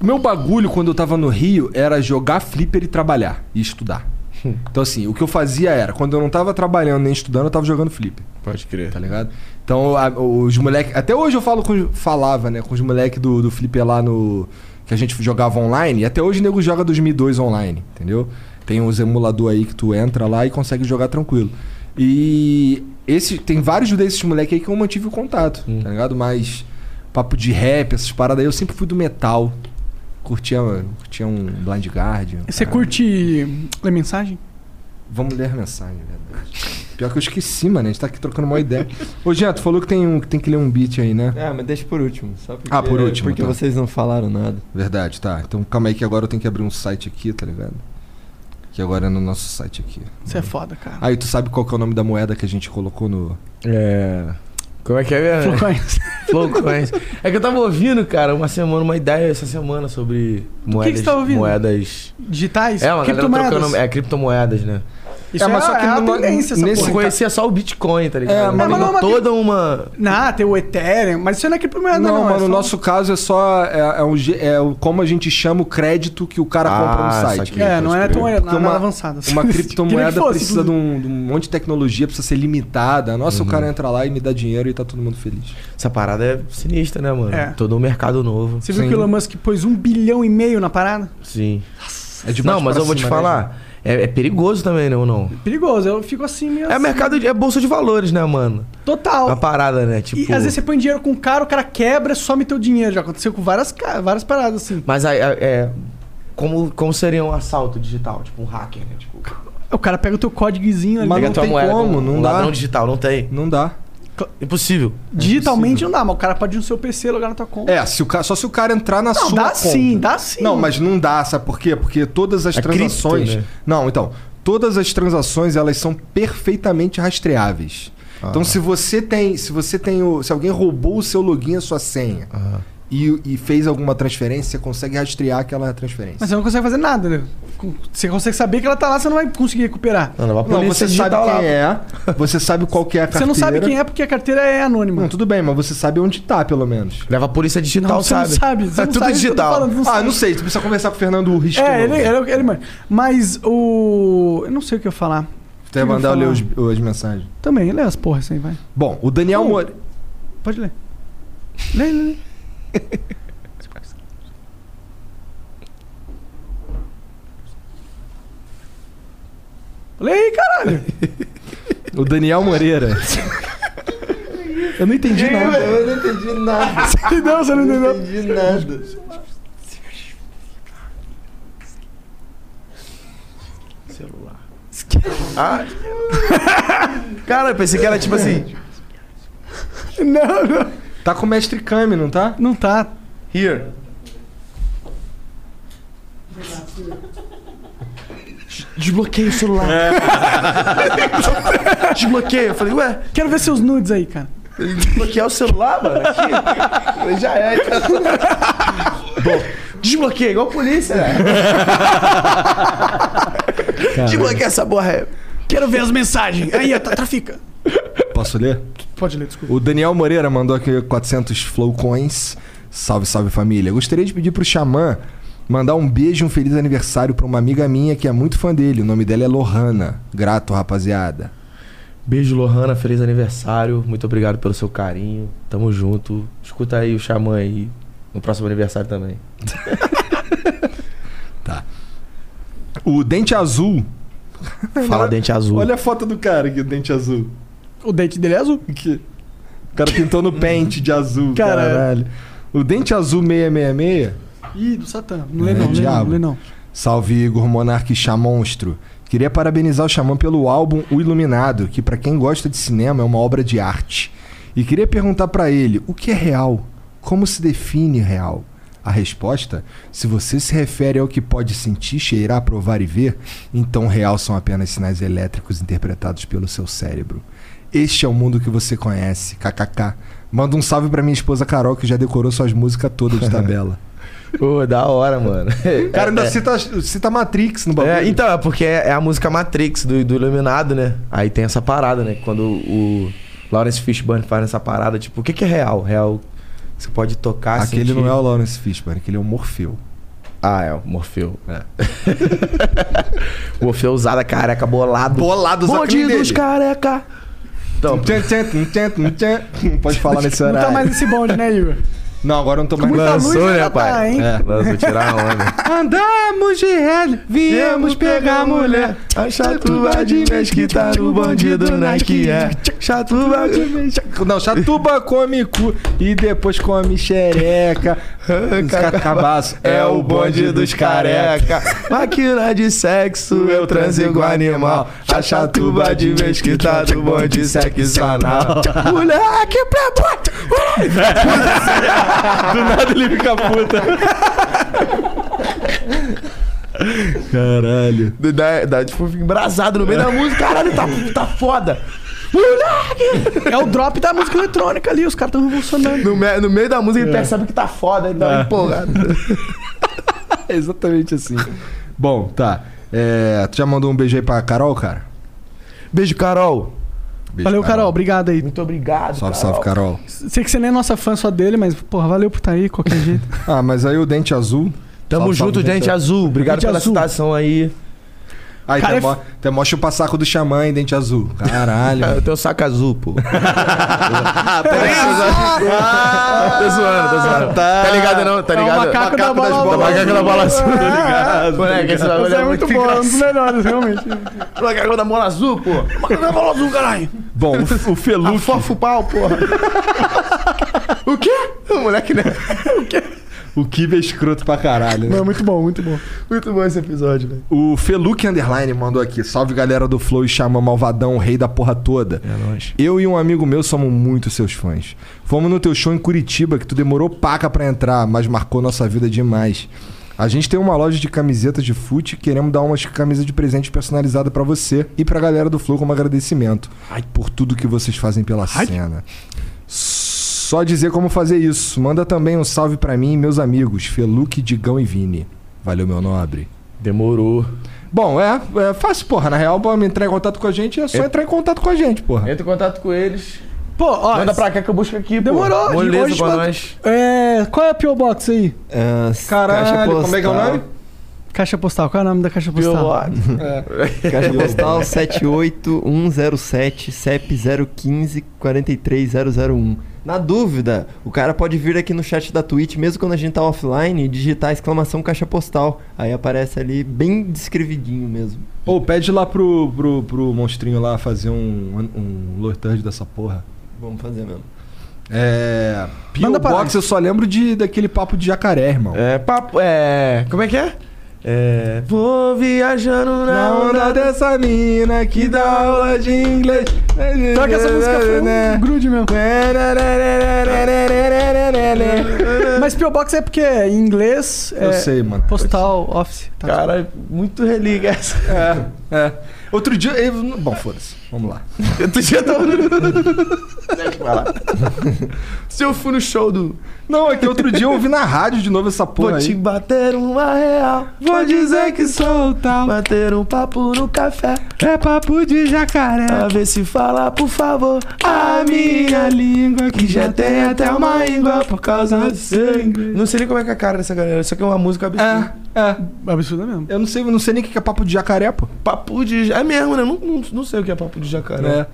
B: Meu bagulho quando eu tava no Rio era jogar flipper e trabalhar e estudar. Então, assim, o que eu fazia era, quando eu não tava trabalhando nem estudando, eu tava jogando flipper.
E: Pode crer.
B: tá ligado? Então, a- os moleques. Até hoje eu falo com, falava, né, com os moleques do, do Flipper lá no. Que a gente jogava online. E até hoje o nego joga 2002 online, entendeu? Tem uns emulador aí que tu entra lá e consegue jogar tranquilo. E esse, tem vários desses moleques aí que eu mantive o contato,
C: Hum.
B: tá ligado? Mas papo de rap, essas paradas aí, eu sempre fui do metal. Curtia, curtia um Blind Guardian. um
C: Você
B: cara.
C: curte ler mensagem?
B: Vamos ler a mensagem, é verdade. Pior que eu esqueci, mano. A gente tá aqui trocando uma ideia. Ô, Jean, tu falou que tem, um, que tem que ler um beat aí, né?
D: Ah, mas deixa por último. Só porque,
B: Ah, por último,
D: Porque
B: tá.
D: vocês não falaram nada.
B: Verdade, tá. Então calma aí que agora eu tenho que abrir um site aqui, tá ligado? Que agora é no nosso site aqui.
C: Você é foda, cara.
B: Aí tu sabe qual que é o nome da moeda que a gente colocou no.
E: É. Como é que é mesmo?
C: Flocões.
E: Flowcoins. É que eu tava ouvindo, cara, uma semana, uma ideia essa semana sobre moedas.
C: que você tava ouvindo?
E: Moedas.
C: Digitais?
E: É, uma galera
C: criptomoedas.
E: trocando. É, criptomoedas, né?
C: Isso é,
B: É, mas só
C: é
B: que
C: a
B: no-
C: tendência, essa
B: nesse-
E: Eu
C: porra.
E: conhecia só o Bitcoin, tá ligado?
B: É, mas
E: Tem
C: não é uma
E: toda uma.
C: Não, Ah, tem o Ethereum, mas isso não é criptomoeda,
B: Não,
C: não. é
B: mano, no
C: só-
B: nosso caso é só. É, é um, ge- é o- como a gente chama o crédito que o cara compra
E: Ah,
B: no site.
E: saquei.
C: É, não é tão
B: Porque
C: nada
B: uma-
C: avançado.
B: Uma criptomoeda
C: Queria que fosse, tipo,
B: precisa de
C: inclusive.
B: um, de um monte de tecnologia, precisa ser limitada. Nossa, o
C: Uhum.
B: cara entra lá e me dá dinheiro e tá todo mundo feliz.
E: Essa parada é sinistra, né, mano?
C: É.
E: Todo um mercado novo.
C: Você viu
B: Sim.
C: que o Elon Musk pôs um bilhão e meio na parada?
E: Sim.
B: É de
E: não,
B: baixo
E: mas
B: pra
E: eu vou te
B: cima, né,
E: falar.
B: gente?
E: é, é perigoso também, né, ou não?
C: Perigoso, eu fico assim mesmo.
E: É mercado, de- é bolsa de valores, né, mano?
C: Total.
B: Ah,
E: A parada, né? Tipo.
C: E às vezes você põe dinheiro com um cara, o cara quebra, some teu dinheiro. Já aconteceu com várias, ca- várias paradas, assim.
E: Mas aí, é, é- Como, como seria um assalto digital? Tipo, um hacker, né? Tipo,
C: O cara pega o teu códigozinho ali.
B: Mas não tem como, não
E: um
B: dá.
E: ladrão digital, não tem.
B: Não dá.
E: Impossível.
C: Digitalmente não dá, mas o cara pode ir no seu PC, logar na tua conta.
B: É, se o ca- só se o cara entrar na
C: Não,
B: sua
C: dá
B: conta.
C: sim, dá sim.
B: Não, mas não dá, sabe por quê? Porque todas as
E: É cripto,
B: transações.
E: né?
B: Não, então, todas as transações elas são perfeitamente rastreáveis.
E: Ah.
B: Então, se você tem, se você tem, o, se alguém roubou o seu login, a sua senha
E: Ah.
B: e, e fez alguma transferência, você consegue rastrear aquela transferência.
C: Mas você não consegue fazer nada, né? Com- Você consegue saber que ela tá lá, você não vai conseguir recuperar.
E: Mano, a
B: não,
E: polícia
B: você sabe
E: digital
B: quem
E: lá.
B: é, você sabe qual que é a
C: Você
B: carteira.
C: não sabe quem é porque a carteira é anônima.
B: Não, tudo bem, mas você sabe onde tá, pelo menos.
E: Leva a polícia digital,
C: Não, você não
E: sabe?
C: sabe, você
E: é
C: não sabe o que
E: tudo
C: eu tô
E: digital.
C: falando, não
B: ah, não sei, tipo- tu precisa conversar com o Fernando Risco.
C: É, ele, ele, ele, mano. Mas o. Eu não sei o que eu ia falar.
B: Tu ia
C: que eu
B: mandar eu ler
C: falar?
B: os- as mensagens.
C: Também, lê as porras aí, vai.
B: Bom, o Daniel
C: Hum.
B: Moreira.
C: Pode ler. Lê, lê, lê. Lê aí, caralho.
B: O Daniel Moreira. Eu não entendi nada.
D: Eu não entendi nada.
C: Entendeu? Você não entendeu?
D: entendi nada.
E: Ah. Cara, eu pensei que era tipo assim.
C: Não, não.
B: Tá com o mestre Kami, não tá?
C: Não tá.
E: Here. Desbloqueei o celular. É. Desbloqueei. Eu falei, ué,
C: Quero ver seus nudes aí, cara.
E: desbloquear o celular, mano? Aqui. Falei, Já é. Então... Bom, desbloqueei, igual a polícia. Né? Desbloqueia essa porra. aí.
C: Quero ver as mensagens. Aí, ó, tá- trafica.
B: Posso ler?
C: Pode ler, desculpa.
B: O Daniel Moreira mandou aqui 400 flowcoins. Salve, salve família. Gostaria de pedir pro Xamã mandar um beijo e um feliz aniversário pra uma amiga minha que é muito fã dele. O nome dela é Lohana. Grato, rapaziada.
E: Beijo, Lohana. Feliz aniversário. Muito obrigado pelo seu carinho. Tamo junto. Escuta aí o Xamã aí. No próximo aniversário também.
B: O Dente Azul.
E: Fala dente azul.
B: Olha a foto do cara aqui, o Dente Azul.
C: O dente dele é azul.
B: Que... O cara pintou no pente de azul,
C: Cara,
B: caralho. O Dente Azul 666.
C: Ih, do Satã. Não
B: É,
C: lê não, lê não,
B: diabo.
C: lê não.
B: Salve Igor Monarque Chamonstro. Queria parabenizar o Xamã pelo álbum O Iluminado, que pra quem gosta de cinema é uma obra de arte. E queria perguntar pra ele, o que é real? Como se define real? A resposta, se você se refere ao que pode sentir, cheirar, provar e ver, então real são apenas sinais elétricos interpretados pelo seu cérebro. Este é o mundo que você conhece, kkk. Manda um salve pra minha esposa Carol, que já decorou suas músicas todas de tabela.
E: Ô, da hora, mano.
B: O cara ainda
E: É,
B: cita, cita Matrix no bagulho.
E: É, então, é porque é é a música Matrix do, do Iluminado, né? Aí tem essa parada, né? Quando o Lawrence Fishburne faz essa parada, tipo, o que, que é real? Real, você pode tocar,
B: Aquele
E: sentir...
B: não é o Lawrence Fishburne, aquele é o Morfeu.
E: Ah, é, o Morfeu. É. Morfeu usada, careca, bolado.
B: Bolado, os
E: Bonde
B: apelidos
E: dos
B: dele.
E: careca. Então,
B: Tum, tum, tum, tum, tum. Não pode falar nesse
C: Não
B: horário.
C: tá mais nesse bonde, né, Igor?
B: Não, agora eu não tô mais...
C: muita
B: Lançou.
C: luz.
E: sou, né,
C: ainda tá,
E: pai?
C: hein?
E: É. Lançou, tirar a onda.
B: Andamos de L, viemos pegar mulher.
E: A chatuba de mesquita do tá bandido Nike é. Chatuba de
B: Não, chatuba come cu e depois come xereca. Cabaço
E: Ah, É o bonde dos careca. Máquina de sexo, eu transigo animal. A chatuba de mesquita do bonde sexanal. Moleque pra bota!
B: Do nada ele fica puta. Caralho.
E: Dá, dá, tipo, fica embrasado no meio da música. Caralho, tá, tá foda. Moleque!
C: É o drop da música eletrônica ali, os caras estão Tá revolucionando.
E: No, me- no meio da música ele percebe que tá foda, ele dá uma empolgada.
B: É exatamente assim. Bom, tá. É, tu já mandou um beijo aí pra Carol, cara?
E: Beijo, Carol.
B: Beijo,
C: Valeu, Carol, obrigado aí.
E: Muito obrigado.
B: Salve, salve, Carol.
C: Sei que você nem é nossa fã só dele, mas, porra, valeu por tá aí, qualquer jeito.
B: Ah, mas aí o Dente Azul. Salve,
E: Tamo
B: salve,
E: junto, gente azul. Obrigado
C: Dente
E: pela
C: Azul.
E: citação aí.
B: Aí
C: Cara,
B: até,
C: é
B: mo até mostra o passaco do xamã em Dente Azul. Caralho.
E: Eu tenho saco azul, pô. Tô zoando, tô zoando. Tá ligado não, tá
C: É o
E: ligado?
C: macaco da bola
E: das
C: azul.
E: bolas. Macaco da bola azul. tá
C: É.
E: Moleque, esse bagulho
C: Você é muito bom, é um dos melhores, realmente.
E: Macaco da bola azul, pô. Macaco da bola azul, caralho.
B: Bom, o, o Feluf.
E: Fofo pau, porra. O quê? O moleque, né?
B: o Kibe é escroto pra caralho. né?
C: Não, É muito bom, muito bom.
E: Muito bom esse episódio, velho.
B: O Feluque Underline mandou aqui. Salve galera do Flow e Xamã Malvadão, o rei da porra toda. É
E: nóis.
B: Eu e um amigo meu somos muito seus fãs. Fomos no teu show em Curitiba, que tu demorou paca pra entrar, mas marcou nossa vida demais. A gente tem uma loja de camisetas de fute e queremos dar umas camisas de presente personalizada pra você e pra galera do Flow como agradecimento por tudo que vocês fazem pela cena. Só dizer como fazer isso. Manda também um salve pra mim e meus amigos, Feluque, Digão e Vini. Valeu, meu nobre.
E: Demorou.
B: Bom, é, é fácil, porra. Na real, pra entrar em contato com a gente é só entrar em contato com a gente, porra.
E: Entra em contato com eles.
C: Pô, ó.
E: Manda pra cá que eu busco aqui, pô.
C: Demorou.
E: Moleza
C: Hoje
E: pra
C: manda-
E: nós.
C: É, qual é a P.O. Box aí?
D: Ah,
B: Caralho,
D: caixa
B: como é que é o
D: postal-
B: nome?
C: Caixa postal, qual é o nome da caixa postal?
D: Caixa postal 78107, CEP 015 43001. Na dúvida, o cara pode vir aqui no chat da Twitch, mesmo quando a gente tá offline, e digitar exclamação caixa postal. Aí aparece ali bem descrevidinho mesmo.
B: Ou pede lá pro, pro, pro monstrinho lá fazer um, um Lord Third dessa porra.
D: Vamos fazer mesmo.
B: É. Pio
C: Manda pra
B: Box,
C: nós.
B: eu só lembro de, daquele papo de jacaré, irmão.
E: É, papo. É. Como é que é? É. Vou viajando na onda dessa.
B: mina que dá aula de inglês.
C: Pior que essa música foi
E: Né?
C: um grude mesmo. Mas P.O. Box é porque em inglês é
B: Eu sei, mano.
C: postal office. Tá.
E: Cara, muito relíquia essa.
B: É, é. Outro dia. eu- Bom, foda-se. Vamos lá.
E: Eu tô já tô... Vai lá. Se eu fui no show do
B: Não, é que outro dia eu ouvi na rádio de novo essa porra
E: Vou te
B: aí.
E: bater uma real, vou dizer que sou tal. Bater um papo no café,
C: É papo de jacaré.
E: pra ver se fala, por favor, a minha língua. Que já tem até uma íngua por causa do sangue. Não sei nem como é que é a cara dessa galera, isso aqui é uma música absurda.
B: É, é.
C: Absurdo mesmo.
B: Eu não sei, eu não sei nem o que que é papo de jacaré, pô.
E: Papo de. Ja- É mesmo, né? Não, não, não sei o que é papo de jacaré.
B: É.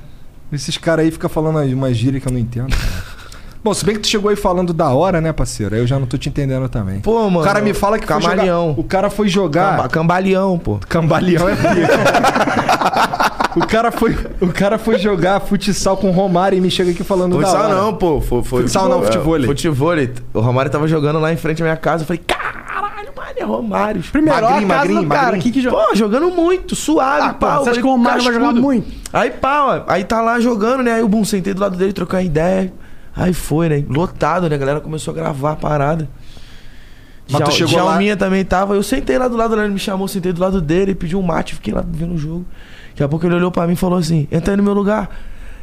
B: Esses caras aí ficam falando aí uma gíria que eu não entendo. cara. Bom, se bem que tu chegou aí falando da hora, né, parceiro? Aí eu já não tô te entendendo também.
E: Pô, mano.
B: o cara me fala que foi jogar-
E: camaleão.
B: O cara foi
E: Camba-
B: jogar.
E: Cambaleão, pô.
B: Cambaleão é pica. O cara, foi, o cara foi jogar futsal com o Romário e me chega aqui falando da
E: Futsal
B: hora.
E: não, pô. Foi, foi,
B: Futsal não,
E: é,
B: futevôlei.
E: Futevôlei. O Romário tava jogando lá em frente à minha casa. Eu falei, caralho, mano, é Romário.
C: Primeiro, ó, a casa
B: Magrinho,
C: do
B: magrinho,
C: cara.
B: magrinho.
C: Que que joga?
E: Pô, jogando muito, suave,
C: Ah, pô,
E: pau.
C: você acha
E: falei,
C: que o Romário vai jogar
E: cascudo.
C: muito?
E: Aí, pau, aí tá lá jogando, né? Aí o Bum, sentei do lado dele, trocar ideia. Aí foi, né? Lotado, né? A galera começou a gravar a parada.
B: Mas tu chegou lá-
E: Jalminha também tava. Eu sentei lá do lado, ele me chamou, sentei do lado dele, pedi um mate, fiquei lá vendo o jogo. Daqui a pouco ele olhou pra mim e falou assim: entra aí no meu lugar.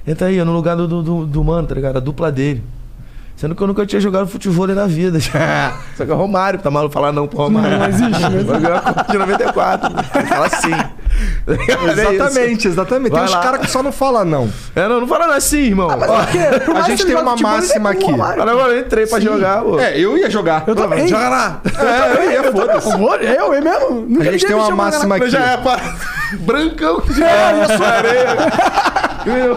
E: Entra aí, no lugar do, do, do, do mano, tá ligado? A dupla dele. Sendo que eu nunca tinha jogado futebol na vida. Só que é o Romário, tá maluco falar não pro Romário. Não existe, né? de 94. né? Fala sim.
B: é Exatamente, exatamente.
E: Vai
B: Tem uns
E: lá.
B: caras que só não fala não.
E: É, não, não fala não assim, irmão.
C: Ah,
E: Ó,
B: A gente tem uma
C: é
B: máxima aqui.
E: Agora eu entrei pra jogar, pô.
B: É, eu ia jogar.
C: Eu também.
E: Joga lá.
B: É, eu ia, foda-se.
C: Amor, eu, eu mesmo? Nunca
B: A gente tem
C: ninguém me
B: uma
C: chamou,
B: máxima aqui.
E: Já é pra... Brancão.
C: É, cara.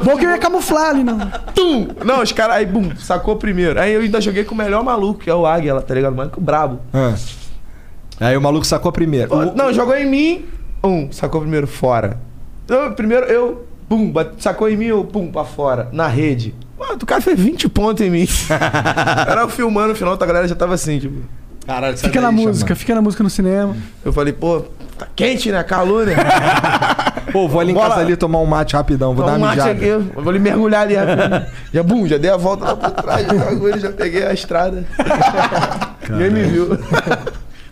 C: Bom que eu ia camuflar ali, não.
E: Tum! Não, os caras aí, bum, sacou primeiro. Aí eu ainda joguei com o melhor maluco, que é o Águia lá, tá ligado? Mano, que brabo.
B: Ah. Aí o maluco sacou a primeira. O-
E: Não, jogou em mim, um, sacou primeiro fora. Então, primeiro eu, bum, bate- sacou em mim, eu, pum, pra fora, na rede. Mano, o cara fez 20 pontos em mim. Era eu filmando o final, a galera já tava assim, tipo.
B: Caralho, sai
C: Fica na
B: daí,
C: música, fica na música no cinema.
E: Eu falei, pô, tá quente, né? Calor, né?
B: chama. Pô, vou ali em
E: Bora.
B: casa ali tomar um mate rapidão, vou
E: Vou
B: dar
E: um
B: uma
E: mate
B: mijada.
E: aqui, eu vou ali mergulhar ali né? rapidinho. Já, bum, já dei a volta lá por trás, já, agora já peguei a estrada. Ninguém me viu.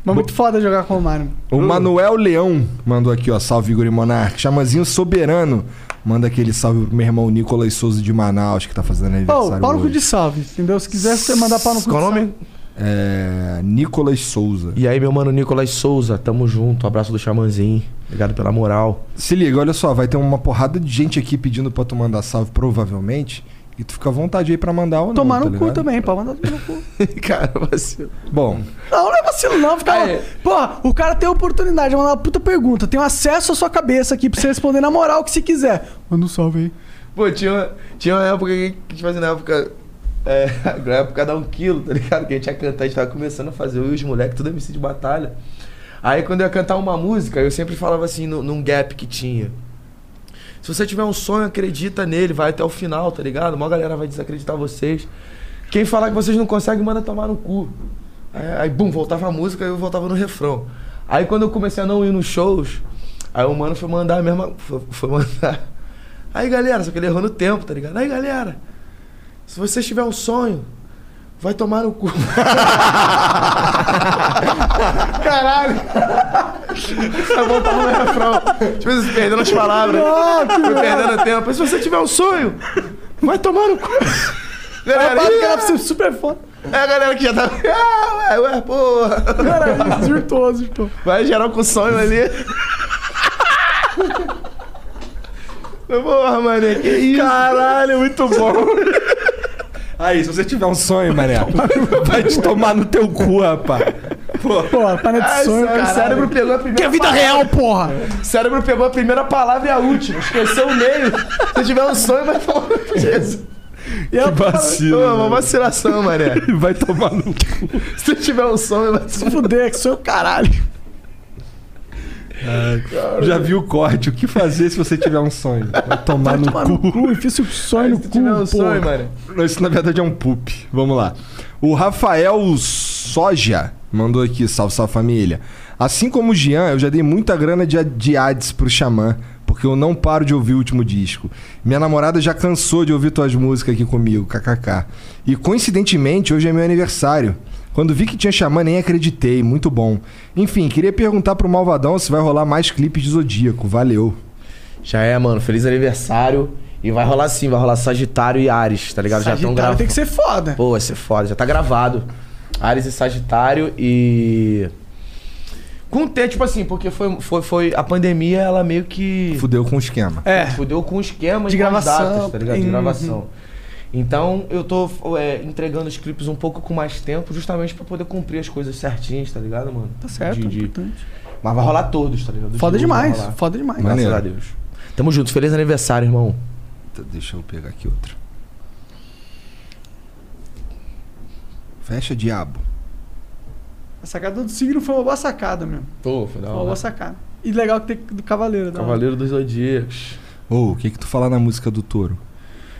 C: Mas muito foda jogar com o Romário.
B: O Manuel Leão mandou aqui, ó. Salve, Igor e Monark. Chamanzinho soberano. Manda aquele salve pro meu irmão Nicolas Souza de Manaus, que tá fazendo
C: Pô,
B: aniversário.
C: Paulo
B: hoje.
C: cu de salve, entendeu? Se quiser você mandar pau no cu de
E: Qual o
C: salve.
E: nome?
B: É. Nicolas Souza.
E: E aí, meu mano Nicolas Souza, tamo junto, abraço do Xamanzinho. Obrigado pela moral.
B: Se liga, olha só, vai ter uma porrada de gente aqui pedindo pra tu mandar salve, provavelmente. E tu fica à vontade aí pra mandar ou não.
C: Tomar no
B: tá
C: cu
B: ligado?
C: também, pau. Mandar tomar no cu.
E: Cara, vacilo.
B: Bom,
C: Não, não é vacilo, não. Fica
E: Aí.
C: Porra, o cara tem a oportunidade de mandar uma puta pergunta. Tem um acesso à sua cabeça aqui pra você responder na moral o que você quiser. Manda um salve aí.
E: Pô, tinha uma, tinha uma época que, que tipo assim, na época. É, na época da um quilo, tá ligado? Que a gente ia cantar, a gente tava começando a fazer, eu e os moleques, tudo MC de batalha. Aí quando eu ia cantar uma música, eu sempre falava assim, no- num gap que tinha. Se você tiver um sonho, acredita nele, vai até o final, tá ligado? A maior galera vai desacreditar vocês. Quem falar que vocês não conseguem, manda tomar no cu. Aí, aí bum, voltava a música e eu voltava no refrão. Aí quando eu comecei a não ir nos shows, aí o mano foi mandar a mesma. Foi, foi mandar. Aí galera, só que ele errou no tempo, tá ligado? Aí galera, se você tiver um sonho, vai tomar no cu. Caralho! é Eu voltava no refrão. Tipo assim, perdendo as palavras. Foi perdendo tempo. Se você tiver um sonho, vai tomar no cu.
C: É
E: Galera,
C: que
E: ih,
C: era pra ser super foda.
E: é a galera que já tá. Ah, ué, ué, porra.
C: Cara, virtuoso, pô.
E: Vai geral com sonho ali. Porra, mané, que
B: É
E: isso? Caralho, muito bom.
B: aí, se você tiver um sonho, mané, vai te tomar no teu cu, rapaz.
C: Pô, planeta de sonho,
E: o
C: cara.
E: cérebro pegou a
C: Que é
E: primeira
C: vida real, porra!
E: O cérebro pegou a primeira palavra e a última. Esqueceu o meio. Se tiver um sonho, vai falar isso. E que
B: vacilo,
E: Uma vacilação, mané.
B: Vai tomar no cu.
E: Se tiver um sonho, vai
C: Se fuder, que sou eu, caralho.
B: Já vi o corte. O que fazer se você tiver um sonho? Vai tomar no
C: Mano,
B: cu.
C: no cu, enfia seu sonho no
E: Se tiver um
C: cu,
E: sonho,
C: porra.
E: mané.
B: Não, Isso na verdade é um poop. Vamos lá. O Rafael Soja mandou aqui, salve, salve família. Assim como o Jean, eu já dei muita grana de, de ads pro Xamã, porque eu não paro de ouvir o último disco. Minha namorada já cansou de ouvir tuas músicas aqui comigo, kkk. E coincidentemente, hoje é meu aniversário. Quando vi que tinha Xamã, nem acreditei, muito bom. Enfim, queria perguntar pro Malvadão se vai rolar mais clipes de Zodíaco, valeu.
E: Já é, mano. Feliz aniversário. E vai rolar assim, vai rolar Sagitário e Ares, tá ligado? já estão
C: Sagitário
E: gravando.
C: tem que ser foda.
E: Pô, vai ser foda, já tá gravado. Ares e Sagitário e. Com o T, tipo assim, porque foi, foi, foi. A pandemia, ela meio que.
B: Fudeu com o esquema.
C: É.
E: Fudeu com o esquema
C: De
E: e com as
C: gravação,
E: datas, tá ligado? De
C: uhum.
E: gravação. Então, eu tô é, entregando os clipes um pouco com mais tempo, justamente pra poder cumprir as coisas certinhas, tá ligado, mano?
C: Tá certo,
E: De- de-
C: importante.
E: Mas vai rolar todos, tá ligado? Os
C: Foda
E: dois
C: demais,
E: vai rolar.
C: foda demais.
B: Mas-
E: Graças
B: Maneiro.
E: a Deus. Tamo junto, feliz aniversário, irmão.
B: Tá, Deixa eu pegar aqui outro. Fecha, diabo.
C: A sacada do signo foi uma boa sacada mesmo.
E: Tô, foi da
C: Foi uma boa sacada. E legal que tem do cavaleiro, né?
E: Cavaleiro dos Zodíacos.
B: Ô, o que que tu fala na música do touro?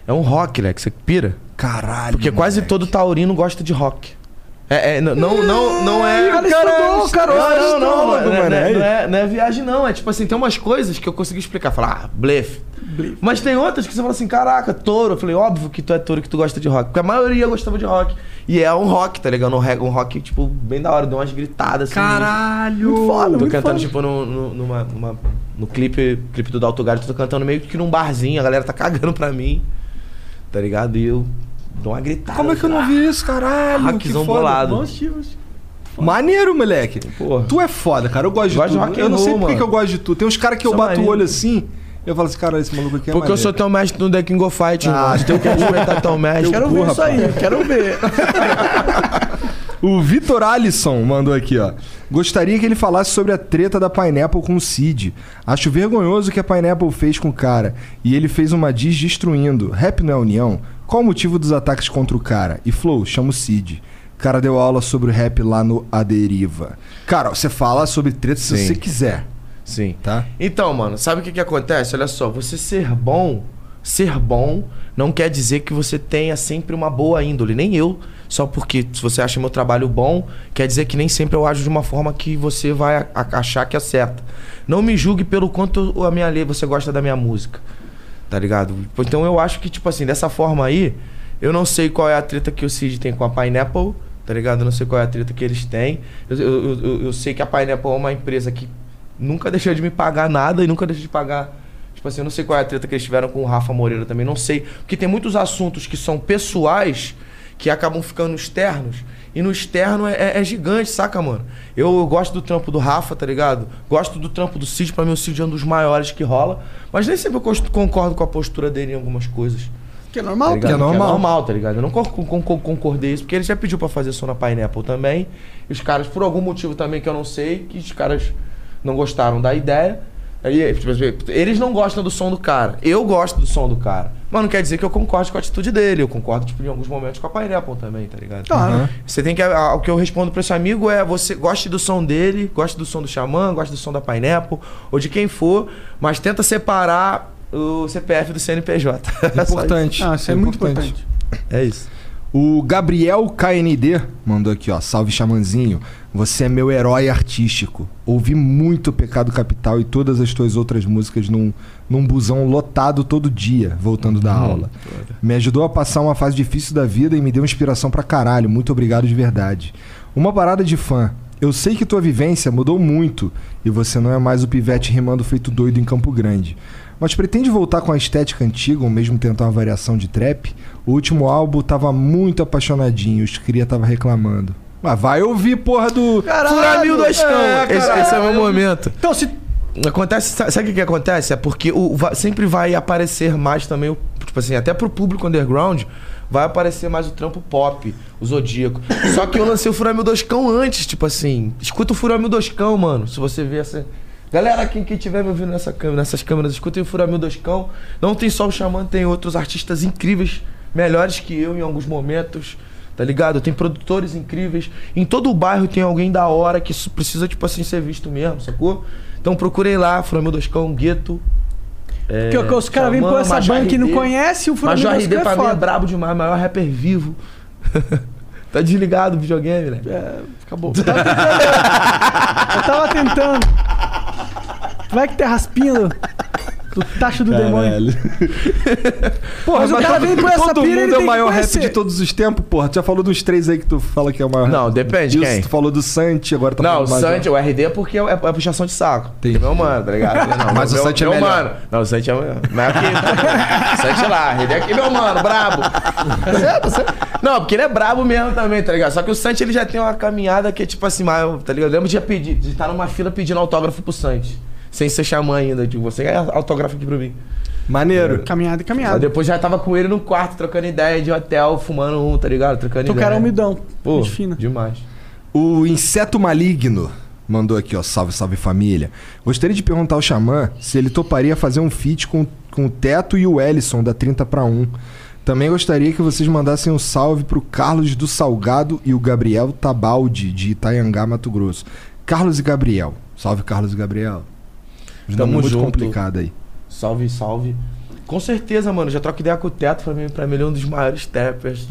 E: É um rock, né? Que você pira?
B: Caralho.
E: Porque quase
B: moleque.
E: todo taurino gosta de rock. É, é, não, não, não, não é.
C: Ih, o cara estudou, cara, o cara
E: Não, não, não,
C: estudou,
E: não, é-
C: mano,
E: não, é,
C: aí.
E: não, é, não é viagem, não. É tipo assim, tem umas coisas que eu consegui explicar. Falar, ah, blefe.
C: Blefe.
E: Mas tem outras que você fala assim, caraca, touro. Eu falei, óbvio que tu é touro, que tu gosta de rock. Porque a maioria gostava de rock. E é um rock, tá ligado? Um re- um rock, tipo, bem da hora. Deu umas gritadas assim.
C: Caralho! Muito foda,
E: Tô
C: muito
E: cantando,
C: foda.
E: tipo, no, no, numa- numa- no clipe, clipe do Dalto Galho, tô cantando meio que num barzinho, a galera tá cagando pra mim. Tá ligado? E eu dou uma gritada.
B: Como é que eu não vi isso, caralho?
E: Rockzão
B: Que foda.
E: bolado.
C: Bom estilo, estilo.
B: Maneiro, moleque.
E: Porra.
B: Tu é foda, cara. Eu gosto de
E: Gosto de
B: tudo.
E: rock and
B: eu não sei
E: roll,
B: por que
E: mano.
B: que eu gosto de tudo. Tem uns caras que eu
E: Isso é
B: bato o
E: maneiro.
B: olho assim, eu falo assim, cara, esse maluco aqui é
E: Porque eu
B: maneiro.
E: sou teu mestre no The King of Fight, mano. Se teu que respeitar teu mestre.
C: Quero
B: cu,
C: ver isso
B: rapaz.
C: aí, quero ver.
B: O Vitor Alisson mandou aqui, ó. Gostaria que ele falasse sobre a treta da Pineapple com o Cid. Acho vergonhoso o que a Pineapple fez com o cara. E ele fez uma diz destruindo. Rap não é união? Qual o motivo dos ataques contra o cara? E Flow, chama o Cid. O cara deu aula sobre rap lá no A Deriva. Cara, você fala sobre treta se
E: Sim.
B: você quiser,
E: Sim.
B: tá?
E: Então, mano, sabe o que que acontece? Olha só, você ser bom, ser bom não quer dizer que você tenha sempre uma boa índole. Nem eu, só porque se você acha meu trabalho bom, quer dizer que nem sempre eu ajo de uma forma que você vai a- a- achar que é certa. Não me julgue pelo quanto a minha lei você gosta da minha música. Tá ligado? Então eu acho que, tipo assim, dessa forma aí, eu não sei qual é a treta que o Cid tem com a Pineapple, tá ligado? Eu não sei qual é a treta que eles têm. Eu, eu, eu, eu sei que a Pineapple é uma empresa que nunca deixou de me pagar nada e nunca deixou de pagar. Tipo assim, eu não sei qual é a treta que eles tiveram com o Rafa Moreira também, não sei. Porque tem muitos assuntos que são pessoais que acabam ficando externos. E no externo é, é- é gigante, saca, mano? Eu, eu gosto do trampo do Rafa, tá ligado? Gosto do trampo do Cid, pra mim o Cid é um dos maiores que rola. Mas nem sempre eu cons- concordo com a postura dele em algumas coisas.
C: Que é
E: Tá
C: normal,
E: ligado?
B: é normal.
E: Que é normal, tá ligado? Eu não con- con- con- concordei isso, porque ele já pediu pra fazer som na Pineapple também. E os caras, por algum motivo também que eu não sei, que os caras não gostaram da ideia. Aí, tipo, eles não gostam do som do cara. Eu gosto do som do cara. Mas não quer dizer que eu concorde com a atitude dele. Eu concordo, tipo, em alguns momentos com a Pineapple também, tá ligado?
C: Claro. Ah,
E: Você tem que. a- O que eu respondo pra esse amigo é: você goste do som dele, goste do som do Xamã, goste do som da Pineapple, ou de quem for, mas tenta separar o CPF do CNPJ.
B: É importante.
C: Ah, isso é, muito importante.
E: É isso.
B: O Gabriel KND mandou aqui, ó. Salve Xamanzinho. Você é meu herói artístico. Ouvi muito Pecado Capital e todas as tuas outras músicas num, num busão lotado todo dia, voltando da aula. Me ajudou a passar uma fase difícil da vida e me deu inspiração pra caralho. Muito obrigado de verdade. Uma parada de fã. Eu sei que tua vivência mudou muito e você não é mais o pivete rimando feito doido em Campo Grande. Mas pretende voltar com a estética antiga ou mesmo tentar uma variação de trap? O último álbum tava muito apaixonadinho, os cria tava reclamando. Mas vai ouvir, porra do.
C: Caralho!
E: Furamil do Ascão.
C: É,
E: esse,
C: caralho.
E: esse é o meu momento.
C: Então, se.
E: Acontece, sa- sabe o que, que acontece? É porque o, va- sempre vai aparecer mais também, o- tipo assim, até pro público underground, vai aparecer mais o trampo pop, o zodíaco. Só que eu lancei o Furamil Doscão antes, tipo assim. Escuta o Furamil Doscão, mano. Se você vê essa. Galera, quem, quem tiver me ouvindo nessa câmera, nessas câmeras, escutem o Furamil Doscão. Não tem só o Xamã, tem outros artistas incríveis, melhores que eu em alguns momentos tá ligado? Tem produtores incríveis. Em todo o bairro tem alguém da hora que isso precisa, tipo assim, ser visto mesmo, sacou? Então procurei lá, Flamengo Doscão, Gueto. É,
C: que, que os caras vêm
E: Xamã,
C: pôr essa
E: Major
C: banca e não
E: RD.
C: conhece, o Flamengo
E: Major
C: vai
E: RD
C: ficar
E: pra mim é
C: foda.
E: brabo demais, maior rapper vivo. tá desligado o videogame, né?
C: É, acabou. Eu tava tentando. Eu tava tentando. Vai que tá raspinho. O tacho do demônio.
B: Porra,
C: Mas o cara
B: todo-
C: vem com essa
B: todo
C: pira, ele
B: mundo é
C: tem
B: o
C: que
B: maior rap
C: conhecer.
B: de todos os tempos, porra. Tu já falou dos três aí que tu fala que é o maior
E: Não,
B: rap.
E: depende,
B: Disso,
E: quem?
B: Tu falou do Santi, agora tá
E: Não, o
B: falando mais-
E: Santi, o RD é porque é, é puxação de saco. Tem meu mano, tá ligado? Não,
B: Mas
E: meu-
B: o Santi é
E: meu
B: melhor.
E: mano. Não, o Santi é melhor. Mas aqui. Santi lá, RD aqui, meu mano, brabo. Tá certo, certo? Não, porque ele é brabo mesmo também, tá ligado? Só que o Santi ele já tem uma caminhada que é tipo assim, mas, eu- tá ligado? Eu lembro de, pedir, de estar numa fila pedindo autógrafo pro Santi. Sem ser xamã ainda, tipo, você ganha autógrafo aqui pra mim. É.
B: Maneiro.
C: Caminhada e
E: Aí
C: caminhada.
E: depois já tava com ele no quarto, trocando ideia de hotel, fumando um, tá ligado? Trocando
C: Então o
E: ideia.
C: cara é humildão.
E: Pô,
C: Gente fina.
E: demais.
B: O Inseto Maligno mandou aqui, ó. Salve, salve família. Gostaria de perguntar ao Xamã se ele toparia fazer um feat com, com o Teto e o Ellison, da 30 pra 1. Também gostaria que vocês mandassem um salve pro Carlos do Salgado e o Gabriel Tabaldi, de Itaiangá, Mato Grosso. Carlos e Gabriel. Salve, Carlos e Gabriel. Os
E: Tamo
B: nomes muito
E: junto.
B: complicado aí.
E: Salve, salve. Com certeza, mano. Já troco ideia com o Teto. Pra mim, pra mim ele é um dos maiores trappers.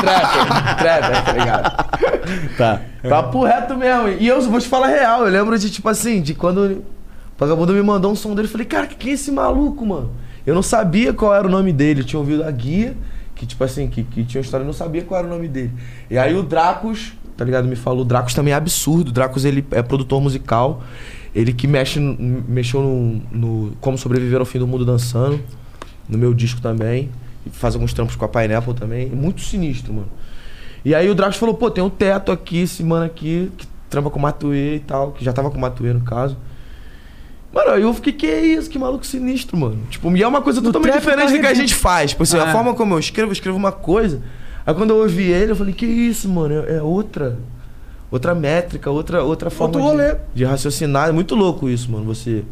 E: Trapper, trapper, tá ligado?
A: Tá.
E: Papo reto mesmo. E eu vou te falar a real. Eu lembro de, tipo assim, de quando o vagabundo me mandou um som dele. Eu falei, cara, que é esse maluco, mano? Eu não sabia qual era o nome dele. Eu tinha ouvido a guia, que, tipo assim, que, que tinha uma história. Eu não sabia qual era o nome dele. E aí o Dracos, tá ligado? Me falou. O Dracos também é absurdo. O Dracos, ele é produtor musical. Ele que mexe, no- mexeu no, no Como Sobreviver ao Fim do Mundo Dançando. No meu disco também. E faz alguns trampos com a Pineapple também. Muito sinistro, mano. E aí o Drax falou, pô, tem um teto aqui, esse mano aqui, que trampa com o Matuê e tal, que já tava com o Matuê no caso. Mano, aí eu fiquei, que é isso, que maluco sinistro, mano. Tipo, e é uma coisa
C: No
E: totalmente
C: trap,
E: diferente do que a
C: cara,
E: gente faz. Tipo assim,
C: Ah.
E: a forma como eu escrevo, eu escrevo uma coisa. Aí quando eu ouvi ele, eu falei, que isso, mano, é é outra. Outra métrica, outra, outra forma de-
C: rolê.
E: de, raciocinar. É muito louco isso, mano, você.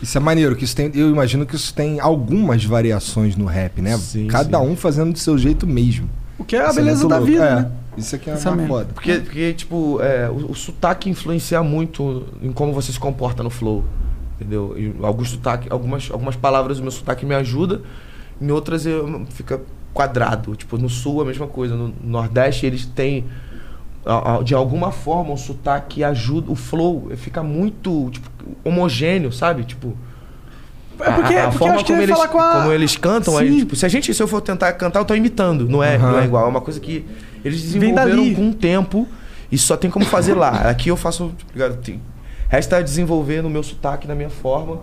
B: Isso é maneiro, que isso tem. Eu imagino que isso tem algumas variações no rap, né?
E: Sim,
B: Cada
E: sim.
B: um fazendo do seu jeito mesmo.
C: O que é a
B: Isso é
C: beleza
B: muito
C: da
B: louco.
C: vida,
B: É.
C: né?
B: Isso aqui é
C: Essa
B: uma
C: merda.
B: foda.
E: Porque, porque tipo, é, o, o sotaque influencia muito em como você se comporta no flow. Entendeu? E alguns sotaque, algumas, algumas palavras o meu sotaque me ajuda, em outras eu, fica quadrado. Tipo, no sul a mesma coisa. No Nordeste eles têm. a- a- De alguma forma, o sotaque ajuda. O flow fica muito tipo, homogêneo, sabe? Tipo.
C: É porque,
E: a, a
C: porque
E: forma
C: eu acho que
E: como,
C: ele
E: eles,
C: fala com a.
E: como eles cantam, aí,
C: Sim.
E: tipo, se a gente, se eu for tentar cantar, eu tô imitando. Não é, não é igual. É uma coisa que eles
C: Vem
E: desenvolveram
C: dali.
E: com o tempo e só tem como fazer lá. Aqui eu faço. tá ligado? Tem- Resta desenvolver no meu sotaque, na minha forma,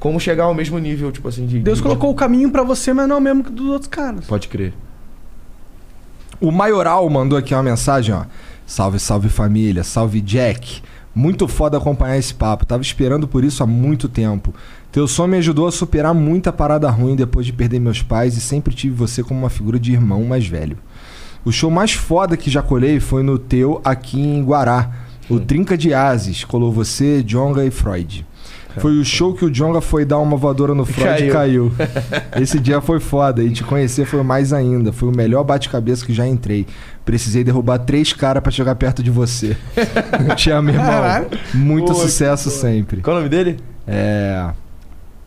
E: como chegar ao mesmo nível, tipo assim, de.
C: Deus
E: de-
C: colocou o caminho pra você, mas não é o mesmo que dos outros caras.
E: Pode crer.
B: O Maioral mandou aqui uma mensagem, ó. Salve, salve família, salve Jack. Muito foda acompanhar esse papo. Tava esperando por isso há muito tempo. Teu som me ajudou a superar muita parada ruim depois de perder meus pais e sempre tive você como uma figura de irmão mais velho. O show mais foda que já colhei foi no teu aqui em Guará. O Trinca de Ases colou você, Jonga e Freud. Foi o show que o Jonga foi dar uma voadora no Freud e caiu. Esse dia foi foda e te conhecer foi mais ainda. Foi o melhor bate-cabeça que já entrei. Precisei derrubar três caras pra chegar perto de você. Te amo, irmão.
C: Caralho.
B: Muito
A: Pô, que
B: sucesso sempre.
E: Qual é o nome dele?
B: É.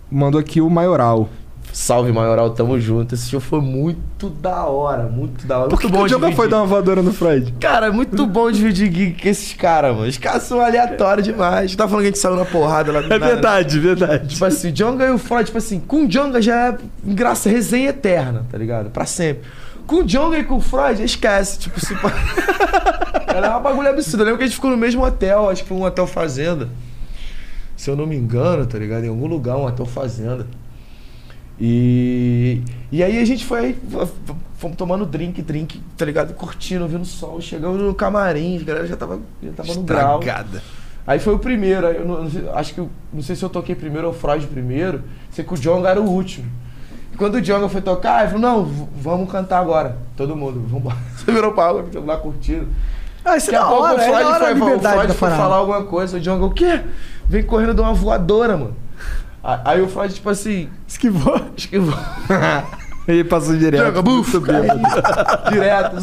B: Mandou aqui o Maioral.
E: Salve, Maioral, tamo junto. Esse show foi muito da hora, muito da hora.
B: Por que,
E: muito
B: que o Jonga
E: dividir.
B: foi dar uma voadora no Freud?
E: Cara, é muito bom dividir gig com esses caras, mano. Os caras são aleatórios demais. Tá falando que a gente saiu na porrada lá do nada.
B: É verdade.
E: Tipo assim, Jonga e o Freud, tipo assim, com o Jonga já é graça, resenha eterna, tá ligado? Pra sempre. Com o Jonga e com o Freud, esquece. Tipo, se... pá- Era uma bagulho absurdo. Eu lembro que a gente ficou no mesmo hotel, acho que foi um hotel fazenda. Se eu não me engano, tá ligado? Em algum lugar, um hotel fazenda. E, e aí a gente foi, f- f- fomos tomando drink, drink, tá ligado? Curtindo, vendo o sol. Chegamos no camarim, a galera já tava, já tava no grau. Aí foi o primeiro, aí eu não, eu não sei- acho que eu- não sei se eu toquei primeiro ou o Freud primeiro, sei que o Jonga era o último. E quando o Jonga foi tocar, ele falou, não, v- vamos cantar agora. Todo mundo, vamos Você virou pra água, todo mundo lá curtindo.
C: Ah, isso é
E: Daqui
C: da
E: a pouco o
C: hora, é
E: Freud
C: da hora a
E: foi, o
C: liberdade
E: Freud
C: da
E: foi
C: parada.
E: falar alguma coisa, o Jonga, o quê? Vem correndo de uma voadora, mano. A- Aí o Freud, tipo assim,
C: Esquivou.
E: acho que eu vou.
B: Ele passou direto.
E: Joga, buf, caiu, direto.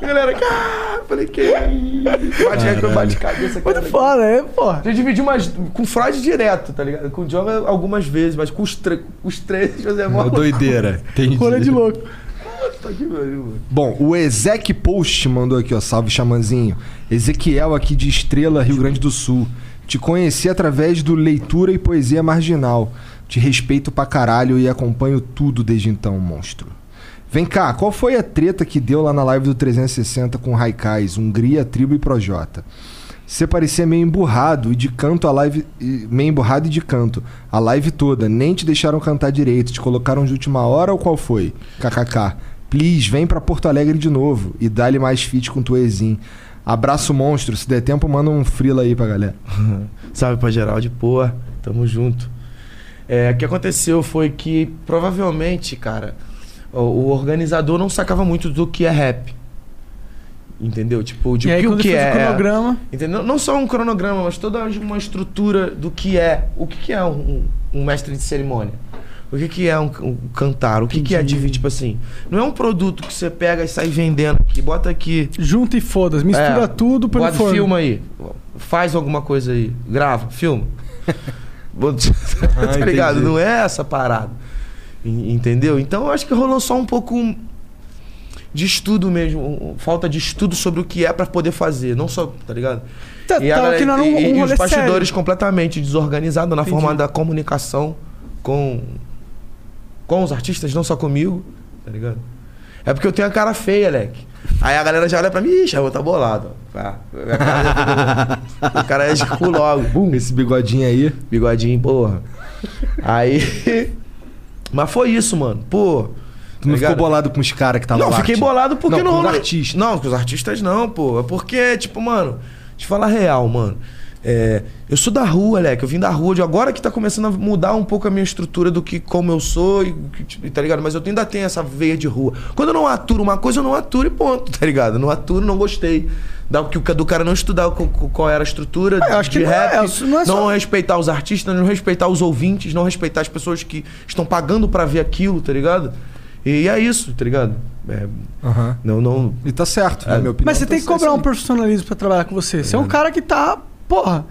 E: Galera, cara, falei que bate, bate cabeça.
C: Muito
E: cara.
C: foda, é, porra.
E: Já dividi umas. Com o Freud direto, tá ligado? Com o Jonga algumas vezes, mas com os, tre- com os três, José Mó.
B: Doideira. Entendi.
C: Rolê de louco.
E: Puta que pariu, mano.
B: Bom, o Ezek Post mandou aqui, ó. Salve, xamanzinho. Ezequiel aqui de Estrela, Rio Grande do Sul. Te conheci através do Leitura e Poesia Marginal. Te respeito pra caralho e acompanho tudo desde então, monstro. Vem cá, qual foi a treta que deu lá na live do 360 com Raikais, Hungria, Tribo e Projota? Você parecia meio emburrado e de canto a live. e- Meio emburrado e de canto. A live toda. Nem te deixaram cantar direito. Te colocaram de última hora ou qual foi? KKK. Please, vem pra Porto Alegre de novo e dá-lhe mais fit com o Tuezinho. Abraço monstro. Se der tempo, manda um frila aí pra galera.
E: Salve pra Geraldo, pô, tamo junto. É, o que aconteceu foi que provavelmente, cara, o, o organizador não sacava muito do que é rap. Entendeu? Tipo, de
C: e aí,
E: que, o
C: quando
E: que
C: fez
E: é.
C: o cronograma,
E: Entendeu? Não só um cronograma, mas toda uma estrutura do que é. O que, que é um, um mestre de cerimônia? O que, que é um, um cantar? O que, que é dividir, tipo assim? Não é um produto que você pega e sai vendendo aqui, bota aqui.
C: junta e foda-se, mistura
E: É,
C: tudo pra
E: bota,
C: uniforme.
E: Filma aí. Faz alguma coisa aí. Grava, filma. Bom, tá ligado?
B: entendi.
E: Não é essa parada. En- Entendeu? Então eu acho que rolou só um pouco um- de estudo mesmo. um- Falta de estudo sobre o que é pra poder fazer. Não só, tá ligado?
C: Tá-
E: a
C: tava
E: galera-
C: que não era um-
E: e-
C: um
E: e os
C: rolê
E: bastidores completamente desorganizados na
C: Entendi.
E: forma da comunicação com, com os artistas, não só comigo, tá ligado? É porque eu tenho a cara feia, Leque. Aí a galera já olha pra mim, ixi, eu vou tá bolado. ó. Pá, minha cara já ficou- o cara é de cu logo. Bum,
B: Esse bigodinho aí.
E: bigodinho, porra. Aí. Mas foi isso, mano. Pô.
B: Tu não
E: tá
B: ficou
E: ligado?
B: bolado com os caras que tava
E: Não,
B: lá?
E: fiquei
B: tipo?
E: bolado porque
B: não,
E: não.
B: Com os
E: rolou-
B: artistas.
E: Não, com os artistas não, pô. É porque, tipo, mano, te falar real, mano. É, eu sou da rua, Leque. Eu vim da rua. De agora que tá começando a mudar um pouco a minha estrutura do que como eu sou e, e tá ligado? Mas eu ainda tenho essa veia de rua. Quando eu não aturo uma coisa, eu não aturo e ponto, tá ligado? Eu não aturo, não gostei. Da, que o- do cara não estudar o- o- qual era a estrutura
C: É, eu acho
E: de
C: que não é-
E: rap,
C: isso não é só-
E: não respeitar os artistas, não respeitar os ouvintes, não respeitar as pessoas que estão pagando pra ver aquilo, tá ligado? E é isso, tá ligado? É,
B: Aham.
E: não, não.
B: E tá certo, na minha opinião.
C: Mas você
B: tá
C: tem que
B: certo
C: cobrar
B: isso
C: um profissionalismo pra trabalhar com você. Você é um cara que tá, porra,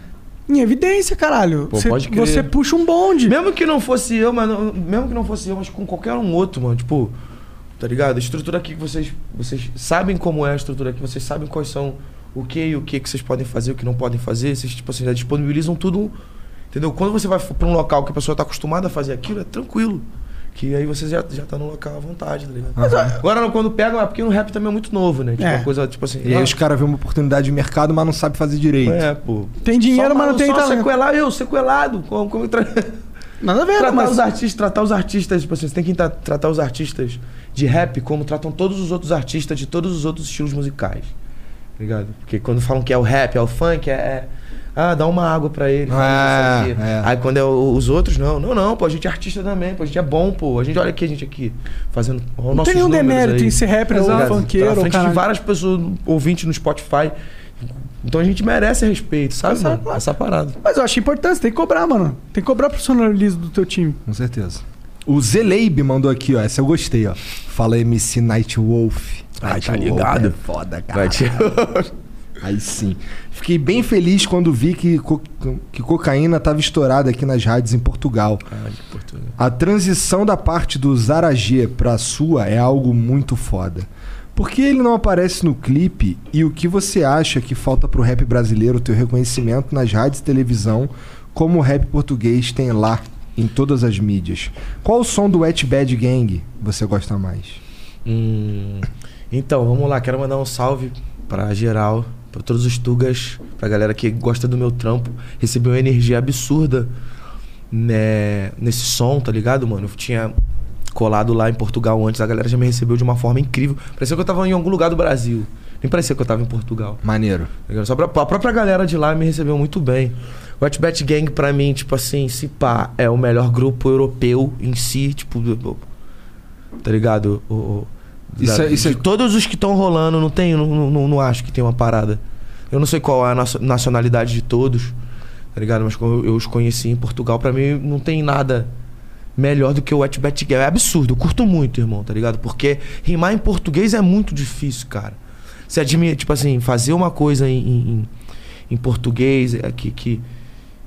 C: em evidência, caralho.
E: Pô,
C: você,
E: pode crer.
C: você puxa um bonde.
E: Mesmo que não fosse eu, mas não- mesmo que não fosse eu, mas com qualquer um outro, mano, tipo, tá ligado? A estrutura aqui que vocês vocês sabem como é a estrutura aqui, vocês sabem quais são o que e o que que vocês podem fazer, o que não podem fazer, vocês tipo assim, já disponibilizam tudo, entendeu? Quando você vai pra um local que a pessoa tá acostumada a fazer aquilo, é tranquilo. Que aí você já, já tá no local à vontade, tá ligado? Agora, não, quando pega, é porque no rap também é muito novo, né? Tipo,
C: É.
E: uma coisa, tipo assim.
B: aí. E aí os caras vêem uma oportunidade de mercado, mas não sabe fazer direito.
E: é, pô.
C: Tem dinheiro,
E: Só
C: mas não
E: mal-
C: tem
E: só
C: talento.
E: sequelar, eu, sequelado. Como, como tra-
C: Nada a ver,
E: tratar
C: mas...
E: os artistas, tratar os artistas, tipo assim, você tem que tra- tratar os artistas de rap como tratam todos os outros artistas de todos os outros estilos musicais. tá Ligado? Porque quando falam que é o rap, é o funk, é. é, ah, dá uma água pra ele. fala
B: É,
E: isso aqui.
B: é.
E: Aí quando é o- os outros, não. Não, não, pô, a gente é artista também, pô, a gente é bom, pô. A gente olha aqui, a gente aqui, fazendo. Olha
C: Não tem nenhum demérito em ser rapper
E: Tá
C: ou funkeiro,
E: frente de
C: caralho.
E: várias pessoas ouvintes no Spotify. Então a gente merece respeito, sabe?
C: Essa-
E: Mano? Essa parada.
C: Mas eu acho importante, você tem que cobrar, mano. Tem que cobrar o profissionalismo do teu time.
B: Com certeza. O Zeleib mandou aqui, ó. Essa eu gostei, ó. Fala MC Night Wolf.
E: Ah,
B: Night
E: tá
B: Wolf
E: ligado.
B: é foda, cara.
E: Vai, tio.
B: Aí sim. Fiquei bem feliz quando vi que, co- que cocaína estava estourada aqui nas rádios em Portugal. A transição da parte do Zaragê pra sua é algo muito foda. Por que ele não aparece no clipe e o que você acha que falta pro rap brasileiro ter o reconhecimento nas rádios e televisão como o rap português tem lá em todas as mídias? Qual o som do Wet Bad Gang você gosta mais?
E: Hum, então, vamos lá. Quero mandar um salve pra geral, pra todos os Tugas, pra galera que gosta do meu trampo. Recebi uma energia absurda né, nesse som, tá ligado, mano? Eu tinha colado lá em Portugal antes, a galera já me recebeu de uma forma incrível. Parecia que eu tava em algum lugar do Brasil. Nem parecia que eu tava em Portugal.
B: Maneiro.
E: Legal. Só pra, a própria galera de lá me recebeu muito bem. O Wetbat Gang, pra mim, tipo assim, se pá, é o melhor grupo europeu em si, tipo. do- do- Tá ligado? O- o-
B: Isso
E: da-
B: é- isso
E: de
B: é-
E: todos os que estão rolando, não tem, não, não- não, não acho que tem uma parada. Eu não sei qual é a nacio- nacionalidade de todos, tá ligado? Mas como eu, eu os conheci em Portugal, pra mim não tem nada melhor do que o Wetbat Gang. É absurdo, eu curto muito, irmão, tá ligado? Porque rimar em português é muito difícil, cara. Você admira, tipo assim, fazer uma coisa em, em- em- em português é, que, que,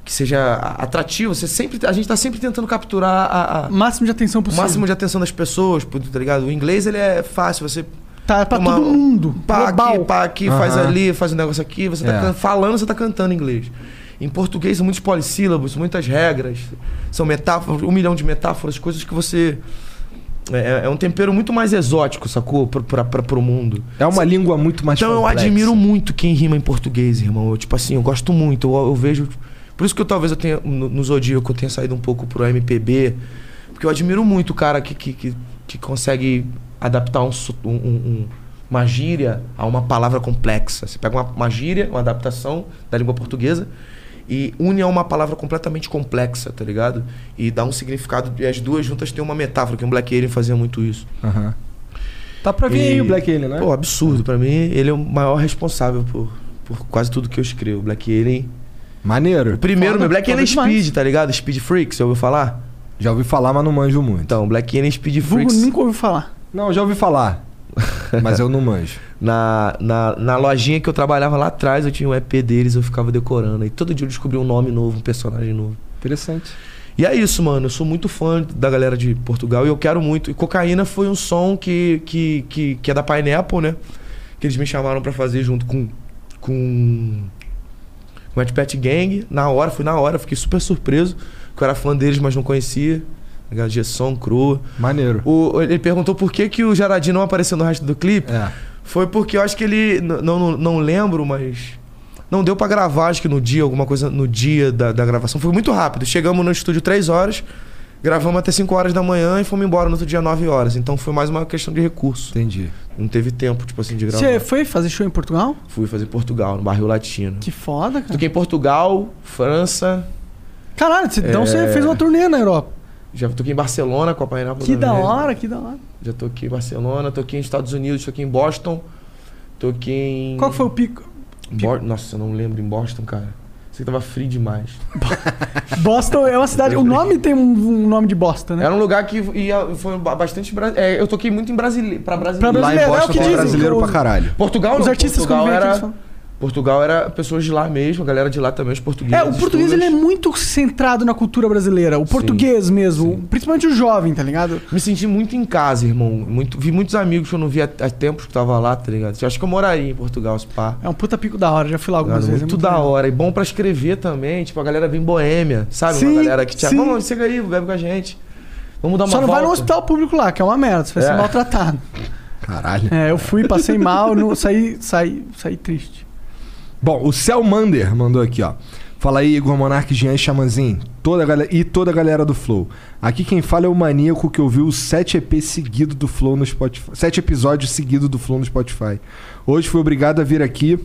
E: que seja a- atrativa. Você sempre, a gente tá sempre tentando capturar a- a-
C: Máximo de atenção
E: o
C: possível.
E: máximo de atenção das pessoas, pô, tá ligado? O inglês ele é fácil, você
C: Tá pra
E: uma-
C: todo mundo.
E: Pá
C: global.
E: aqui, pá aqui, faz
B: Aham.
E: ali, faz um negócio aqui. Você tá
B: É.
E: can- falando, você tá cantando em inglês. Em português são muitos polissílabos, muitas regras, são metáforas, um milhão de metáforas, coisas que você. É, é um tempero muito mais exótico, sacou? Pra, pra, pra, pro mundo.
B: É uma língua muito mais
E: Então
B: complexa.
E: eu admiro muito quem rima em português, irmão. Eu, tipo assim, eu gosto muito. Eu, eu vejo. Por isso que eu talvez eu tenha. No, no Zodíaco eu tenha saído um pouco pro MPB. Porque eu admiro muito o cara que, que, que, que consegue adaptar um, so- um- um- um- uma gíria a uma palavra complexa. Você pega uma, uma gíria, uma adaptação da língua portuguesa. E une a uma palavra completamente complexa, tá ligado? E dá um significado. E as duas juntas têm uma metáfora, que o Black Alien fazia muito isso.
B: Aham. Tá pra vir
E: E-
B: aí o Black Alien, né?
E: Pô, absurdo. Pra mim, ele é o maior responsável por, por quase tudo que eu escrevo. Black Alien.
B: Maneiro.
E: Primeiro,
C: Foda,
E: meu Black
C: foda
E: Alien
C: demais.
E: Speed, tá ligado? Speed Freaks, já ouviu falar?
B: Já ouvi falar, mas não manjo muito.
E: Então, Black Alien Speed
C: Vulgo
E: Freaks.
C: nunca ouviu falar.
B: Não, já ouvi falar. mas eu não manjo.
E: Na, na, na lojinha que eu trabalhava lá atrás, eu tinha um EP deles, eu ficava decorando. E todo dia eu descobria um nome novo, um personagem novo.
B: Interessante.
E: E é isso, mano. Eu sou muito fã da galera de Portugal e eu quero muito. E Cocaína foi um som que, que, que, que é da Pineapple, né? Que eles me chamaram pra fazer junto com. com. com a Pet Gang. Na hora, fui na hora, fiquei super surpreso. Que eu era fã deles, mas não conhecia. Gesson, Cru.
B: Maneiro.
E: O, ele perguntou por que, que o Jaradim não apareceu no resto do clipe.
B: É.
E: Foi porque eu acho que ele. n- Não, não, não lembro, mas. Não deu pra gravar, acho que no dia, alguma coisa no dia da, da gravação. Foi muito rápido. Chegamos no estúdio 3 horas, gravamos até 5 horas da manhã e fomos embora no outro dia 9 horas. Então foi mais uma questão de recurso.
B: Entendi.
E: Não teve tempo, tipo assim, de gravar.
C: Você foi fazer show em Portugal?
E: Fui fazer Portugal, no bairro Latino.
C: Que foda, cara.
E: Toquei em Portugal, França,
C: Caralho, cê- então
E: É.
C: você fez uma turnê na Europa.
E: já toquei em Barcelona com a Pineapple
C: Que da
E: também.
C: hora, que da hora.
E: Já toquei em Barcelona, toquei nos Estados Unidos, toquei em Boston, toquei em.
C: Qual que foi o pico?
E: Bo- Nossa, eu não lembro em Boston, cara. Sei que tava frio demais.
C: Boston é uma cidade. O nome tem um, um nome de bosta, né?
E: Era um lugar que ia, foi ba- bastante. bra- é, eu toquei muito em Brasile... pra brasileiro.
C: Pra
B: Lá em
C: Brasileiro, é o
B: Boston
C: que
B: tem
C: dizem,
B: brasileiro
C: que
B: pra
C: o-
B: caralho.
E: Portugal
C: Os
E: não,
C: artistas
E: Portugal
C: quando vêm aqui, eles né?
E: era,
C: falam.
E: Portugal era pessoas de lá mesmo, a galera de lá também, os portugueses.
C: É, o português ele é muito centrado na cultura brasileira. O português mesmo. Principalmente o jovem, tá ligado?
E: Me senti muito em casa, irmão. Muito, vi muitos amigos que eu não vi há, há tempos que tava lá, tá ligado? Eu acho que eu moraria em Portugal, se pá.
C: É um puta pico da hora, já fui lá
E: Cara,
C: algumas
E: muito,
C: vezes. é
E: da
C: legal.
E: hora. E bom pra escrever também. Tipo, a galera vem boêmia, sabe?
C: Sim,
E: Uma galera que te
C: sim.
E: Vamos, chega aí, bebe com a gente. Vamos dar uma
C: Só não
E: volta.
C: vai no hospital público lá, que é uma merda, você vai ser
E: É.
C: maltratado.
B: Caralho.
C: É, eu fui, passei mal, não, saí, saí, saí triste.
B: Bom, o Selmander mandou aqui, ó. Fala aí, Igor Monark, Jean e Chamanzin. Toda a galera, e toda a galera do Flow. Aqui quem fala é o maníaco que ouviu os 7 EP seguido do Flow no Spotify. 7 episódios seguidos do Flow no Spotify. Hoje fui obrigado a vir aqui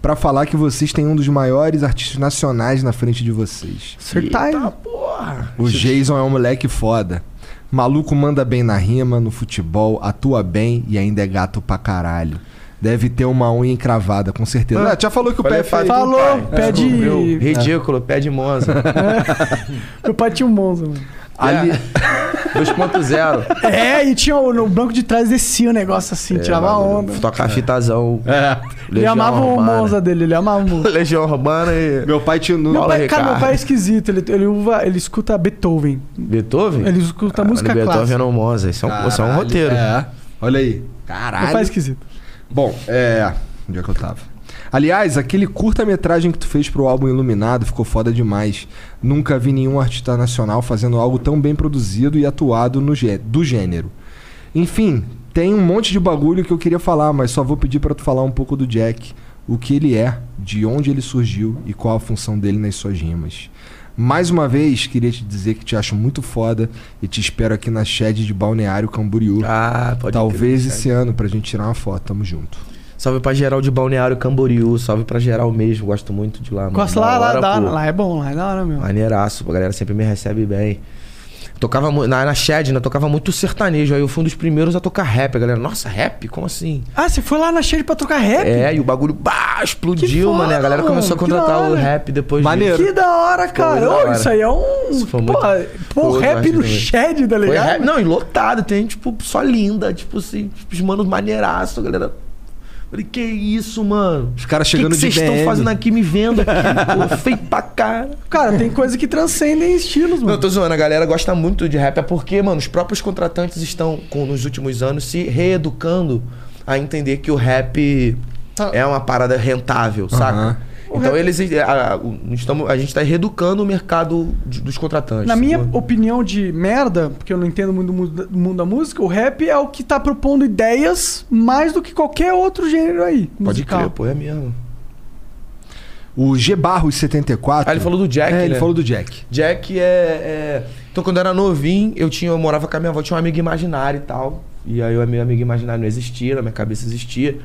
B: pra falar que vocês têm um dos maiores artistas nacionais na frente de vocês.
C: Acertar
E: Eita, porra.
B: O Jason é um moleque foda. Maluco manda bem na rima, no futebol, atua bem e ainda é gato pra caralho. Deve ter uma unha encravada, com certeza. Ah, já falou que o pé é
E: Falei pra
B: feio.
E: ele.
C: Falou,
E: Pai,
C: pé de.
E: Meu, ridículo, pé de Monza. É.
C: Meu pai tinha um Monza, mano.
B: Ali...
E: 2.0.
C: É, e tinha o- no banco de trás descia o negócio assim,
E: É,
C: tirava onda.
E: Toca a fitazão.
C: Ele
E: Legião
C: É. amava o
E: Romana.
C: Monza dele, ele amava o Monza.
E: Legião Romana e.
B: Meu pai tinha. um No...
C: Meu pai,
E: Ricardo.
C: cara, meu pai é esquisito, ele, ele, uva- ele escuta Beethoven.
E: Beethoven?
C: Ele escuta
E: Caralho,
C: música
E: Beethoven
C: clássica.
E: no Monza. Isso Ah, é um, isso é um
B: Caralho,
E: roteiro.
B: É. Olha aí.
C: Meu pai é
B: Caralho.
C: esquisito.
B: Bom, é. Onde é que eu tava? Aliás, aquele curta-metragem que tu fez pro álbum Iluminado ficou foda demais. Nunca vi nenhum artista nacional fazendo algo tão bem produzido e atuado no gê- do gênero. Enfim, tem um monte de bagulho que eu queria falar, mas só vou pedir pra tu falar um pouco do Jack, o que ele é, de onde ele surgiu e qual a função dele nas suas rimas. Mais uma vez, queria te dizer que te acho muito foda e te espero aqui na shed de Balneário Camboriú.
E: Ah, pode
B: Talvez
E: crer, cara.
B: esse ano pra gente tirar uma foto, tamo junto.
E: Salve pra geral de Balneário Camboriú. Salve pra geral mesmo. Gosto muito de lá. mano.
C: Gosto
E: Da
C: lá, lá,
E: hora,
C: dá,
E: pô.
C: lá é bom, lá é da hora, meu.
E: Maneiraço. A galera sempre me recebe bem. Tocava mu- na, na Shed, né? Tocava muito sertanejo. Aí eu fui um dos primeiros a tocar rap. A galera, nossa, rap? Como assim?
C: Ah, você foi lá na Shade pra tocar rap?
E: É, e o bagulho bah,
C: Que
E: explodiu,
C: foda,
E: mano. A galera
C: mano,
E: começou a
C: que
E: contratar
C: da hora.
E: o rap depois
B: Maneiro.
E: disso.
C: Que da hora,
E: muito
C: cara.
E: da
C: Ô,
E: hora.
C: isso aí é um.
E: Isso foi
C: Pô,
E: muito-
C: pô,
E: foi, eu
C: rap
E: acho
C: no
E: também.
C: shed, tá
E: Foi
C: ligado?
E: rap- não, e lotado, tem tipo só linda, tipo assim, tipo, os manos maneiraço, a galera. Falei, que isso, mano?
B: Os caras
E: O que
B: chegando
E: vocês
B: de
E: estão
B: BM.
E: fazendo aqui me vendo aqui? Pô, feio pra cara.
C: Cara, tem coisa que transcendem estilos,
E: Não,
C: mano.
E: eu tô zoando, a galera gosta muito de rap. É porque, mano, os próprios contratantes estão, com- nos últimos anos, se
C: Tá.
E: reeducando a entender que o rap é uma parada rentável, saca? Então eles. A, a- o- estamos, a gente está reeducando o mercado de- dos contratantes.
C: Na minha
E: sacou?
C: opinião de merda, porque eu não entendo muito do mu- do mundo da música, o rap é o que tá propondo ideias mais do que qualquer outro gênero aí.
E: Pode
C: musical.
E: crer, pô, é mesmo.
B: O G Barros 74.
E: Ah, ele falou do Jack,
B: É, ele
E: né?
B: falou do Jack.
E: Jack é, é- Então, quando eu era novinho, eu tinha, eu morava com a minha avó, tinha um amigo imaginário e tal. E aí, o meu amigo imaginário não existia, na minha cabeça existia.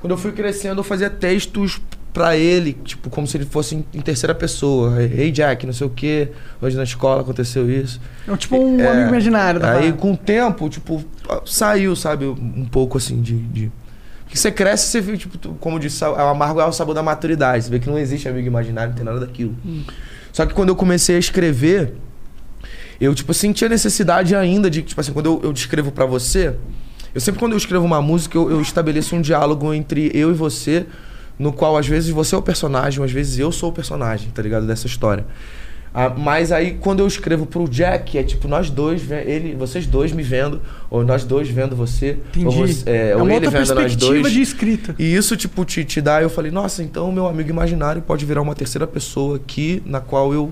E: Quando eu fui crescendo, eu fazia textos pra ele, tipo, como se ele fosse em, em terceira pessoa. Ei, Jack, não sei o quê. Hoje na escola aconteceu isso.
C: É tipo um
E: É,
C: amigo imaginário da
E: Aí,
C: parada.
E: com o tempo, tipo, saiu, sabe, um pouco assim de. de... Porque você cresce, você vê, tipo, tu- como eu disse, o amargo é o sabor da maturidade. Você vê que não existe amigo imaginário, não tem nada daquilo.
C: Hum.
E: Só que quando eu comecei a escrever, eu, tipo, sentia necessidade ainda de, tipo assim, quando eu, eu descrevo pra você, eu sempre quando eu escrevo uma música, eu, eu estabeleço um diálogo entre eu e você, no qual às vezes você é o personagem, às vezes eu sou o personagem, tá ligado? Dessa história. Ah, mas aí quando eu escrevo pro Jack, é tipo nós dois, ve- ele, vocês dois me vendo, ou nós dois vendo você, ou
C: Entendi.
E: você, é,
C: É
E: ou
C: uma
E: ele
C: outra
E: vendo nós
C: perspectiva
E: dois.
C: de escrita.
E: E isso, tipo, te, te dá. Eu falei, nossa, então meu amigo imaginário pode virar uma terceira pessoa aqui, na qual eu.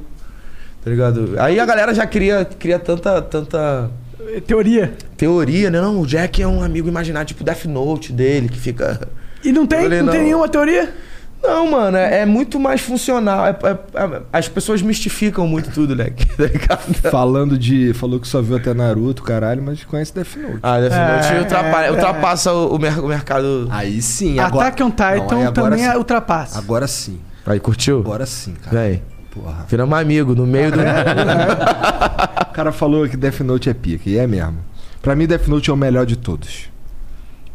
E: Tá ligado? Aí a galera já cria, cria tanta, tanta
C: É Teoria.
E: teoria, né? Não, o Jack é um amigo imaginário, tipo Death Note dele, que fica.
C: E não tem,
E: Olha,
C: não tem
E: não.
C: nenhuma teoria?
E: Não, mano, é, é muito mais funcional. É- é- é- as pessoas mistificam muito tudo, né? Tá ligado?
B: Falando de. Falou que só viu até Naruto, caralho, mas conhece Death Note.
E: Ah, Death Note
C: É,
E: ultrapa-
C: é.
E: ultrapassa o, o mer- o mercado.
B: Aí sim,
C: Attack on Titan
B: Não, aí agora
C: também
B: sim.
C: é ultrapassa.
B: Agora sim.
E: Aí, curtiu?
B: Agora sim, cara.
E: Véi,
B: Porra.
E: viramos amigo no meio do.
C: É.
B: O cara falou que Death Note é pica, e é mesmo. Pra mim, Death Note é o melhor de todos.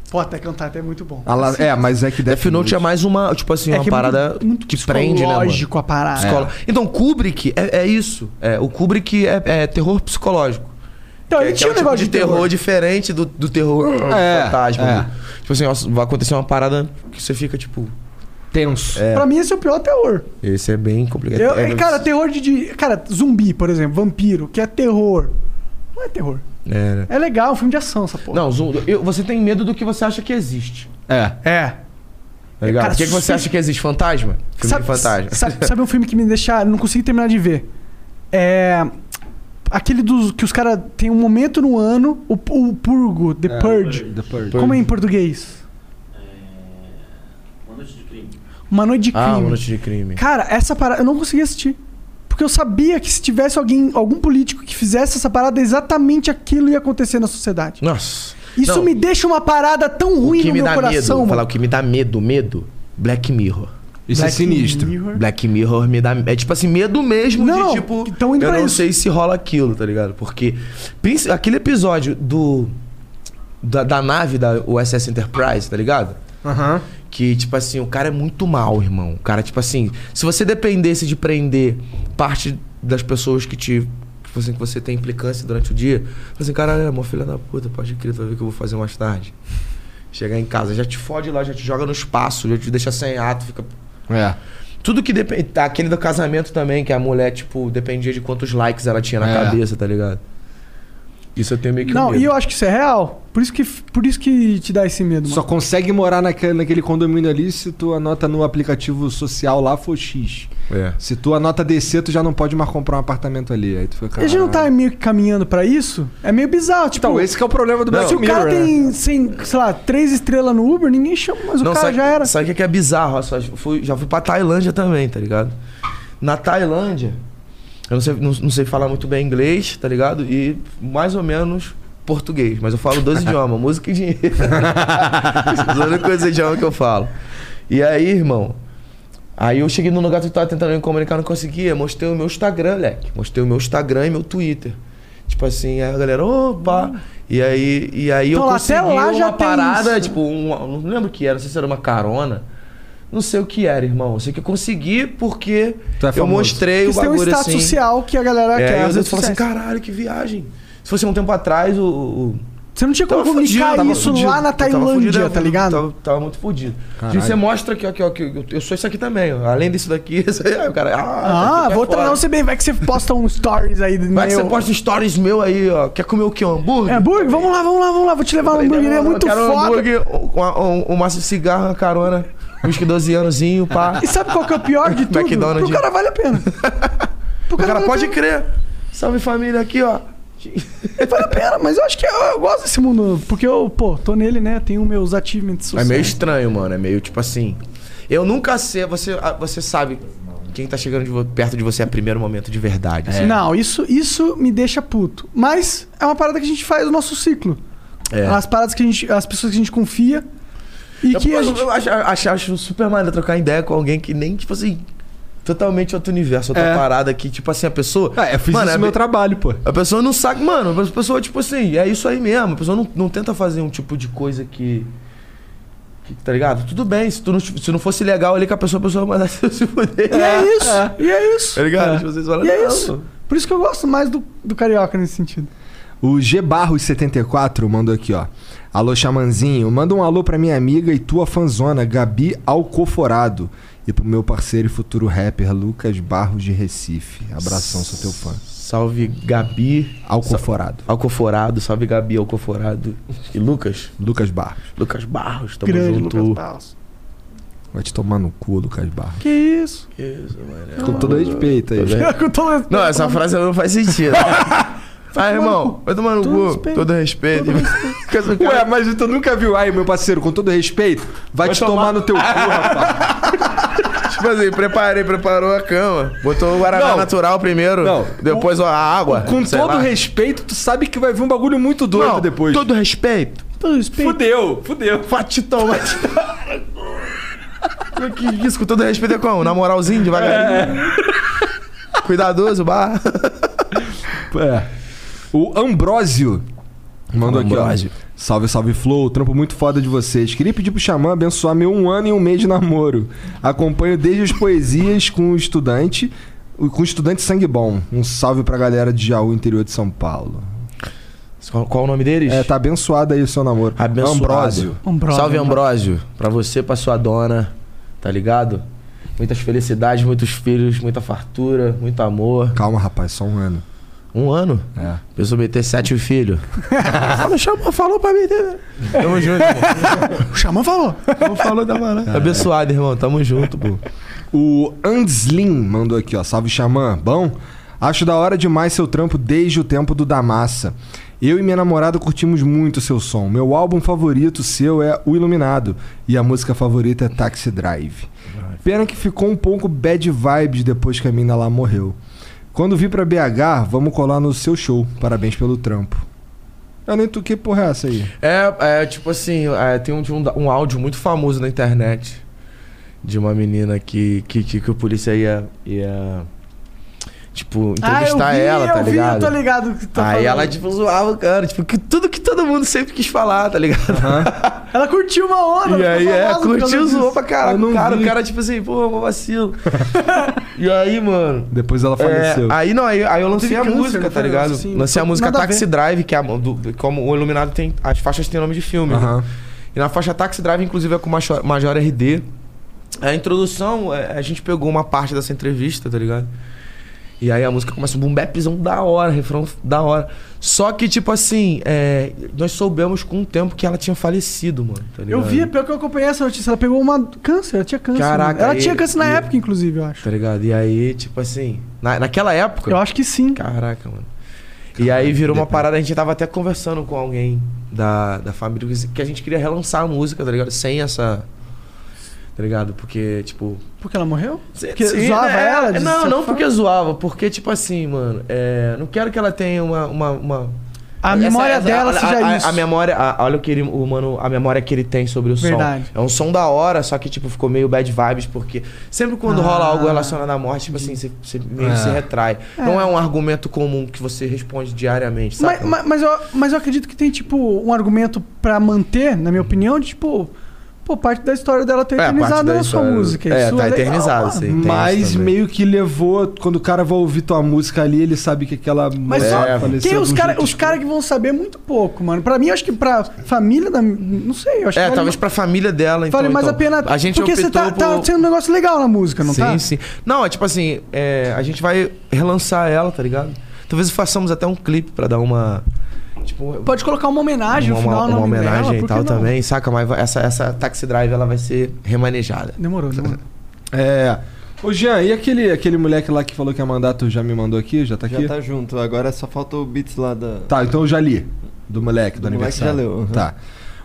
C: Pô, Attack on Titan é muito bom.
B: A la- É, mas é que
E: Death Note é mais uma, tipo assim, uma
C: que é
E: parada que prende, né? Mano?
C: psicológico a parada.
E: Psicolo- Então, Kubrick é, é isso. É, o Kubrick é, é terror psicológico.
C: Então,
E: é,
C: ele
E: que
C: tinha
E: é
C: um negócio
E: tipo de terror, diferente do, do terror
B: É,
E: fantasma.
B: é.
E: Tipo assim, ó, vai acontecer uma parada que você fica, tipo.
B: tenso.
C: Pra mim, esse é o pior terror.
E: Esse é bem complicado.
C: Eu,
E: é,
C: cara, terror de, de- Cara, zumbi, por exemplo, vampiro, que é terror. Não é terror.
E: é, né?
C: É legal, é um filme de ação, essa porra.
E: Não, Zoom, eu- você tem medo do que você acha que existe.
B: É.
C: É.
E: Tá ligado?
C: Cara,
E: o que, que você
C: sus-
E: acha que existe? Fantasma? Filme de fantasma.
C: Sabe, sabe um filme que me deixa. Não consegui terminar de ver. É. Aquele dos. Que os caras. Tem um momento no ano. O, o Purgo, The Purge.
B: É, The Purge.
C: Como é em português?
A: É, Uma noite de crime.
C: Uma noite de crime.
E: Ah, uma noite de crime.
C: Cara, essa parada. Eu não consegui assistir. Porque eu sabia que se tivesse alguém, algum político que fizesse essa parada, exatamente aquilo ia acontecer na sociedade.
E: Nossa.
C: Isso
E: Não,
C: me deixa uma parada tão
E: o
C: ruim
E: que
C: no
E: me
C: meu
E: dá
C: coração,
E: medo. Falar o
C: mano.
E: que me dá medo, medo. Black Mirror.
B: Isso é
C: Black
B: sinistro.
C: Mirror.
E: Black Mirror me dá. É tipo assim, medo mesmo
C: Não,
E: de tipo.
C: que tão indo
E: eu
C: pra
E: não
C: isso.
E: sei se rola aquilo, tá ligado? Porque. princi- Aquele episódio do. Da, da nave da USS Enterprise, tá ligado?
B: Aham.
E: Que, tipo assim, o cara é muito mal, irmão. O cara, tipo assim, se você dependesse de prender parte das pessoas que te. Tipo assim, que você tem implicância durante o dia, fala assim, caralho, é uma filha da puta, pode crer, tu vai ver o que eu vou fazer mais tarde. Chegar em casa, já te fode lá, já te joga no espaço, já te deixa sem ato, fica
B: É.
E: tudo que depende. tá, Aquele do casamento também, que a mulher, tipo, dependia de quantos likes ela tinha na
B: É.
E: cabeça, tá ligado? Isso eu tenho meio que.
C: Não,
E: medo.
C: e eu acho que isso é real. Por isso que, por isso que te dá esse medo, mano.
B: Só consegue morar naquele, naquele condomínio ali se tua nota no aplicativo social lá for X.
E: É.
B: Se tua nota descer, tu já não pode mais comprar um apartamento ali. Aí tu fica.
C: A gente não tá
B: caralho.
C: meio que caminhando pra isso? É meio bizarro. Tipo,
B: Então, esse que é o problema do Black
C: se o
B: Mirror.
C: cara
B: né?
C: tem, sem, sei lá, três estrelas no Uber, ninguém chama, mas o
E: Não,
C: cara
E: sabe,
C: já era.
E: Sabe o que é que é bizarro? Eu só fui- já fui pra Tailândia também, tá ligado? Na Tailândia, eu não sei, não, não sei falar muito bem inglês, tá ligado? E mais ou menos português, mas eu falo dois idiomas, música e dinheiro. Os únicos idiomas que eu falo. E aí, irmão, aí eu cheguei num lugar que eu tava tentando me comunicar, não conseguia. Mostrei o meu Instagram, leque. Mostrei o meu Instagram e meu Twitter. Tipo assim, aí a galera, opa! E aí, e aí
C: Então,
E: eu
C: lá,
E: consegui
C: até lá
E: uma
C: já tem
E: parada,
C: isso.
E: tipo, um, não lembro o que era, não sei se era uma carona. Não sei o que era, irmão. Eu sei que eu consegui porque
B: Tu é
E: eu
B: famoso.
E: mostrei o
C: Isso tem um
E: bagulho
C: status
E: assim.
C: social que a galera
E: É,
C: quer.
E: aí às
C: às
E: vezes
C: vezes
E: fala assim,
C: sucesso.
E: caralho, que viagem. Se fosse um tempo atrás, o- o... o-
C: Você não tinha como
E: Tava fudido,
C: comunicar
E: tava
C: isso
E: fudido.
C: lá na
E: Eu tava fudido,
C: Tailândia,
E: eu
C: tá ligado?
E: Tava, tava muito fudido.
B: Caralho.
E: E você mostra que, ó, que, ó, que eu, eu sou isso aqui também. ó. Além disso daqui, isso aí, aí o cara... Ah,
C: Ah, vou treinar
E: você.
C: você bem. Vai que você posta um stories aí do
E: Vai que
C: meu.
E: você posta stories meu aí, ó. Quer comer o quê? Um hambúrguer?
C: É, hambúrguer? Vamos lá, vamos lá, vamos lá. Vou te levar um hambúrguer, é muito
E: Eu quero um
C: foda.
E: hambúrguer, um, um, um maço de cigarro, uma carona. Whisky 12 anozinho, pá.
C: E sabe qual que é o pior de tudo?
E: McDonald's.
C: Pro cara vale a pena. Pro
E: O cara
C: vale a
E: pode
C: pena.
E: crer. Salve família aqui, ó.
C: Vale a pena, mas eu acho que eu, eu gosto desse mundo. Porque eu, pô, tô nele, né? Tenho meus achievements
E: É
C: sociais.
E: meio estranho, mano. É meio tipo assim. Eu nunca sei. Você, ah, você sabe quem tá chegando de vo- perto de você é o primeiro momento de verdade. assim.
C: Não, isso, isso me deixa puto. Mas é uma parada que a gente faz no nosso ciclo.
E: É.
C: As paradas que a gente. As pessoas que a gente confia. E
E: Eu,
C: que a
E: eu-
C: gente.
E: eu acho, acho, acho super maneiro trocar ideia com alguém que nem, tipo assim, totalmente outro universo, outra
B: É.
E: parada que, tipo assim, a pessoa.
B: Ah, eu fiz
E: Mano,
B: isso no
E: é
B: meu
E: be-
B: trabalho, pô.
E: A pessoa não sabe, mano, a pessoa, tipo assim, é isso aí mesmo. A pessoa não, não tenta fazer um tipo de coisa que. que, tá ligado? Tudo bem, se, tu não, se não fosse legal ali com a pessoa, a pessoa mandar se fuder.
C: E é isso. E é isso.
E: Tá ligado? Tipo, vocês falam,
C: E é
E: "Não,
C: isso. Por isso que eu gosto mais do, do carioca nesse sentido.
B: O G Barros 74 mandou aqui, ó. Alô, Xamanzinho, manda um alô pra minha amiga e tua fanzona, Gabi Alcoforado. E pro meu parceiro e futuro rapper, Lucas Barros de Recife. Abração, sou teu fã.
E: Salve Gabi.
B: Alcoforado.
E: Alcoforado, salve Gabi, Alcoforado. E Lucas?
B: Lucas Barros.
E: Lucas Barros, tamo
C: Grande
E: junto.
C: Lucas Barros.
B: Vai te tomar no cu, Lucas Barros.
C: Que isso?
E: Que isso, mano.
B: Com todo respeito aí.
E: Tá bem.
C: Pior que eu tô lendo.
E: Não, essa frase não faz sentido. Vai, irmão, vai tomar no
C: Todo
E: cu.
C: respeito.
E: Todo respeito.
B: Ué, mas tu nunca viu aí, meu parceiro, com todo respeito, vai, te tomar... no teu cu, rapaz.
E: Tipo assim, preparei, preparou a cama. Botou o Guaraná
B: Não.
E: natural primeiro.
B: Não.
E: Depois a água.
B: Com
E: É, sei
B: todo
E: lá.
B: respeito, tu sabe que vai vir um bagulho muito doido
E: Não,
B: depois.
E: Todo respeito.
C: Todo respeito.
B: Fudeu, fudeu.
E: Vai te tomar. que isso? Com todo respeito é como? Na moralzinho, devagarinho. Cuidadoso, barra.
B: É. O Ambrósio mandou
E: Ambrósio.
B: aqui, ó. Salve, salve, Flow. Trampo muito foda de vocês. Queria pedir pro Xamã abençoar meu um ano e um mês de namoro. Acompanho desde as poesias com o estudante, com o estudante sangue bom. Um salve pra galera de Jaú, interior de São Paulo.
E: Qual, qual o nome deles?
B: É, tá abençoado aí o seu namoro.
E: Abençoado.
B: Ambrósio.
C: Ambrósio.
E: Salve, Ambrósio. Pra você, pra sua dona, tá ligado? Muitas felicidades, muitos filhos, muita fartura, muito amor.
B: Calma, rapaz, só um ano.
E: Um ano?
B: É.
E: Pensou meter sete filhos. falou, chamou, falou pra mim. né? Tamo junto, irmão.
C: O Xamã falou.
E: Não falou da mané. Abençoado, irmão. Tamo junto, pô.
B: O Anslin mandou aqui, ó. Salve Xamã, bom? Acho da hora demais seu trampo desde o tempo do Damassa. Eu e minha namorada curtimos muito seu som. Meu álbum favorito seu é O Iluminado e a música favorita é Taxi Drive. Pena que ficou um pouco bad vibes depois que a mina lá morreu. Quando vi pra BH, vamos colar no seu show. Parabéns pelo trampo. Eu nem tu que porra é essa aí.
E: É, é tipo assim, é, tem um, de um, um áudio muito famoso na internet de uma menina que, que, que, que o polícia ia, ia tipo, entrevistar ela, tá
C: Ah, eu vi,
E: ligado?
C: eu tô ligado o que tu tá
E: Aí
C: falando.
E: ela, tipo, zoava o cara, tipo, que tudo que todo mundo sempre quis falar, tá ligado?
C: Ela curtiu uma onda.
E: E
C: ela
E: aí,
C: ficou
E: é,
C: famosa por causa
E: curtiu,
C: disso.
E: zoou pra
B: Eu
E: caralho.
B: não
E: O cara,
B: vi.
E: o cara, tipo assim, pô, mó vacilo. e aí, mano.
B: Depois ela
E: é,
B: faleceu.
E: aí não, aí, aí eu lancei
C: Teve
E: a
C: câncer,
E: música,
C: não
E: tá
C: foi?
E: ligado?
C: Sim,
E: lancei a
C: não-
E: música
C: nada a ver.
E: Taxi Drive, que é a, do- como o Iluminado tem. As faixas têm nome de filme. né?
B: Aham.
E: E na faixa Taxi Drive, inclusive, é com o Major, Major RD. A introdução, é, a gente pegou uma parte dessa entrevista, tá ligado? E aí a música começa um boom bapzão da hora, refrão da hora. Só que, tipo assim, é, nós soubemos com o tempo que ela tinha falecido, mano. tá
C: Eu
E: ligado?
C: vi, pior que eu acompanhei essa notícia. Ela pegou uma câncer, ela tinha câncer.
E: Caraca,
C: mano. Ela
E: aí-
C: tinha câncer na
E: e-
C: época, inclusive, eu acho.
E: Tá ligado? E aí, tipo assim, na, naquela época.
C: Eu acho que sim.
E: Caraca, mano. E aí virou uma parada, a gente tava até conversando com alguém da, da família, que a gente queria relançar a música, tá ligado? Sem essa. Tá ligado? Porque, tipo.
C: Porque ela morreu?
E: Sim,
C: Porque
E: sim,
C: zoava
E: né?
C: ela? de
E: Não,
C: ser
E: não
C: fã?
E: porque zoava, porque, tipo assim, mano, é, não quero que ela tenha uma. uma, uma-
C: A
E: essa-
C: memória
E: essa-
C: dela
E: a,
C: seja
E: a- a-
C: isso.
E: A memória. a- olha o que ele, o mano, a memória que ele tem sobre o
C: Verdade.
E: som. É um som da hora, só que, tipo, ficou meio bad vibes, porque sempre quando
C: Ah.
E: rola algo relacionado à morte, tipo assim, você, você meio
B: É.
E: se retrai. Não é um argumento comum que você responde diariamente, sabe?
C: Mas, mas, mas eu, mas eu acredito que tem, tipo, um argumento pra manter, na minha opinião, de, tipo... Pô, parte da história dela tá
E: É, parte
C: eternizada
E: da
C: na sua
E: história-
C: música.
E: É,
C: isso
E: tá
C: legal,
E: eternizado,
C: mano.
E: sim, tem isso
B: Mas
E: também.
B: meio que levou. Quando o cara vai ouvir tua música ali, ele sabe que aquela.
C: Mas
E: É,
B: mulher
C: só
B: faleceu
C: tem
B: de
C: os
B: um
C: caras
B: jeito
E: tipo-
C: os cara que vão saber muito pouco, mano. Pra mim, acho que pra família da. Não sei, eu acho que.
E: É,
C: vale
E: talvez
C: ma-
E: pra família dela, então.
C: Vale mais
E: então,
C: a pena.
E: A gente
C: porque você tá,
E: optou
C: tá
E: por-
C: sendo um negócio legal na música, não
E: sim,
C: tá?
E: Sim, Não, é tipo assim, é, a gente vai relançar ela, tá ligado? Talvez façamos até um clipe pra dar uma. Tipo,
C: Pode colocar uma homenagem
E: uma,
C: no final,
E: uma, uma
C: o nome
E: homenagem
C: dela,
E: e
C: por que
E: tal
C: não?
E: também, saca? Mas vai- essa, essa taxi drive ela vai ser remanejada.
C: Demorou, demorou.
B: É. Ô Jean, e aquele, aquele moleque lá que falou que ia mandar, tu já me mandou aqui? Já tá
D: Já
B: aqui?
D: tá junto, agora só falta o Beats lá da.
B: Tá, então eu já li. Do moleque, do,
D: Do moleque
B: aniversário.
D: já leu, uhum.
B: Tá.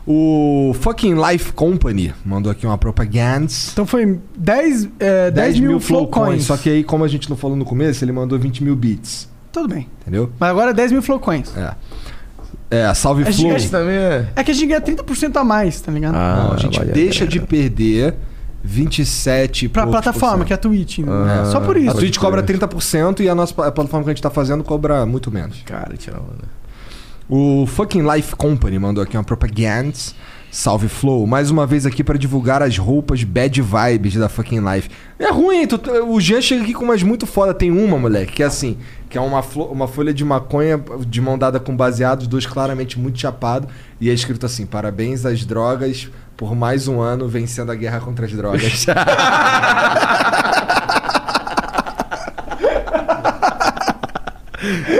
B: O fucking Life Company mandou aqui uma propaganda.
C: Então foi 10, é, 10, mil, flow coins.
B: Só que aí, como a gente não falou no começo, ele mandou 20 mil bits.
C: Tudo bem.
B: Entendeu?
C: Mas agora é 10 mil flow coins.
B: É. É, salve
C: É
B: Flow.
C: gigante
E: também é.
C: É que a gente ganha 30% a mais, tá ligado?
B: Não, a
E: Ah,
B: gente deixa de perder 27
C: pra plataforma, que é a Twitch. né?
B: Ah,
C: Só por isso.
B: A Twitch cobra 30% e a nossa pla- a plataforma que a gente tá fazendo cobra muito menos.
E: Cara, tira onda.
B: O fucking Life Company mandou aqui uma propaganda. Salve Flow, mais uma vez aqui pra divulgar as roupas bad vibes da fucking Life. É ruim, tu- tu- o Jean chega aqui com umas muito foda. Tem uma, moleque, que é assim: que é uma, flo- uma folha de maconha de mão dada com baseado, os dois claramente muito chapado. E é escrito assim: parabéns às drogas por mais um ano vencendo a guerra contra as drogas.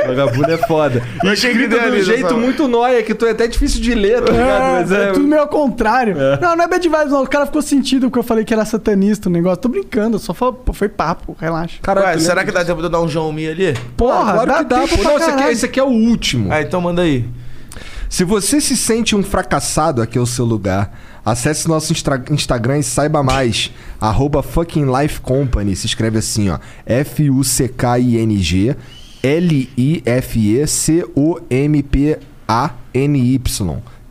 B: Vagabundo é foda. E escrito de um jeito muito nóia, que tu é até difícil de ler, tá ligado? Mas
C: É,
B: é...
C: é tudo meio ao contrário. Não, não é bad vibes, não. O cara ficou sentido porque eu falei que era satanista o negócio. Tô brincando, só foi, pô, foi papo, relaxa.
B: Caralho,
E: Ué,
B: tu
E: será
B: lembra
E: que dá tempo de eu dar um João Mi ali?
C: Porra,
B: Ah, claro
C: dá
B: que dá,
C: tempo
B: pô.
C: pra
B: Não, esse aqui,
C: caralho.
B: esse aqui é o último.
E: Ah, então manda aí.
B: Se você se sente um fracassado, aqui é o seu lugar. Acesse nosso instra- Instagram e saiba mais. Arroba fucking Life Company. Se escreve assim, ó. F-U-C-K-I-N-G L-I-F-E-C-O-M-P-A-N-Y.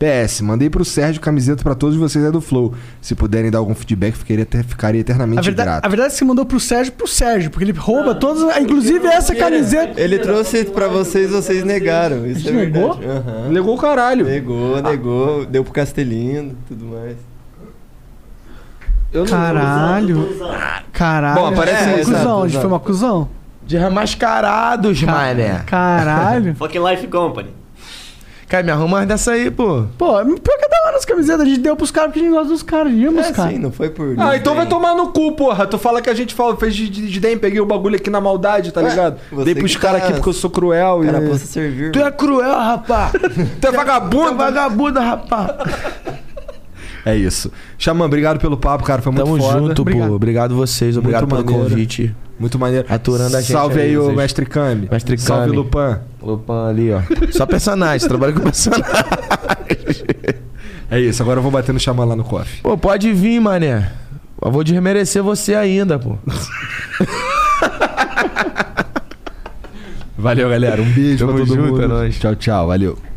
B: PS, mandei pro Sérgio camiseta pra todos vocês é do Flow. Se puderem dar algum feedback, ficaria, ter- ficaria eternamente
C: A verdade,
B: grato.
C: a verdade é que você mandou pro Sérgio, pro Sérgio, porque ele rouba todas, inclusive essa camiseta.
D: Ele trouxe pra vocês, vocês negaram. Isso é
C: Ele negou?
D: verdade. Aham.
B: Legou o caralho. Ah.
D: Negou, negou, deu pro Castelino tudo mais.
B: Eu não-
C: Caralho, caralho.
B: Bom, aparece
C: é,
B: aí,
D: exato,
C: cuzão, a gente
D: exato.
C: foi uma cuzão.
E: De mascarados, mané.
C: Caralho.
A: Fucking Life Company.
E: Cara, me arruma mais dessa aí, pô.
C: Pô, pior que é da hora as camisetas. A gente deu pros caras porque a gente gosta dos caras. Vimos,
D: É,
C: cara.
D: sim, não foi por.
B: Ah,
D: não
B: então
D: tem.
B: vai tomar no cu, porra. Tu fala que a gente fala, fez de, de, de dem, peguei o bagulho aqui na maldade, tá
D: Ué,
B: ligado?
D: você
B: Dei pros
D: que
B: caras
D: tá-
B: aqui porque eu sou cruel
D: Cara,
B: e.
D: possa servir.
E: Tu é cruel, rapá.
B: Tu é vagabundo?
E: Vagabunda, rapá.
B: É isso. Xamã, obrigado pelo papo, cara. Foi muito
E: Tamo
B: foda.
E: junto,
C: Obrigado.
E: pô. Obrigado vocês, obrigado
B: Muito
E: pelo
B: maneiro.
E: convite.
B: Muito maneiro.
E: Aturando a gente
B: Salve aí,
E: aí,
B: o
E: vocês.
B: Mestre Kami.
E: Mestre
B: Salve,
E: Kami.
B: Lupan.
E: Lupan ali, ó. Só personagem, trabalha com personagem.
B: É isso, agora eu vou bater no Xamã lá no cofre.
E: Pô, pode vir, mané. Eu vou desmerecer você ainda, pô.
B: Valeu, galera. Um beijo
E: Tamo
B: pra todo
E: junto,
B: mundo.
E: é nóis.
B: Tchau, tchau. Valeu.